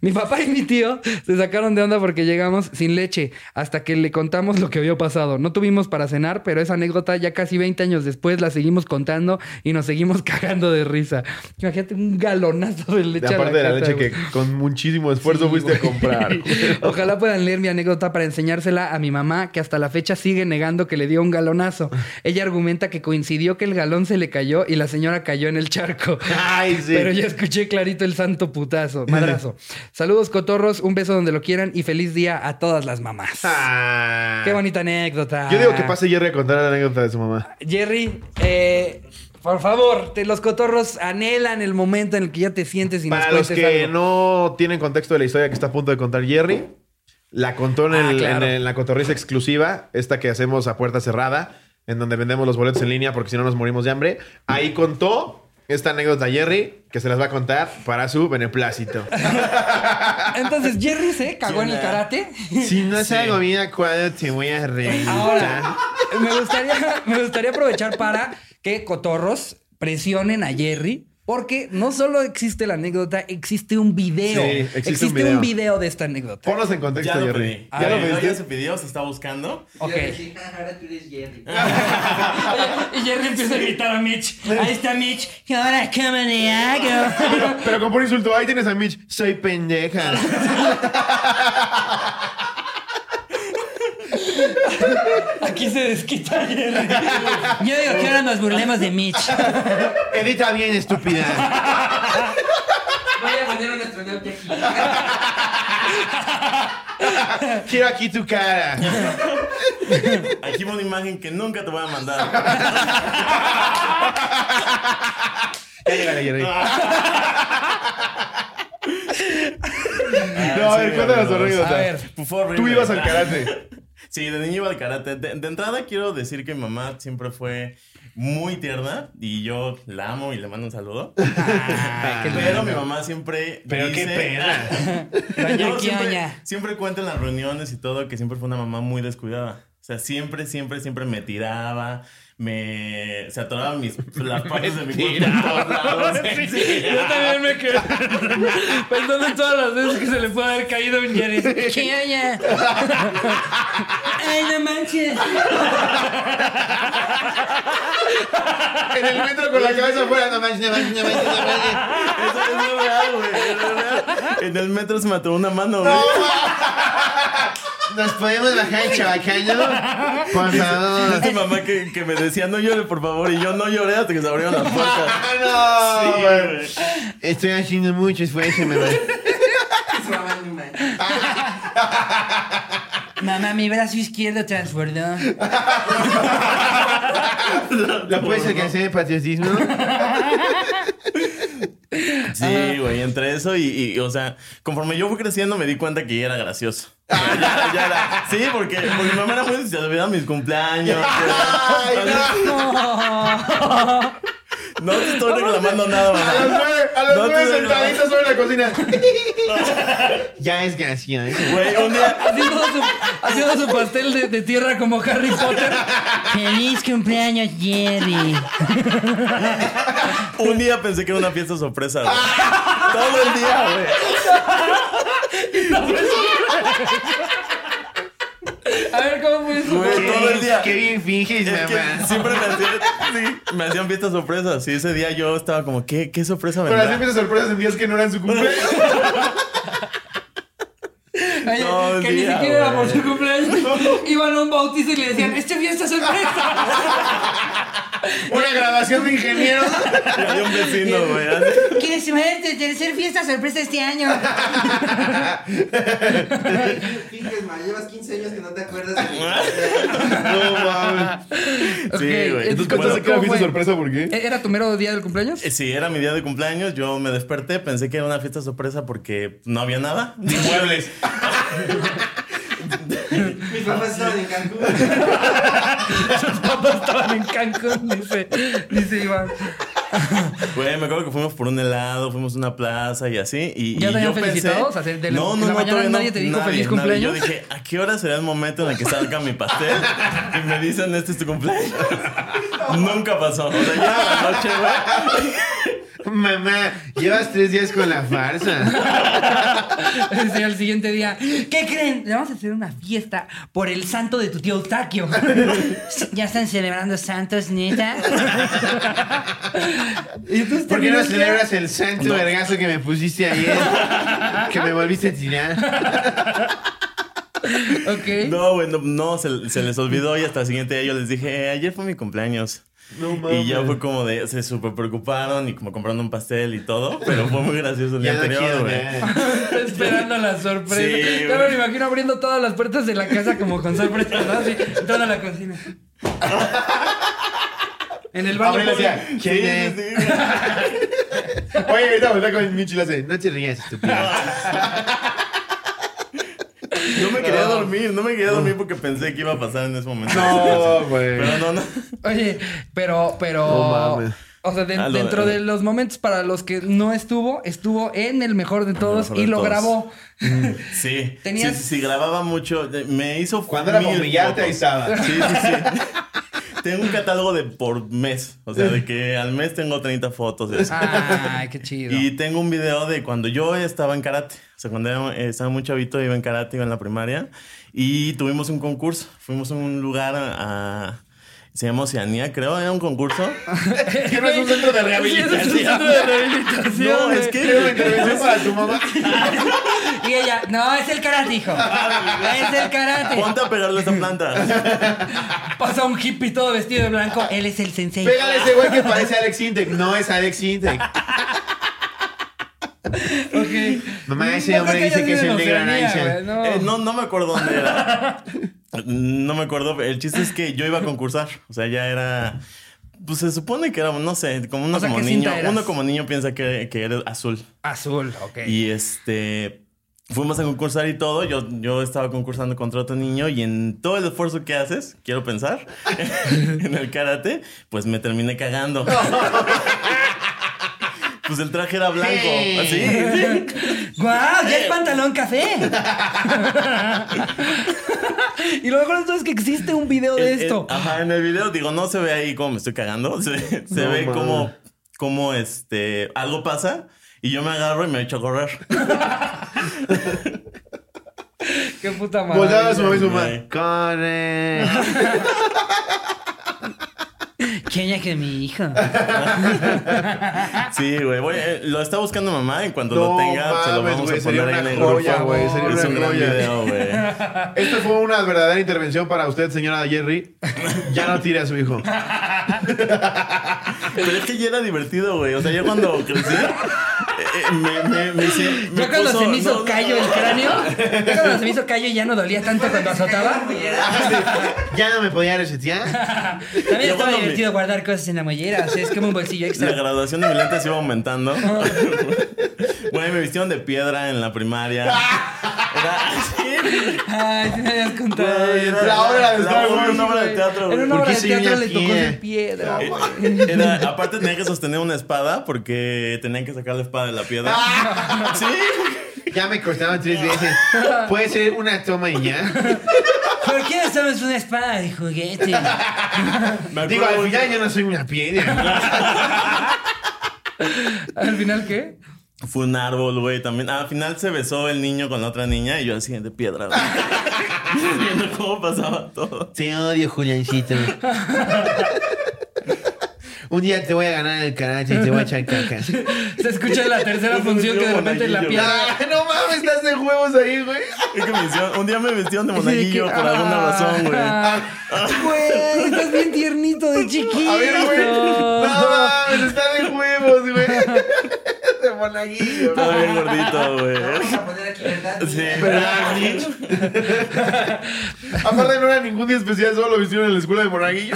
Speaker 1: mi papá y mi tío se sacaron de onda porque llegamos sin leche hasta que le contamos lo que había pasado. No tuvimos para cenar, pero esa anécdota ya casi 20 años después la seguimos contando y nos seguimos cagando de risa. Imagínate un galonazo de leche.
Speaker 2: De
Speaker 1: a
Speaker 2: aparte de la
Speaker 1: cata,
Speaker 2: leche
Speaker 1: güey.
Speaker 2: que con muchísimo esfuerzo
Speaker 1: Sí,
Speaker 2: fuiste a
Speaker 1: güey.
Speaker 2: comprar.
Speaker 1: Ojalá puedan leer mi anécdota para enseñársela a mi mamá, que hasta la fecha sigue negando que le dio un galonazo. Ella argumenta que coincidió que el galón se le cayó y la señora cayó en el charco.
Speaker 2: Ay, sí.
Speaker 1: Pero ya escuché clarito el santo putazo, madrazo. Saludos, cotorros, un beso donde lo quieran y feliz día a todas las mamás.
Speaker 2: Ah.
Speaker 1: Qué bonita anécdota.
Speaker 2: Yo digo que pase Jerry a contar la anécdota de su mamá.
Speaker 1: Jerry, eh, por favor, te- los cotorros anhelan el momento en el que ya te sientes y
Speaker 2: Para
Speaker 1: nos
Speaker 2: los
Speaker 1: cuentes
Speaker 2: que
Speaker 1: algo.
Speaker 2: no tienen contexto de la historia que está a punto de contar Jerry, la contó en,
Speaker 1: Ah,
Speaker 2: el-
Speaker 1: claro.
Speaker 2: en el- en la cotorriza exclusiva, esta que hacemos a puerta cerrada, en donde vendemos los boletos en línea porque si no nos morimos de hambre. Ahí contó esta anécdota Jerry, que se las va a contar para su beneplácito.
Speaker 1: Entonces, Jerry se cagó en el karate.
Speaker 2: si no es la comida cuadro, te voy a reír.
Speaker 1: Ahora, me gustaría, me gustaría aprovechar para que cotorros presionen a Jerry. Porque no solo existe la anécdota, existe un video.
Speaker 2: Sí, existe un
Speaker 1: existe
Speaker 2: video.
Speaker 1: un video de esta anécdota.
Speaker 2: Ponnos en contexto,
Speaker 6: Ya lo pedí.
Speaker 2: Jerry.
Speaker 6: Ya lo pedí. Ya se pidió, se está buscando.
Speaker 1: Ok.
Speaker 3: Yo dije, "Ah, ahora tú eres Jerry.
Speaker 7: Y Jerry empieza a gritar a Mitch. Ahí está Mitch. Y ahora qué me le hago.
Speaker 2: Pero, pero con por insulto, ahí tienes a Mitch. Soy pendeja.
Speaker 1: Aquí se desquita Jerry.
Speaker 7: Yo digo que ahora nos burlemos de Mitch.
Speaker 2: Edita bien, estúpida.
Speaker 3: Voy a poner un astronauta aquí.
Speaker 2: Quiero aquí tu cara.
Speaker 6: Aquí va una imagen que nunca te voy a mandar. Ah,
Speaker 2: Ya llegale, Jerry. No, a ver,
Speaker 6: sí,
Speaker 2: cuéntanos tu
Speaker 6: amigos.
Speaker 2: anécdota.
Speaker 1: A ver.
Speaker 6: Fue horrible.
Speaker 2: Tú ibas al karate.
Speaker 6: Sí, de niño iba al karate. De, de entrada quiero decir que mi mamá siempre fue muy tierna y yo la amo y le mando un saludo. pero mi mamá siempre
Speaker 2: Ah, Pero qué pena.
Speaker 6: No,
Speaker 7: Doña
Speaker 6: siempre,
Speaker 7: Quioña.
Speaker 6: siempre cuenta en las reuniones y todo que siempre fue una mamá muy descuidada. O sea, siempre, siempre, siempre me tiraba, me... Se atoraba mis, las partes de mi cuerpo en todos lados.
Speaker 1: Yo también me quedé pensando en todas las veces que se le puede haber caído un Jerry.
Speaker 7: ¿Qué oye? Ay, no manches.
Speaker 2: En el metro con la cabeza afuera. No manches, no manches, no manches, no manches.
Speaker 6: Eso es lo real, güey. es lo real. En el metro se me atoró una mano, güey.
Speaker 2: Nos podemos bajar el chabacaño. Por favor.
Speaker 6: Dice mamá que, que me decía, no llore, por favor. Y yo no lloré hasta que se abrieron las puertas.
Speaker 2: Ah,
Speaker 6: Sí,
Speaker 2: no,
Speaker 6: güey.
Speaker 2: güey. Estoy haciendo mucho esfuerzo, me voy.
Speaker 3: Su mamá no manches.
Speaker 7: Mamá, mi brazo izquierdo transbordó.
Speaker 2: ¿Lo puedes alcanzar de patriotismo?
Speaker 6: Sí, güey, entre eso y, y, o sea, conforme yo fui creciendo me di cuenta que ya era gracioso. Ya, ya, ya era. Sí, porque, porque mi mamá era muy se olvidaba mis cumpleaños.
Speaker 2: Ay,
Speaker 6: Entonces,
Speaker 2: no.
Speaker 6: No te estoy reclamando nada,
Speaker 2: A las
Speaker 6: mamá.
Speaker 2: nueve, a las
Speaker 6: No te
Speaker 2: nueve
Speaker 6: doy nada.
Speaker 2: sentaditas sobre la cocina. ya es gracioso. ¿eh?
Speaker 6: Güey, un día.
Speaker 1: Haciendo su, haciendo su pastel de, de tierra como Harry Potter.
Speaker 7: Feliz cumpleaños, Jerry.
Speaker 6: Un día pensé que era una fiesta sorpresa, güey. Todo el día, güey.
Speaker 1: A ver, ¿cómo fue eso?
Speaker 6: Güey, todo el día.
Speaker 2: Qué bien finges,
Speaker 6: Es que
Speaker 2: mamá.
Speaker 6: siempre me hacían, sí, me hacían fiestas sorpresas. Y ese día yo estaba como, ¿qué, qué sorpresa me
Speaker 2: Pero así
Speaker 6: da?
Speaker 2: empieza sorpresas en días que no eran su cumpleaños.
Speaker 1: Oye,
Speaker 6: todo el
Speaker 1: que ni
Speaker 6: día,
Speaker 1: siquiera era por
Speaker 6: güey.
Speaker 1: su cumpleaños. Iban a un bautizo y le decían, ¡Este fiesta sorpresa!
Speaker 2: Una grabación de ingenieros.
Speaker 6: Y había un vecino, güey. así.
Speaker 7: ¿Quieres ser tu tercer fiesta sorpresa este año?
Speaker 3: Finges mal, llevas 15 años que no te acuerdas de
Speaker 2: No mames.
Speaker 1: Ok,
Speaker 6: güey.
Speaker 1: entonces,
Speaker 6: Entonces,
Speaker 1: ¿cómo-
Speaker 6: ¿cuántas
Speaker 2: ¿Pensaste que era
Speaker 1: cómo
Speaker 2: fiesta
Speaker 1: fue?
Speaker 2: sorpresa por qué?
Speaker 1: ¿Era tu mero día del cumpleaños?
Speaker 6: Eh, Sí, era mi día de cumpleaños. Yo me desperté, pensé que era una fiesta sorpresa porque no había nada. Ni muebles.
Speaker 3: Mis papás estaban en Cancún.
Speaker 1: Sus papás estaban en Cancún, dice, dice Iván.
Speaker 6: Güey, me acuerdo que fuimos por un helado, fuimos a una plaza y así. Y,
Speaker 1: ¿Ya
Speaker 6: y
Speaker 1: te habían
Speaker 6: yo pensé-
Speaker 1: felicitado? O sea, de la-
Speaker 6: no,
Speaker 1: en
Speaker 6: no,
Speaker 1: la
Speaker 6: no,
Speaker 1: mañana
Speaker 6: todavía no.
Speaker 1: nadie te dijo
Speaker 6: Nadie,
Speaker 1: feliz
Speaker 6: nadie. Yo
Speaker 1: cumpleaños.
Speaker 6: dije, ¿a qué hora será el momento en el que salga mi pastel? Y me dicen, este es tu cumpleaños. Nunca pasó. O sea, ya la noche, güey.
Speaker 2: Mamá, llevas tres días con la farsa.
Speaker 1: Dice al siguiente día, ¿qué creen? Le vamos a hacer una fiesta por el santo de tu tío Eustaquio.
Speaker 7: ¿Ya están celebrando santos, neta?
Speaker 1: Y entonces
Speaker 2: ¿Por qué
Speaker 1: terminó
Speaker 2: no
Speaker 1: el día-
Speaker 2: celebras el santo vergazo que me pusiste ayer? Que me volviste a tirar. ¿Eh?
Speaker 1: Ok.
Speaker 6: No, güey, no, no, se, se les olvidó y hasta el siguiente día yo les dije, eh, ayer fue mi cumpleaños.
Speaker 2: No
Speaker 6: Y ya fue como de, se súper preocuparon y como comprando un pastel y todo, pero fue muy gracioso el
Speaker 2: Ya
Speaker 6: día
Speaker 2: no
Speaker 6: anterior,
Speaker 2: quiero
Speaker 6: güey.
Speaker 2: nada.
Speaker 1: Está Esperando la sorpresa.
Speaker 6: Sí,
Speaker 1: ya me
Speaker 6: güey.
Speaker 1: lo imagino abriendo todas las puertas de la casa como con sorpresa, ¿no? Así, toda la cocina. En el baño.
Speaker 2: Abre la
Speaker 1: pobre.
Speaker 2: silla. ¿Quién es?
Speaker 6: Sí, sí, sí.
Speaker 2: Oye, ahorita voltea con el Michi y le hace, no te rías, estúpido.
Speaker 6: No me quería dormir, no me quería dormir porque pensé que iba a pasar en ese momento.
Speaker 2: No, güey.
Speaker 6: Pero no, no.
Speaker 1: Oye, pero, pero.
Speaker 2: No mames.
Speaker 1: O sea, de-
Speaker 6: Ah, lo-
Speaker 1: dentro de los momentos para los que no estuvo, estuvo en el mejor de todos
Speaker 6: mejor
Speaker 1: y
Speaker 6: de
Speaker 1: lo
Speaker 6: todos.
Speaker 1: grabó.
Speaker 6: Sí.
Speaker 1: Tenías-
Speaker 6: Sí, sí, sí, grababa mucho. eh, Me hizo.
Speaker 2: Cuando era
Speaker 6: mil
Speaker 2: bombillante,
Speaker 6: fotos.
Speaker 2: ahí estaba.
Speaker 6: Sí, sí, sí. tengo un catálogo de por mes. O sea, de que al mes tengo 30 fotos. y así.
Speaker 1: Ay, qué chido.
Speaker 6: Y tengo un video de cuando yo estaba en karate. O sea, cuando era- eh, estaba muy chavito, iba en karate, iba en la primaria. Y tuvimos un concurso. Fuimos a un lugar a. a- se llama Oceanía, creo. Era un concurso.
Speaker 2: Que no es un centro
Speaker 1: Sí, es
Speaker 2: de
Speaker 1: un
Speaker 2: rehabilitación.
Speaker 1: centro de rehabilitación.
Speaker 6: No,
Speaker 1: güey.
Speaker 6: es que-
Speaker 2: Quiero una intervención para tu mamá.
Speaker 7: Y ella, no, es el karate, hijo. Es el karate.
Speaker 6: Ponte a pegarle a esa planta.
Speaker 1: Pasa un hippie todo vestido de blanco.
Speaker 7: Él es el sensei.
Speaker 2: Pégale a ese güey que parece Alex Intec. No es Alex Intec.
Speaker 1: Ok.
Speaker 2: Mamá, ese
Speaker 1: No
Speaker 2: hombre
Speaker 1: creo
Speaker 2: dice
Speaker 1: haya
Speaker 2: que es
Speaker 1: sido
Speaker 2: el de
Speaker 1: en
Speaker 2: Gran
Speaker 1: Oceanía,
Speaker 2: Island.
Speaker 1: güey, no.
Speaker 6: Eh, no, no me acuerdo dónde era. No me acuerdo. El chiste es que yo iba a concursar. O sea, ya era. Pues se supone que era, no sé, como uno
Speaker 1: O sea,
Speaker 6: como
Speaker 1: ¿qué
Speaker 6: niño.
Speaker 1: cinta eras?
Speaker 6: Uno como niño piensa que, que eres azul.
Speaker 1: Azul, ok.
Speaker 6: Y este. Fuimos a concursar y todo. Yo, yo estaba concursando contra otro niño y en todo el esfuerzo que haces, quiero pensar, en el karate, pues me terminé cagando. pues el traje era blanco.
Speaker 2: Sí.
Speaker 6: Así, sí.
Speaker 7: ¡Guau! ¡Ya es pantalón café!
Speaker 1: Y lo mejor de todo es que existe un video de
Speaker 6: El- el-
Speaker 1: esto.
Speaker 6: ajá, en el video digo, no se ve ahí cómo me estoy cagando. Se, se
Speaker 2: No,
Speaker 6: ve
Speaker 2: madre.
Speaker 6: como, como este, algo pasa y yo me agarro y me echo a correr.
Speaker 1: Qué puta madre.
Speaker 2: Volteaba a su mamá y su mamá.
Speaker 6: Güey.
Speaker 2: Corre.
Speaker 7: Queña que mi hijo.
Speaker 6: Sí, güey. voy- eh, lo está buscando mamá y cuando
Speaker 2: No
Speaker 6: lo tenga se lo
Speaker 2: mames,
Speaker 6: vamos
Speaker 2: güey,
Speaker 6: a
Speaker 2: sería
Speaker 6: poner ahí en
Speaker 2: una
Speaker 6: el
Speaker 2: joya,
Speaker 6: grupo.
Speaker 2: güey, sería
Speaker 6: es
Speaker 2: una
Speaker 6: un gran
Speaker 2: joya.
Speaker 6: video, güey.
Speaker 2: Esto fue una verdadera intervención para usted, señora Jerry. Ya no tire a su hijo.
Speaker 6: Pero es que ya era divertido, güey. O sea, yo cuando crecí... eh, eh, Me, me, me, hice- me
Speaker 1: Ya cuando
Speaker 6: puso-
Speaker 1: se me hizo
Speaker 6: no,
Speaker 1: callo el cráneo, ya cuando se me hizo callo y ya no dolía tanto cuando azotaba.
Speaker 2: Ya no me podía resetear.
Speaker 7: También
Speaker 6: Yo
Speaker 7: estaba
Speaker 6: cuando me-
Speaker 7: divertido guardar cosas en la mollera. O sea, es como un bolsillo
Speaker 6: La
Speaker 7: extra.
Speaker 6: graduación de mis lentes iba aumentando. Güey, me vistieron de piedra en la primaria. Era así.
Speaker 7: Ay, si me habías contado.
Speaker 6: Güey, era-
Speaker 2: La obra de
Speaker 6: la
Speaker 2: Star Wars,
Speaker 6: Era una obra de teatro,
Speaker 7: En
Speaker 6: güey. eh,
Speaker 7: una
Speaker 2: ¿Por
Speaker 7: obra
Speaker 2: qué
Speaker 7: de
Speaker 2: soy
Speaker 7: teatro
Speaker 2: una
Speaker 7: le tocó de
Speaker 2: piedra?
Speaker 7: piedra.
Speaker 6: Era- aparte tenía que sostener una espada porque tenían que sacar la espada de la piedra.
Speaker 2: Ah.
Speaker 6: Sí.
Speaker 2: Ya me costaron tres veces. Puede ser una toma y ya.
Speaker 7: ¿Por qué no sabes una espada de juguete?
Speaker 6: Me acuerdo
Speaker 2: Digo, al
Speaker 6: mucho-
Speaker 2: final yo no soy una piedra.
Speaker 1: ¿Al final qué?
Speaker 6: Fue un árbol, güey, también. Ah, al final se besó el niño con la otra niña y yo así de piedra. güey. Viendo cómo pasaba todo.
Speaker 2: Te odio, Juliancito. Un día te voy a ganar el karate y te voy a echar caca.
Speaker 1: Se escucha en la tercera función que de repente la piedra.
Speaker 2: no mames, estás de huevos ahí, güey.
Speaker 6: Es que me hicieron- un día me vistieron de
Speaker 1: Ah,
Speaker 6: monaguillo por alguna
Speaker 2: Ah.
Speaker 6: razón, güey.
Speaker 1: güey. ah, Güey, estás bien tiernito de chiquito.
Speaker 2: A ver, güey. No mames, está de huevos, güey. De monaguillo.
Speaker 6: Estaba bien gordito, güey.
Speaker 3: Vamos a poner aquí, ¿verdad?
Speaker 6: Sí.
Speaker 2: ¿Verdad, Mitch? Aparte no era ningún día especial, solo lo hicieron en la escuela de monaguillo.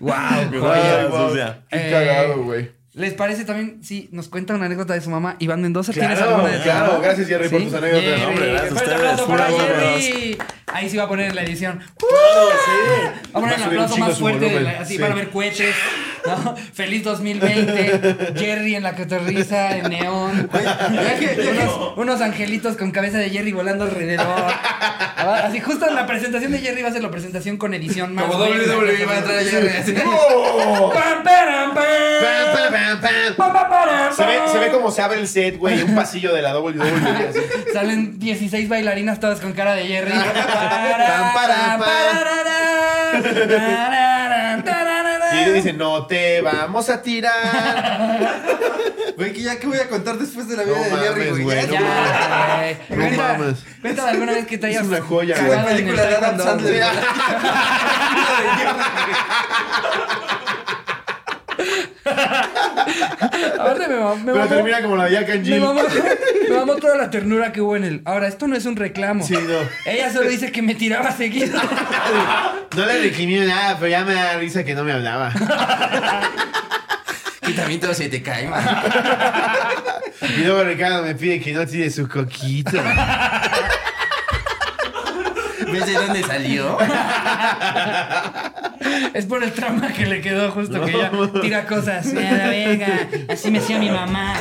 Speaker 1: Wow,
Speaker 6: Joya
Speaker 2: Ay, wow.
Speaker 6: sucia.
Speaker 2: Qué
Speaker 1: Eh,
Speaker 2: cagado, güey.
Speaker 1: ¿Les parece también si nos cuenta una anécdota de su mamá? Iván Mendoza, ¿tienes
Speaker 2: Claro,
Speaker 1: alguna de tu
Speaker 2: claro.
Speaker 1: mamá?
Speaker 2: Gracias, Jerry, por tus anécdotas.
Speaker 1: Jerry.
Speaker 6: No, hombre, gracias a
Speaker 1: Fuerte
Speaker 6: ustedes.
Speaker 1: aplauso para
Speaker 6: Pura hueva.
Speaker 1: Jerry. Ahí sí va a poner en la edición.
Speaker 6: Sí.
Speaker 1: Vamos a poner el
Speaker 2: Va a subir
Speaker 1: aplauso
Speaker 2: un chingo
Speaker 1: más
Speaker 2: su
Speaker 1: fuerte, de la-
Speaker 2: volumen,
Speaker 1: así
Speaker 2: sí.
Speaker 1: para ver cohetes. ¿no? Feliz 2020, Jerry en la que aterriza en neón. unos, unos angelitos con cabeza de Jerry volando alrededor. Así, justo en la presentación de Jerry va a ser la presentación con edición más.
Speaker 3: Como
Speaker 1: buena.
Speaker 3: WWE
Speaker 2: E
Speaker 3: va a entrar a Jerry así.
Speaker 2: ¡Oh!
Speaker 1: ¡Pam, param, pam!
Speaker 2: Pam, pam, pam, pam.
Speaker 1: ¡Pam, pam, param,
Speaker 2: Se ve,
Speaker 1: pam!
Speaker 2: se ve como se abre el set, güey, un pasillo de la WWE. así.
Speaker 1: Salen 16 bailarinas todas con cara de Jerry.
Speaker 2: Pam, param, Y ellos dicen, no te vamos a tirar.
Speaker 3: Güey, que ya, ¿qué voy a contar después de la vida
Speaker 2: No
Speaker 3: de Jerry,
Speaker 2: mames,
Speaker 3: güey?
Speaker 2: güey,
Speaker 3: Ya,
Speaker 1: Ya,
Speaker 2: no
Speaker 3: ya.
Speaker 2: No
Speaker 1: güey. Cuenta-
Speaker 2: mames.
Speaker 1: Cuenta de alguna vez que te hayas.
Speaker 2: Es una joya,
Speaker 1: cagado
Speaker 2: güey.
Speaker 1: en el
Speaker 3: Película de Adam
Speaker 1: taekwondo,
Speaker 3: Sandler.
Speaker 1: güey. Aparte, me, mam- me
Speaker 2: Pero
Speaker 1: mamó.
Speaker 2: termina como la vía
Speaker 1: Me
Speaker 2: Kanji.
Speaker 1: mamó, me mamó toda la ternura que hubo en él. Ahora, esto no es un reclamo.
Speaker 2: Sí, no.
Speaker 1: Ella solo dice que me tiraba seguido.
Speaker 2: No le recrimino nada, pero ya me da risa que no me hablaba.
Speaker 3: Y también todo se te cae, man.
Speaker 2: Y luego Ricardo me pide que no tire su coquito.
Speaker 3: ¿Ves de dónde salió?
Speaker 1: Es por el trauma que le quedó justo que ella tira cosas.
Speaker 7: Me da la verga. Así me hacía mi mamá.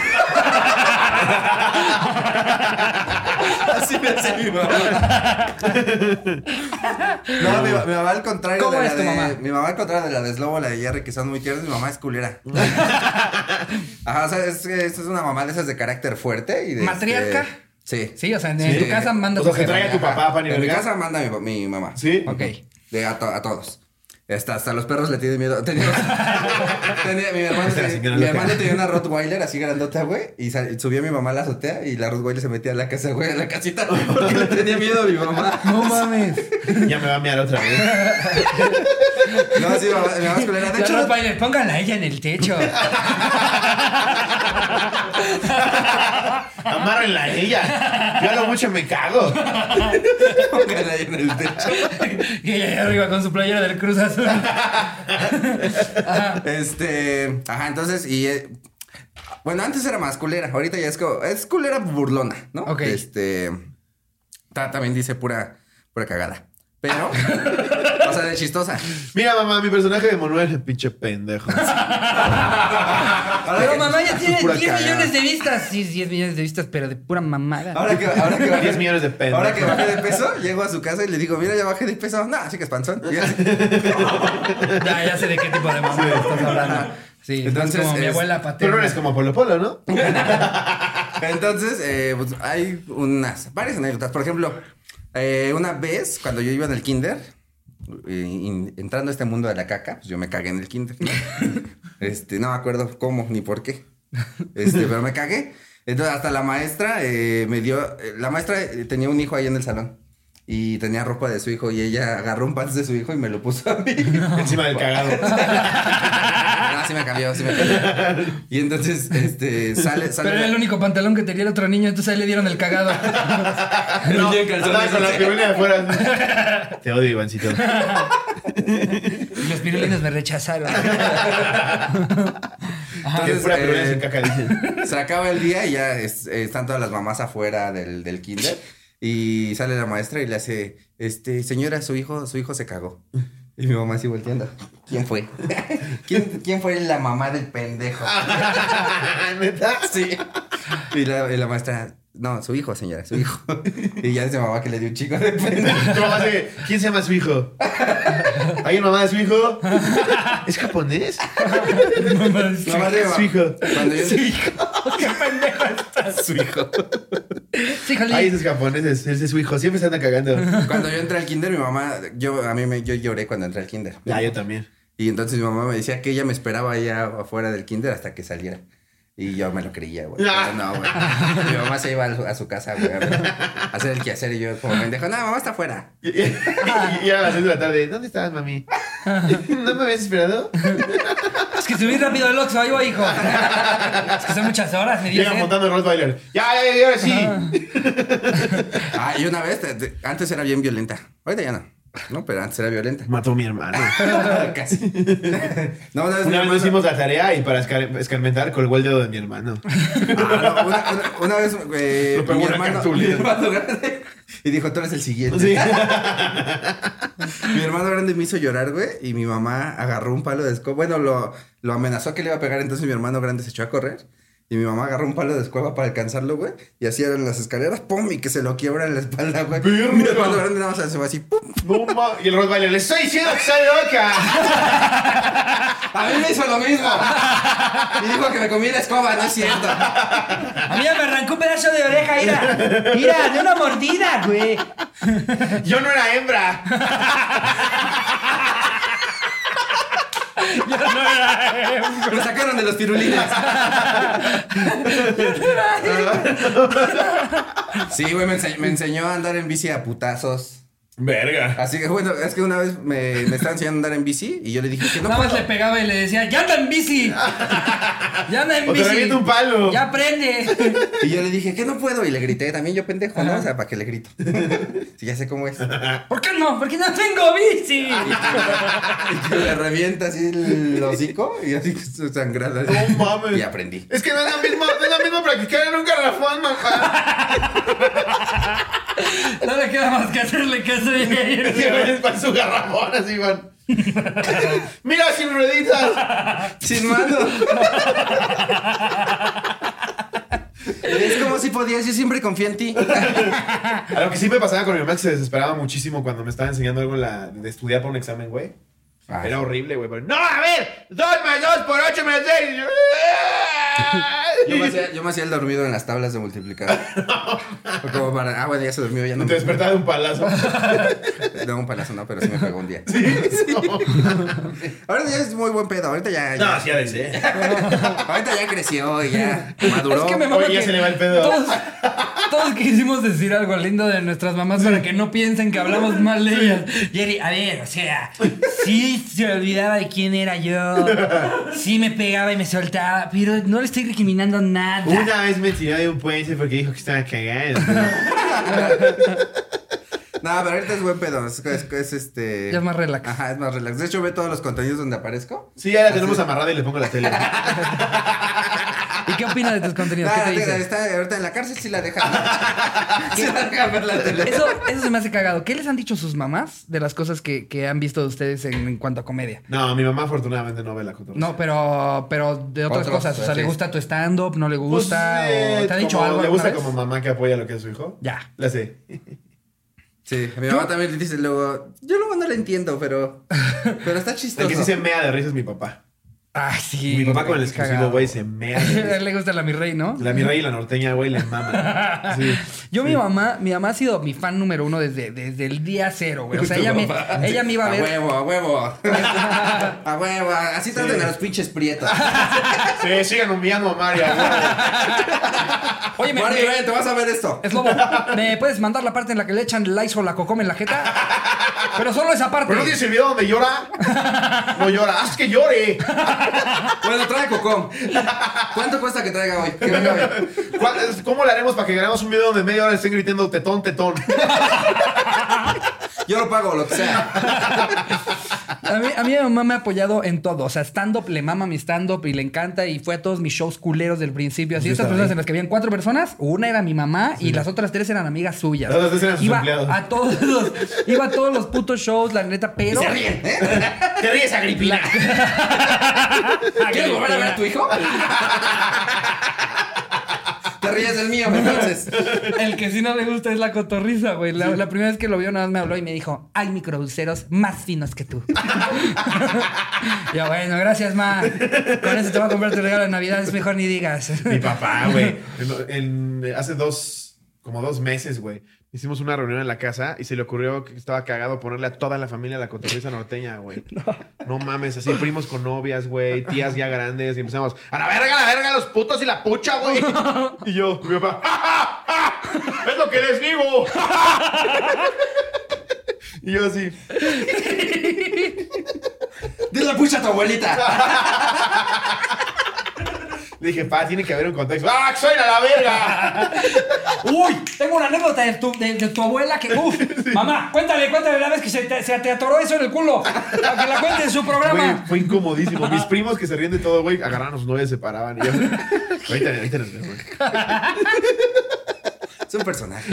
Speaker 3: Así me hace mi mamá. No, mi, mi mamá al contrario.
Speaker 1: ¿Cómo
Speaker 3: de la
Speaker 1: es tu
Speaker 3: de-
Speaker 1: mamá?
Speaker 3: Mi mamá al contrario de la de Slobo, la de Jerry, que son muy tiernas. Mi mamá es culera. Ajá, o sea, es, es una mamá de esas de carácter fuerte. y de,
Speaker 1: ¿Matriarca?
Speaker 3: este, sí.
Speaker 1: Sí, o sea, en tu casa manda
Speaker 2: O sea,
Speaker 1: tu
Speaker 2: que
Speaker 1: jefa.
Speaker 2: traiga tu papá, Fanny
Speaker 3: En mi
Speaker 2: Vergara.
Speaker 3: casa manda mi, pa- mi mamá.
Speaker 2: ¿Sí?
Speaker 1: Ok.
Speaker 3: De a, to- a todos. Hasta, hasta los perros le tienen miedo. Tenía, tenía- mi hermano,
Speaker 2: Esta
Speaker 3: tenía,
Speaker 2: señora
Speaker 3: mi
Speaker 2: loca.
Speaker 3: hermano tenía una Rottweiler así grandota, güey. Y, sal- y subía mi mamá a la azotea y la Rottweiler se metía a la casa, güey, a la casita. Porque le tenía miedo a mi mamá.
Speaker 1: No mames.
Speaker 2: Ya me va a mirar otra vez.
Speaker 3: No, sí, mi mamá, mi mamá es culera. De
Speaker 1: La
Speaker 3: hecho, no-
Speaker 1: Rottweiler, póngala a ella en el techo.
Speaker 2: Amárrenla a ella. Yo a lo mucho me cago.
Speaker 3: póngala ahí en el techo.
Speaker 1: y ella allá arriba con su playera del Cruz Azul.
Speaker 3: Este. Ajá, entonces, y. eh, bueno, antes era más culera. Ahorita ya es como. Es culera burlona, ¿no?
Speaker 1: Ok.
Speaker 3: Este. ta- también dice pura, pura cagada. Pero. o sea, de chistosa.
Speaker 2: Mira, mamá, mi personaje de Manuel es pinche pendejo.
Speaker 3: Ahora
Speaker 1: Pero
Speaker 3: que-
Speaker 1: mamá ya tiene 10
Speaker 2: Pura cagada.
Speaker 1: millones de vistas. Sí, 10 millones de vistas, pero de pura mamada.
Speaker 3: Ahora que, ahora que
Speaker 2: 10 millones de
Speaker 3: pesos.
Speaker 2: pendejos.
Speaker 3: Ahora que bajé de peso, llego a su casa y le digo, mira, ya bajé de peso. Nah, chicas, panzón. Y así-
Speaker 1: Ya, ya sé de qué tipo de mamá estás hablando. Sí, entonces
Speaker 3: Entonces,
Speaker 1: como mi
Speaker 3: es-
Speaker 1: abuela
Speaker 2: Tú no
Speaker 1: paterna.
Speaker 2: eres como Polo Polo, ¿no?
Speaker 3: Entonces, eh, pues, hay unas, varias anécdotas. Por ejemplo, eh, una vez cuando yo iba en el kinder, eh, in- entrando a este mundo de la caca, pues yo me cagué en el kinder. este, no me acuerdo cómo ni por qué. Este, pero me cagué. Entonces, hasta la maestra eh, me dio. eh, la maestra eh, tenía un hijo ahí en el salón. Y tenía ropa de su hijo y ella agarró un pants de su hijo y me lo puso a mí.
Speaker 2: Encima del cagado.
Speaker 3: no, sí me cambió, sí me cambió. Y entonces, este, sale, sale.
Speaker 1: Pero era el único pantalón que tenía el otro niño, entonces ahí le dieron el cagado.
Speaker 2: No, andaba con la primera de afuera. Te odio, Ivancito.
Speaker 1: Y los pirulines me rechazaron.
Speaker 2: Que
Speaker 3: Entonces,
Speaker 2: pura pirulina
Speaker 3: eh,
Speaker 2: sin caca, dice.
Speaker 3: se acaba el día y ya es- eh, están todas las mamás afuera del, del kinder y sale la maestra y le hace, este, señora, su hijo, su hijo se cagó. Y mi mamá así volteando. ¿Quién fue? ¿Quién, quién fue la mamá del pendejo?
Speaker 2: ¿Neta?
Speaker 3: Sí. Y la, y la maestra, no, su hijo, señora, su hijo. Y ya dice mamá que le dio un chico de pendejo.
Speaker 2: Tu mamá dice, ¿Quién se llama su hijo? ¿Hay una mamá de su hijo? ¿Es japonés?
Speaker 3: La madre de
Speaker 2: Su hijo.
Speaker 3: Cuando yo,
Speaker 2: Su hijo.
Speaker 1: Sí, jolín.
Speaker 2: Ay, esos japoneses, ese es su hijo. Siempre se anda cagando.
Speaker 3: cuando yo entré al kinder, mi mamá, yo, a mí me, yo lloré cuando entré al kinder.
Speaker 2: Ya, yo también.
Speaker 3: Y entonces mi mamá me decía que ella me esperaba allá afuera del kinder hasta que saliera. Y yo me lo creía, güey.
Speaker 2: Ah.
Speaker 3: Pero No, güey. Mi mamá se iba a su, a su casa, güey, a, ver, a hacer el quehacer. Y yo como pendejo, no, mamá está afuera.
Speaker 2: Y, y- y a las seis de la tarde, ¿dónde estabas, mami? ¿No me habías esperado?
Speaker 1: Es que subí rápido el Oxxo, ahí voy, hijo. Es que son muchas horas, me
Speaker 2: Llega
Speaker 1: dicen.
Speaker 2: montando el Ross Bailer. Ya, ya, ya, ahora sí.
Speaker 3: Ah, y una vez, te- te- antes era bien violenta. Ahorita ya no. No, pero antes era violenta.
Speaker 2: Mató a mi hermano.
Speaker 3: Casi. No, una vez, mi
Speaker 2: Una vez
Speaker 3: hermano-
Speaker 2: hicimos la tarea y para escar- escarmentar colgó el dedo de mi hermano.
Speaker 3: Ah, no, una, una- una vez, eh,
Speaker 2: Lo pegó
Speaker 3: mi
Speaker 2: una
Speaker 3: hermano,
Speaker 2: cartulina.
Speaker 3: mi hermano grande, y dijo, tú eres el siguiente.
Speaker 2: Sí.
Speaker 3: Mi hermano grande me hizo llorar, güey, y mi mamá agarró un palo de escoba. Bueno, lo, lo amenazó que le iba a pegar, entonces mi hermano grande se echó a correr. Y mi mamá agarró un palo de escoba para alcanzarlo, güey. Y así eran las escaleras, ¡pum! Y que se lo quiebra en la espalda, güey.
Speaker 2: Verga.
Speaker 3: Mi hermano grande nada más se va así, ¡pum!
Speaker 2: No, ma- y el Ross Bailer, le estoy diciendo que soy loca.
Speaker 3: A mí me hizo lo mismo. Y dijo que me comí la escoba, no es cierto.
Speaker 7: A mí ya me arrancó un pedazo de oreja, mira. Mira, de una mordida, güey.
Speaker 2: Yo no era hembra.
Speaker 3: Lo sacaron de los pirulines. sí, güey, me, ense- me enseñó a andar en bici a putazos.
Speaker 2: Verga.
Speaker 3: Así que, bueno, es que una vez me, me estaba enseñando a andar en bici y yo le dije que no.
Speaker 1: Nada más
Speaker 3: puedo.
Speaker 1: pues, le pegaba y le decía, ya anda en bici. Ya anda en
Speaker 2: O te
Speaker 1: bici.
Speaker 2: reviento un palo.
Speaker 1: Ya aprende.
Speaker 3: Y yo le dije que no puedo. Y le grité también, yo pendejo, ¿no? O sea, ¿para qué le grito? Sí, ya sé cómo es.
Speaker 1: ¿Por qué no? Porque no tengo bici.
Speaker 3: Y que le revienta así el hocico y así sangrada.
Speaker 2: No mames.
Speaker 3: Y aprendí.
Speaker 2: Es que no es lo mismo, no es lo mismo practicar en un garrafón, mamá.
Speaker 1: No le queda más que hacerle caso de
Speaker 2: Y
Speaker 1: ayer.
Speaker 2: van para su garrafón, así van. Mira sin rueditas.
Speaker 3: Sin mano. es como si podías, yo siempre confío en ti.
Speaker 2: A lo que sí me pasaba con mi mamá es que se desesperaba muchísimo cuando me estaba enseñando algo en la- de estudiar para un examen, güey.
Speaker 3: Ah,
Speaker 2: Era horrible, güey. pero, No, a ver, dos más dos por ocho menos seis.
Speaker 3: Yo me, hacía, yo me hacía el dormido en las tablas de multiplicar. O como para, ah, bueno, ya se durmió, ya no
Speaker 2: Te
Speaker 3: me
Speaker 2: despertaba de un palazo.
Speaker 3: No, un palazo no, pero sí me pegó un día.
Speaker 2: No,
Speaker 3: Ahorita ya es muy buen pedo, ahorita ya. ya-
Speaker 2: así ha de ser.
Speaker 3: Ahorita ya creció y ya maduró.
Speaker 1: Es que me mama
Speaker 2: Oye, ya
Speaker 1: que
Speaker 2: se le va el pedo.
Speaker 1: Todos, todos quisimos decir algo lindo de nuestras mamás para que no piensen que hablamos mal de ellas.
Speaker 7: Jerry, a ver, o sea, sí se olvidaba de quién era yo. Sí me pegaba y me soltaba, pero no le estoy recriminando nada.
Speaker 2: Una vez me tiró de un puente porque dijo que estaba cagado.
Speaker 3: No, pero ahorita es buen pedo. Es, es- es este.
Speaker 1: Ya es más relax.
Speaker 3: Ajá, es más relax. De hecho, ve todos los contenidos donde aparezco.
Speaker 2: Sí, ya la
Speaker 3: Ah,
Speaker 2: tenemos amarrada y le pongo la tele.
Speaker 1: ¿Y qué opina de tus contenidos? ¿Qué
Speaker 3: Ah,
Speaker 1: te
Speaker 3: mira,
Speaker 1: dice?
Speaker 3: está ahorita en la cárcel, sí la deja. sí la deja ver la tele.
Speaker 1: Eso, eso se me hace cagado. ¿Qué les han dicho sus mamás de las cosas que, que han visto de ustedes en, en cuanto a comedia?
Speaker 2: No, mi mamá afortunadamente no ve la cotorra.
Speaker 1: No, pero, pero de otras
Speaker 3: Otros,
Speaker 1: cosas. O sea, ¿le
Speaker 3: así.
Speaker 1: gusta tu stand-up? ¿No le gusta? ¿O ¿Te ha dicho algo?
Speaker 2: Le
Speaker 1: alguna
Speaker 2: gusta
Speaker 1: vez?
Speaker 2: Pues eh, como mamá que apoya lo que es su hijo.
Speaker 1: Ya.
Speaker 2: La sé.
Speaker 3: Sí, mi mamá también le dice luego. Yo luego no la entiendo, pero. Pero está
Speaker 2: El
Speaker 3: chistoso.
Speaker 2: que sí se mea de risa es mi papá.
Speaker 1: Ay, sí.
Speaker 2: mi papá
Speaker 1: güey,
Speaker 2: con el
Speaker 1: qué
Speaker 2: exclusivo,
Speaker 1: cagado.
Speaker 2: güey, se mea. de
Speaker 1: A
Speaker 2: risa.
Speaker 1: él le gusta la mi rey, ¿no?
Speaker 2: La mi rey y la norteña, güey, le mama. Sí.
Speaker 1: Yo, mi mamá, mi mamá ha sido mi fan número uno desde, desde el día cero, güey. O sea,
Speaker 3: Tu
Speaker 1: ella me,
Speaker 3: papá.
Speaker 1: ella me iba a ver.
Speaker 3: huevo, a huevo. a huevo. Así tratan a los pinches prietos.
Speaker 2: Sí, sigan humillando a Mario. güey.
Speaker 1: Oye, me, me-
Speaker 3: Mario, ven, te vas a ver esto.
Speaker 1: es lobo, ¿me puedes mandar la parte en la que le echan el Lysol o la cocoma en la jeta? Pero solo esa parte.
Speaker 2: Pero no tienes el video donde llora. No llora. Haz que llore.
Speaker 3: Bueno, trae cocón. ¿Cuánto cuesta que traiga hoy? Que venga hoy.
Speaker 2: ¿Cuál- es- ¿Cómo le haremos para que grabemos un video donde media hora estén gritando tetón, tetón?
Speaker 3: Yo lo pago, lo que sea.
Speaker 1: A mí, a mí mi mamá me ha apoyado en todo. O sea, stand-up, le mama mi stand-up y le encanta. Y fue a todos mis shows culeros del principio. Así,
Speaker 8: Sí,
Speaker 1: estas
Speaker 8: está
Speaker 1: personas
Speaker 8: bien.
Speaker 1: en las que habían cuatro personas, una era mi mamá y las otras tres eran amigas suyas.
Speaker 8: Las otras tres eran sus
Speaker 1: iba
Speaker 8: empleados.
Speaker 1: a todos los, iba a todos los putos shows, la neta, pero.
Speaker 3: Se ríen, ¿eh?
Speaker 2: ¿Te ríes, Agripina?
Speaker 3: ¿Quieres volver a ver a tu hijo? Te ríes del mío, entonces.
Speaker 1: El que sí no le gusta es la cotorriza, güey. La, la primera vez que lo vio, nada más me habló y me dijo: Hay microbuseros más finos que tú. ya, bueno, gracias, ma. Con eso te voy a comprar tu regalo de Navidad. Es mejor ni digas.
Speaker 2: Mi papá, güey. En- en- hace dos, como dos meses, güey. Hicimos una reunión en la casa y se le ocurrió que estaba cagado ponerle a toda la familia la cotorriza norteña, güey. No. mames, así primos con novias, güey, tías ya grandes y empezamos a la verga, a la verga, los putos y la pucha, güey. Y yo, mi papá, ¡Ja, ja, ja! es lo que les digo. Y yo así,
Speaker 3: Dile la pucha a tu abuelita.
Speaker 2: le dije, pa, tiene que haber un contexto. ¡Ah, que soy a la verga!
Speaker 7: Uy, tengo una anécdota de tu, de, de tu abuela que, uff, mamá, cuéntale, cuéntale la vez que se te, se te atoró eso en el culo. Para que la cuente en su
Speaker 2: Güey,
Speaker 7: programa.
Speaker 2: fue incomodísimo. Mis primos que se ríen de todo, güey, agarraron a sus novias, se paraban. Y yo, ahorita, ahorita nos vemos.
Speaker 3: Es un personaje.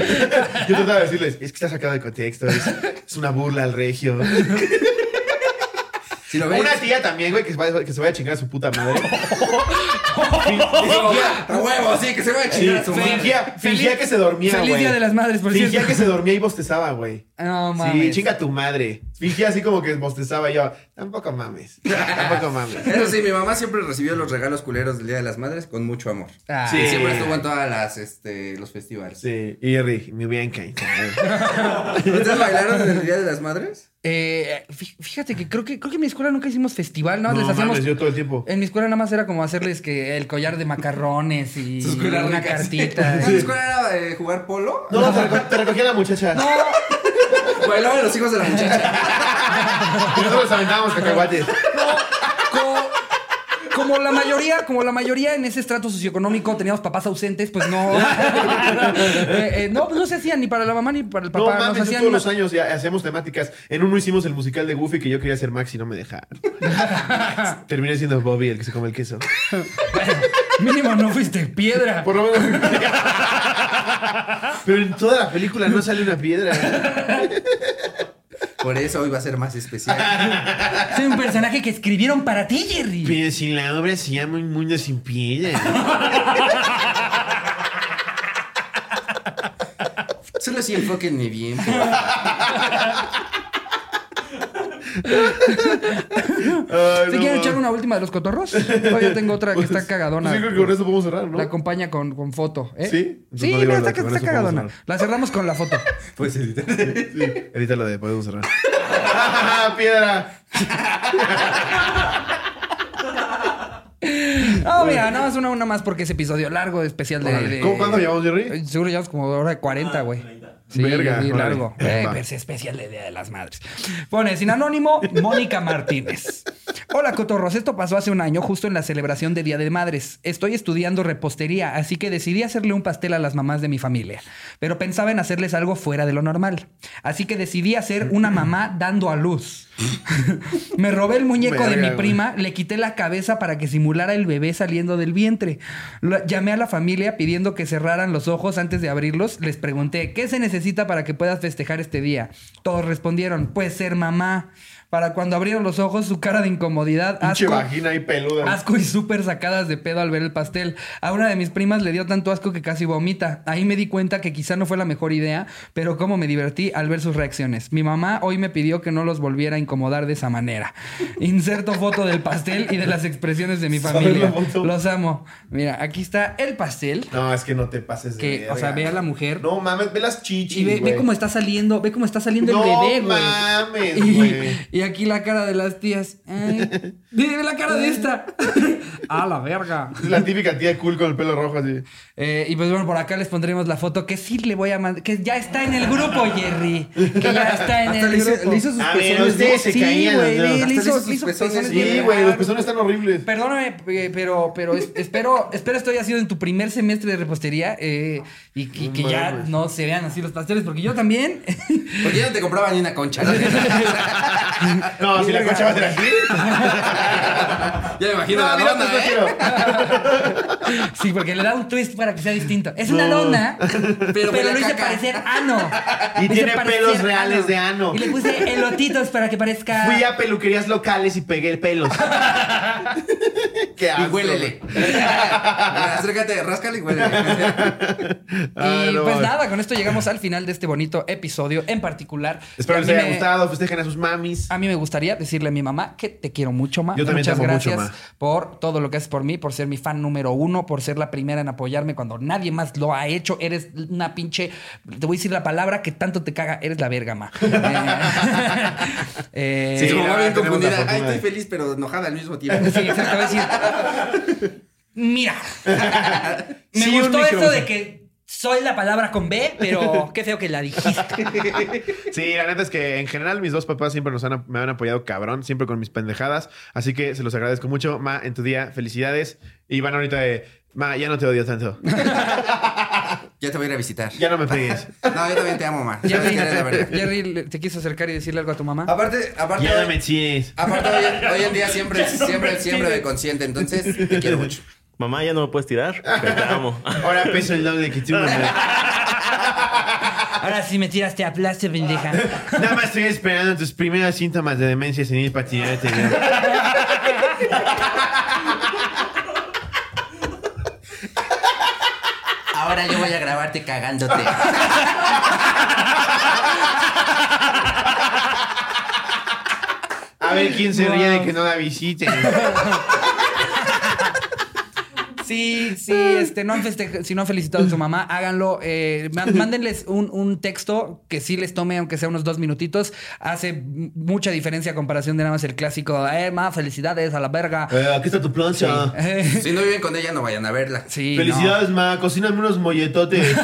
Speaker 2: Yo trataba de decirles, es que está sacado de contexto, es, es una burla al regio.
Speaker 3: Si lo ves.
Speaker 2: Una tía también, güey, que, se va- que se vaya a chingar a su puta madre.
Speaker 3: A huevo, sí, que se vaya a chingar a su madre.
Speaker 2: fingía, fingía que se dormía, güey.
Speaker 1: Feliz Día de las Madres, por
Speaker 2: Fingía
Speaker 1: cierto.
Speaker 2: que se dormía y bostezaba, güey.
Speaker 1: No
Speaker 2: Sí,
Speaker 1: mames.
Speaker 2: chinga tu madre. Fingía así como que bostezaba y yo, tampoco mames. Tampoco mames.
Speaker 3: Eso sí, mi mamá siempre recibió los regalos culeros del Día de las Madres con mucho amor.
Speaker 1: Ah,
Speaker 2: Sí.
Speaker 3: Y siempre estuvo en todas las, este, los festivales.
Speaker 2: Sí, y Rick, muy bien, Kane.
Speaker 3: ¿Ustedes bailaron en el Día de las Madres?
Speaker 1: eh, fí- fíjate que creo que creo que en mi escuela nunca hicimos festival, ¿no? Les hacíamos.
Speaker 2: mames, yo todo el tiempo.
Speaker 1: En mi escuela nada más era como hacerles que el collar de macarrones y
Speaker 3: Sus culeras
Speaker 1: una
Speaker 3: ricas.
Speaker 1: cartita.
Speaker 3: ¿En la escuela era de jugar polo?
Speaker 2: No, te, reco- te recogía la muchacha.
Speaker 3: Bailaban los hijos de la muchacha.
Speaker 2: Y nosotros aventábamos cacahuates.
Speaker 1: Co- Como la mayoría, como la mayoría en ese estrato socioeconómico teníamos papás ausentes, pues no. Eh, eh, no, pues no se hacían ni para la mamá ni para el
Speaker 2: No
Speaker 1: papá.
Speaker 2: mames,
Speaker 1: nos
Speaker 2: yo
Speaker 1: hacían
Speaker 2: todos
Speaker 1: una-
Speaker 2: los años ya hacemos temáticas. En uno hicimos el musical de Goofy que yo quería ser Max y no me dejaron. Terminé siendo Bobby el que se come el queso.
Speaker 1: Mínimo no fuiste piedra.
Speaker 2: Por lo menos. Pero en toda la película no sale una piedra.
Speaker 3: Por eso hoy va a ser más especial.
Speaker 7: Soy un personaje que escribieron para ti, Jerry.
Speaker 2: Pero sin la obra se llama un mundo sin piedra.
Speaker 3: Solo si enfoquen mi bien. por favor.
Speaker 1: ¿Se quieren echar una última de los cotorros? Yo tengo otra que está cagadona.
Speaker 2: Pues Sí, creo que con eso podemos cerrar, ¿no?
Speaker 1: La acompaña con, con foto. ¿eh?
Speaker 2: ¿Sí? Entonces
Speaker 1: Sí,
Speaker 2: no digo
Speaker 1: no,
Speaker 2: nada,
Speaker 1: está,
Speaker 2: con
Speaker 1: está
Speaker 2: eso
Speaker 1: cagadona.
Speaker 2: podemos cerrar.
Speaker 1: La cerramos con la foto.
Speaker 3: Pues editar.
Speaker 2: Edita lo de podemos cerrar. piedra!
Speaker 1: Ah, mira, nada más una, una más porque ese episodio largo, especial de. de-
Speaker 2: ¿Cómo, ¿Cuándo llevamos, Jerry?
Speaker 1: Eh, Seguro llevamos como hora de 40, güey. Sí,
Speaker 2: Verga,
Speaker 1: sí,
Speaker 2: órale.
Speaker 1: largo. Eh,
Speaker 2: Va.
Speaker 1: pero es especial de Día de las Madres. Pone, sin anónimo, Mónica Martínez. Hola, Cotorros. Esto pasó hace un año, justo en la celebración de Día de Madres. Estoy estudiando repostería, así que decidí hacerle un pastel a las mamás de mi familia. Pero pensaba en hacerles algo fuera de lo normal. Así que decidí hacer una mamá dando a luz. Me robé el muñeco de
Speaker 2: Verga,
Speaker 1: mi
Speaker 2: güey.
Speaker 1: prima prima, le quité la cabeza para que simulara el bebé saliendo del vientre. Lo- llamé a la familia pidiendo que cerraran los ojos antes de abrirlos. Les pregunté, ¿qué se necesita para que puedas festejar este día? Todos respondieron, pues ser mamá. Para cuando abrieron los ojos, su cara de incomodidad,
Speaker 2: Pinche
Speaker 1: asco,
Speaker 2: vagina y peluda.
Speaker 1: Asco y súper sacadas de pedo al ver el pastel. A una de mis primas le dio tanto asco que casi vomita. Ahí me di cuenta que quizá no fue la mejor idea, pero cómo me divertí al ver sus reacciones. Mi mamá hoy me pidió que no los volviera a incomodar de esa manera. Inserto foto del pastel y de las expresiones de mi familia.
Speaker 2: Solo foto.
Speaker 1: Los amo. Mira, aquí está el pastel.
Speaker 2: No, es que no te pases de
Speaker 1: Que, o sea,
Speaker 2: verga.
Speaker 1: ve a la mujer.
Speaker 2: No mames, ve las chichis,
Speaker 1: Y ve, ve
Speaker 2: güey.
Speaker 1: cómo está saliendo, ve cómo está saliendo
Speaker 2: No
Speaker 1: el bebé, güey.
Speaker 2: mames,
Speaker 1: Y- Y,
Speaker 2: güey.
Speaker 1: aquí la cara de las tías. Ay, Mire la cara de esta. A la verga.
Speaker 2: La típica tía cool con el pelo rojo así.
Speaker 1: Eh, y pues bueno, por acá les pondremos la foto que sí le voy a mandar. Que ya está en el grupo, Jerry. Que ya está en
Speaker 3: Hasta
Speaker 1: el
Speaker 3: le hizo,
Speaker 1: grupo.
Speaker 3: le hizo sus
Speaker 2: A ver,
Speaker 3: pezones,
Speaker 2: ustedes
Speaker 3: ¿no?
Speaker 2: Ah, se
Speaker 1: Sí,
Speaker 2: caían los
Speaker 1: güey,
Speaker 2: dos.
Speaker 1: le
Speaker 3: Hasta
Speaker 1: hizo-
Speaker 3: hizo sus
Speaker 1: le hizo
Speaker 3: pezones
Speaker 1: pezones
Speaker 2: Sí,
Speaker 1: bien
Speaker 2: güey, los
Speaker 1: raros.
Speaker 2: pezones están horribles.
Speaker 1: Perdóname, eh, pero, pero es- espero, espero esto haya sido en tu primer semestre de repostería eh, y, que- que ya
Speaker 2: Mames.
Speaker 1: no se vean así los pasteles, porque yo también.
Speaker 3: Porque ya no te compraba ni una concha. ¿no?
Speaker 2: No, si la concha va a ser así.
Speaker 3: ya me imagino
Speaker 2: No,
Speaker 3: la
Speaker 2: mira,
Speaker 3: dona,
Speaker 2: pues no quiero.
Speaker 3: ¿eh?
Speaker 1: sí, porque le da un twist para que sea distinto. Es una
Speaker 2: No.
Speaker 1: lona, pero,
Speaker 3: huele
Speaker 1: lo
Speaker 3: a
Speaker 1: hice
Speaker 3: caca.
Speaker 1: parecer ano.
Speaker 2: Y
Speaker 1: Lo hice
Speaker 2: tiene
Speaker 1: parecer
Speaker 2: pelos reales de ano.
Speaker 1: Y le puse elotitos para que parezca.
Speaker 2: Fui a peluquerías locales y pegué pelos. Qué
Speaker 3: Y
Speaker 2: asco,
Speaker 3: huélele.
Speaker 2: güey.
Speaker 3: Acércate, ráscale y huélele.
Speaker 2: Ah,
Speaker 1: y
Speaker 2: no,
Speaker 1: pues
Speaker 2: mames.
Speaker 1: nada, con esto llegamos al final de este bonito episodio en particular.
Speaker 2: Espero
Speaker 1: Y a mí
Speaker 2: les haya
Speaker 1: me-
Speaker 2: gustado. Festejen a sus mamis.
Speaker 1: A mí me gustaría decirle a mi mamá que te quiero mucho, ma.
Speaker 2: Yo también te
Speaker 1: Muchas
Speaker 2: amo mucho,
Speaker 1: gracias
Speaker 2: ma.
Speaker 1: por todo lo que haces por mí, por ser mi fan número uno, por ser la primera en apoyarme cuando nadie más lo ha hecho. Eres una pinche. Te voy a decir la palabra que tanto te caga. Eres la verga, ma. Eh,
Speaker 2: Sí,
Speaker 3: Sí,
Speaker 1: eh,
Speaker 3: tu
Speaker 2: la
Speaker 3: mamá
Speaker 2: verdad, tenemos la
Speaker 3: bien confundida. Ay,
Speaker 2: fortuna de-
Speaker 3: estoy feliz, pero enojada al mismo tiempo.
Speaker 1: sí, exacto, te voy a decir, Mira. Me
Speaker 2: Sí, un
Speaker 1: gustó esto
Speaker 2: micrófono.
Speaker 1: de que soy la palabra con B, pero qué feo que la dijiste.
Speaker 2: Sí, la neta es que en general mis dos papás siempre nos han, me han apoyado cabrón, siempre con mis pendejadas. Así que se los agradezco mucho. Ma, en tu día, felicidades. Y van ahorita de, Ma, ya no te odio tanto.
Speaker 3: Ya te voy a ir a visitar.
Speaker 2: Ya no me pegues.
Speaker 3: No, yo también te amo, ma. Sabes
Speaker 1: Jerry,
Speaker 3: que eres la verdad.
Speaker 1: Jerry, ¿te quiso acercar y decirle algo a tu mamá?
Speaker 2: Ah.
Speaker 3: Aparte, aparte.
Speaker 2: ya no
Speaker 3: hoy-
Speaker 2: me chilles.
Speaker 3: Aparte, hoy, hoy en día siempre, siempre, siempre me consiente. Entonces, te quiero mucho.
Speaker 6: Mamá, ya no me puedes tirar. pero te amo.
Speaker 2: Ahora peso el doble que tú. mamá.
Speaker 1: Ahora sí me tiraste a plaste, pendeja.
Speaker 2: Nada más estoy esperando tus primeros síntomas de demencia sin ir para tirarte. ¿no?
Speaker 3: Ahora yo voy a grabarte cagándote.
Speaker 2: A ver quién se ríe de que no la visiten.
Speaker 1: Sí, sí, este, no han feste- si no han felicitado a su mamá, háganlo. eh, má- mándenles un, un texto que sí les tome, aunque sea unos dos minutitos. Hace m- mucha diferencia a comparación de nada más el clásico, eh, ma, felicidades a la verga.
Speaker 2: Eh, aquí está tu plancha.
Speaker 1: Eh,
Speaker 3: Si no viven con ella, no vayan a verla.
Speaker 1: sí,
Speaker 2: Felicidades, ma. Cocíname unos molletotes.
Speaker 1: no.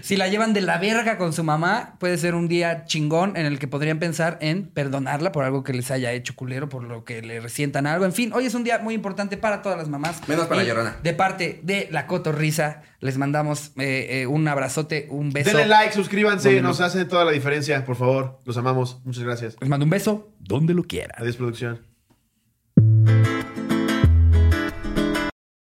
Speaker 1: Si la llevan de la verga con su mamá, puede ser un día chingón en el que podrían pensar en perdonarla por algo que les haya hecho culero, por lo que le resientan algo. En fin, hoy es un día muy importante para todas las mamás.
Speaker 3: Menos para
Speaker 1: Y
Speaker 3: Llorona.
Speaker 1: De parte de la Cotorrisa, les mandamos eh, eh, un abrazote, un beso.
Speaker 2: Denle like, suscríbanse. Nos hace toda la diferencia, por favor. Los amamos. Muchas gracias.
Speaker 1: Les mando un beso donde lo quieran.
Speaker 2: Adiós, producción.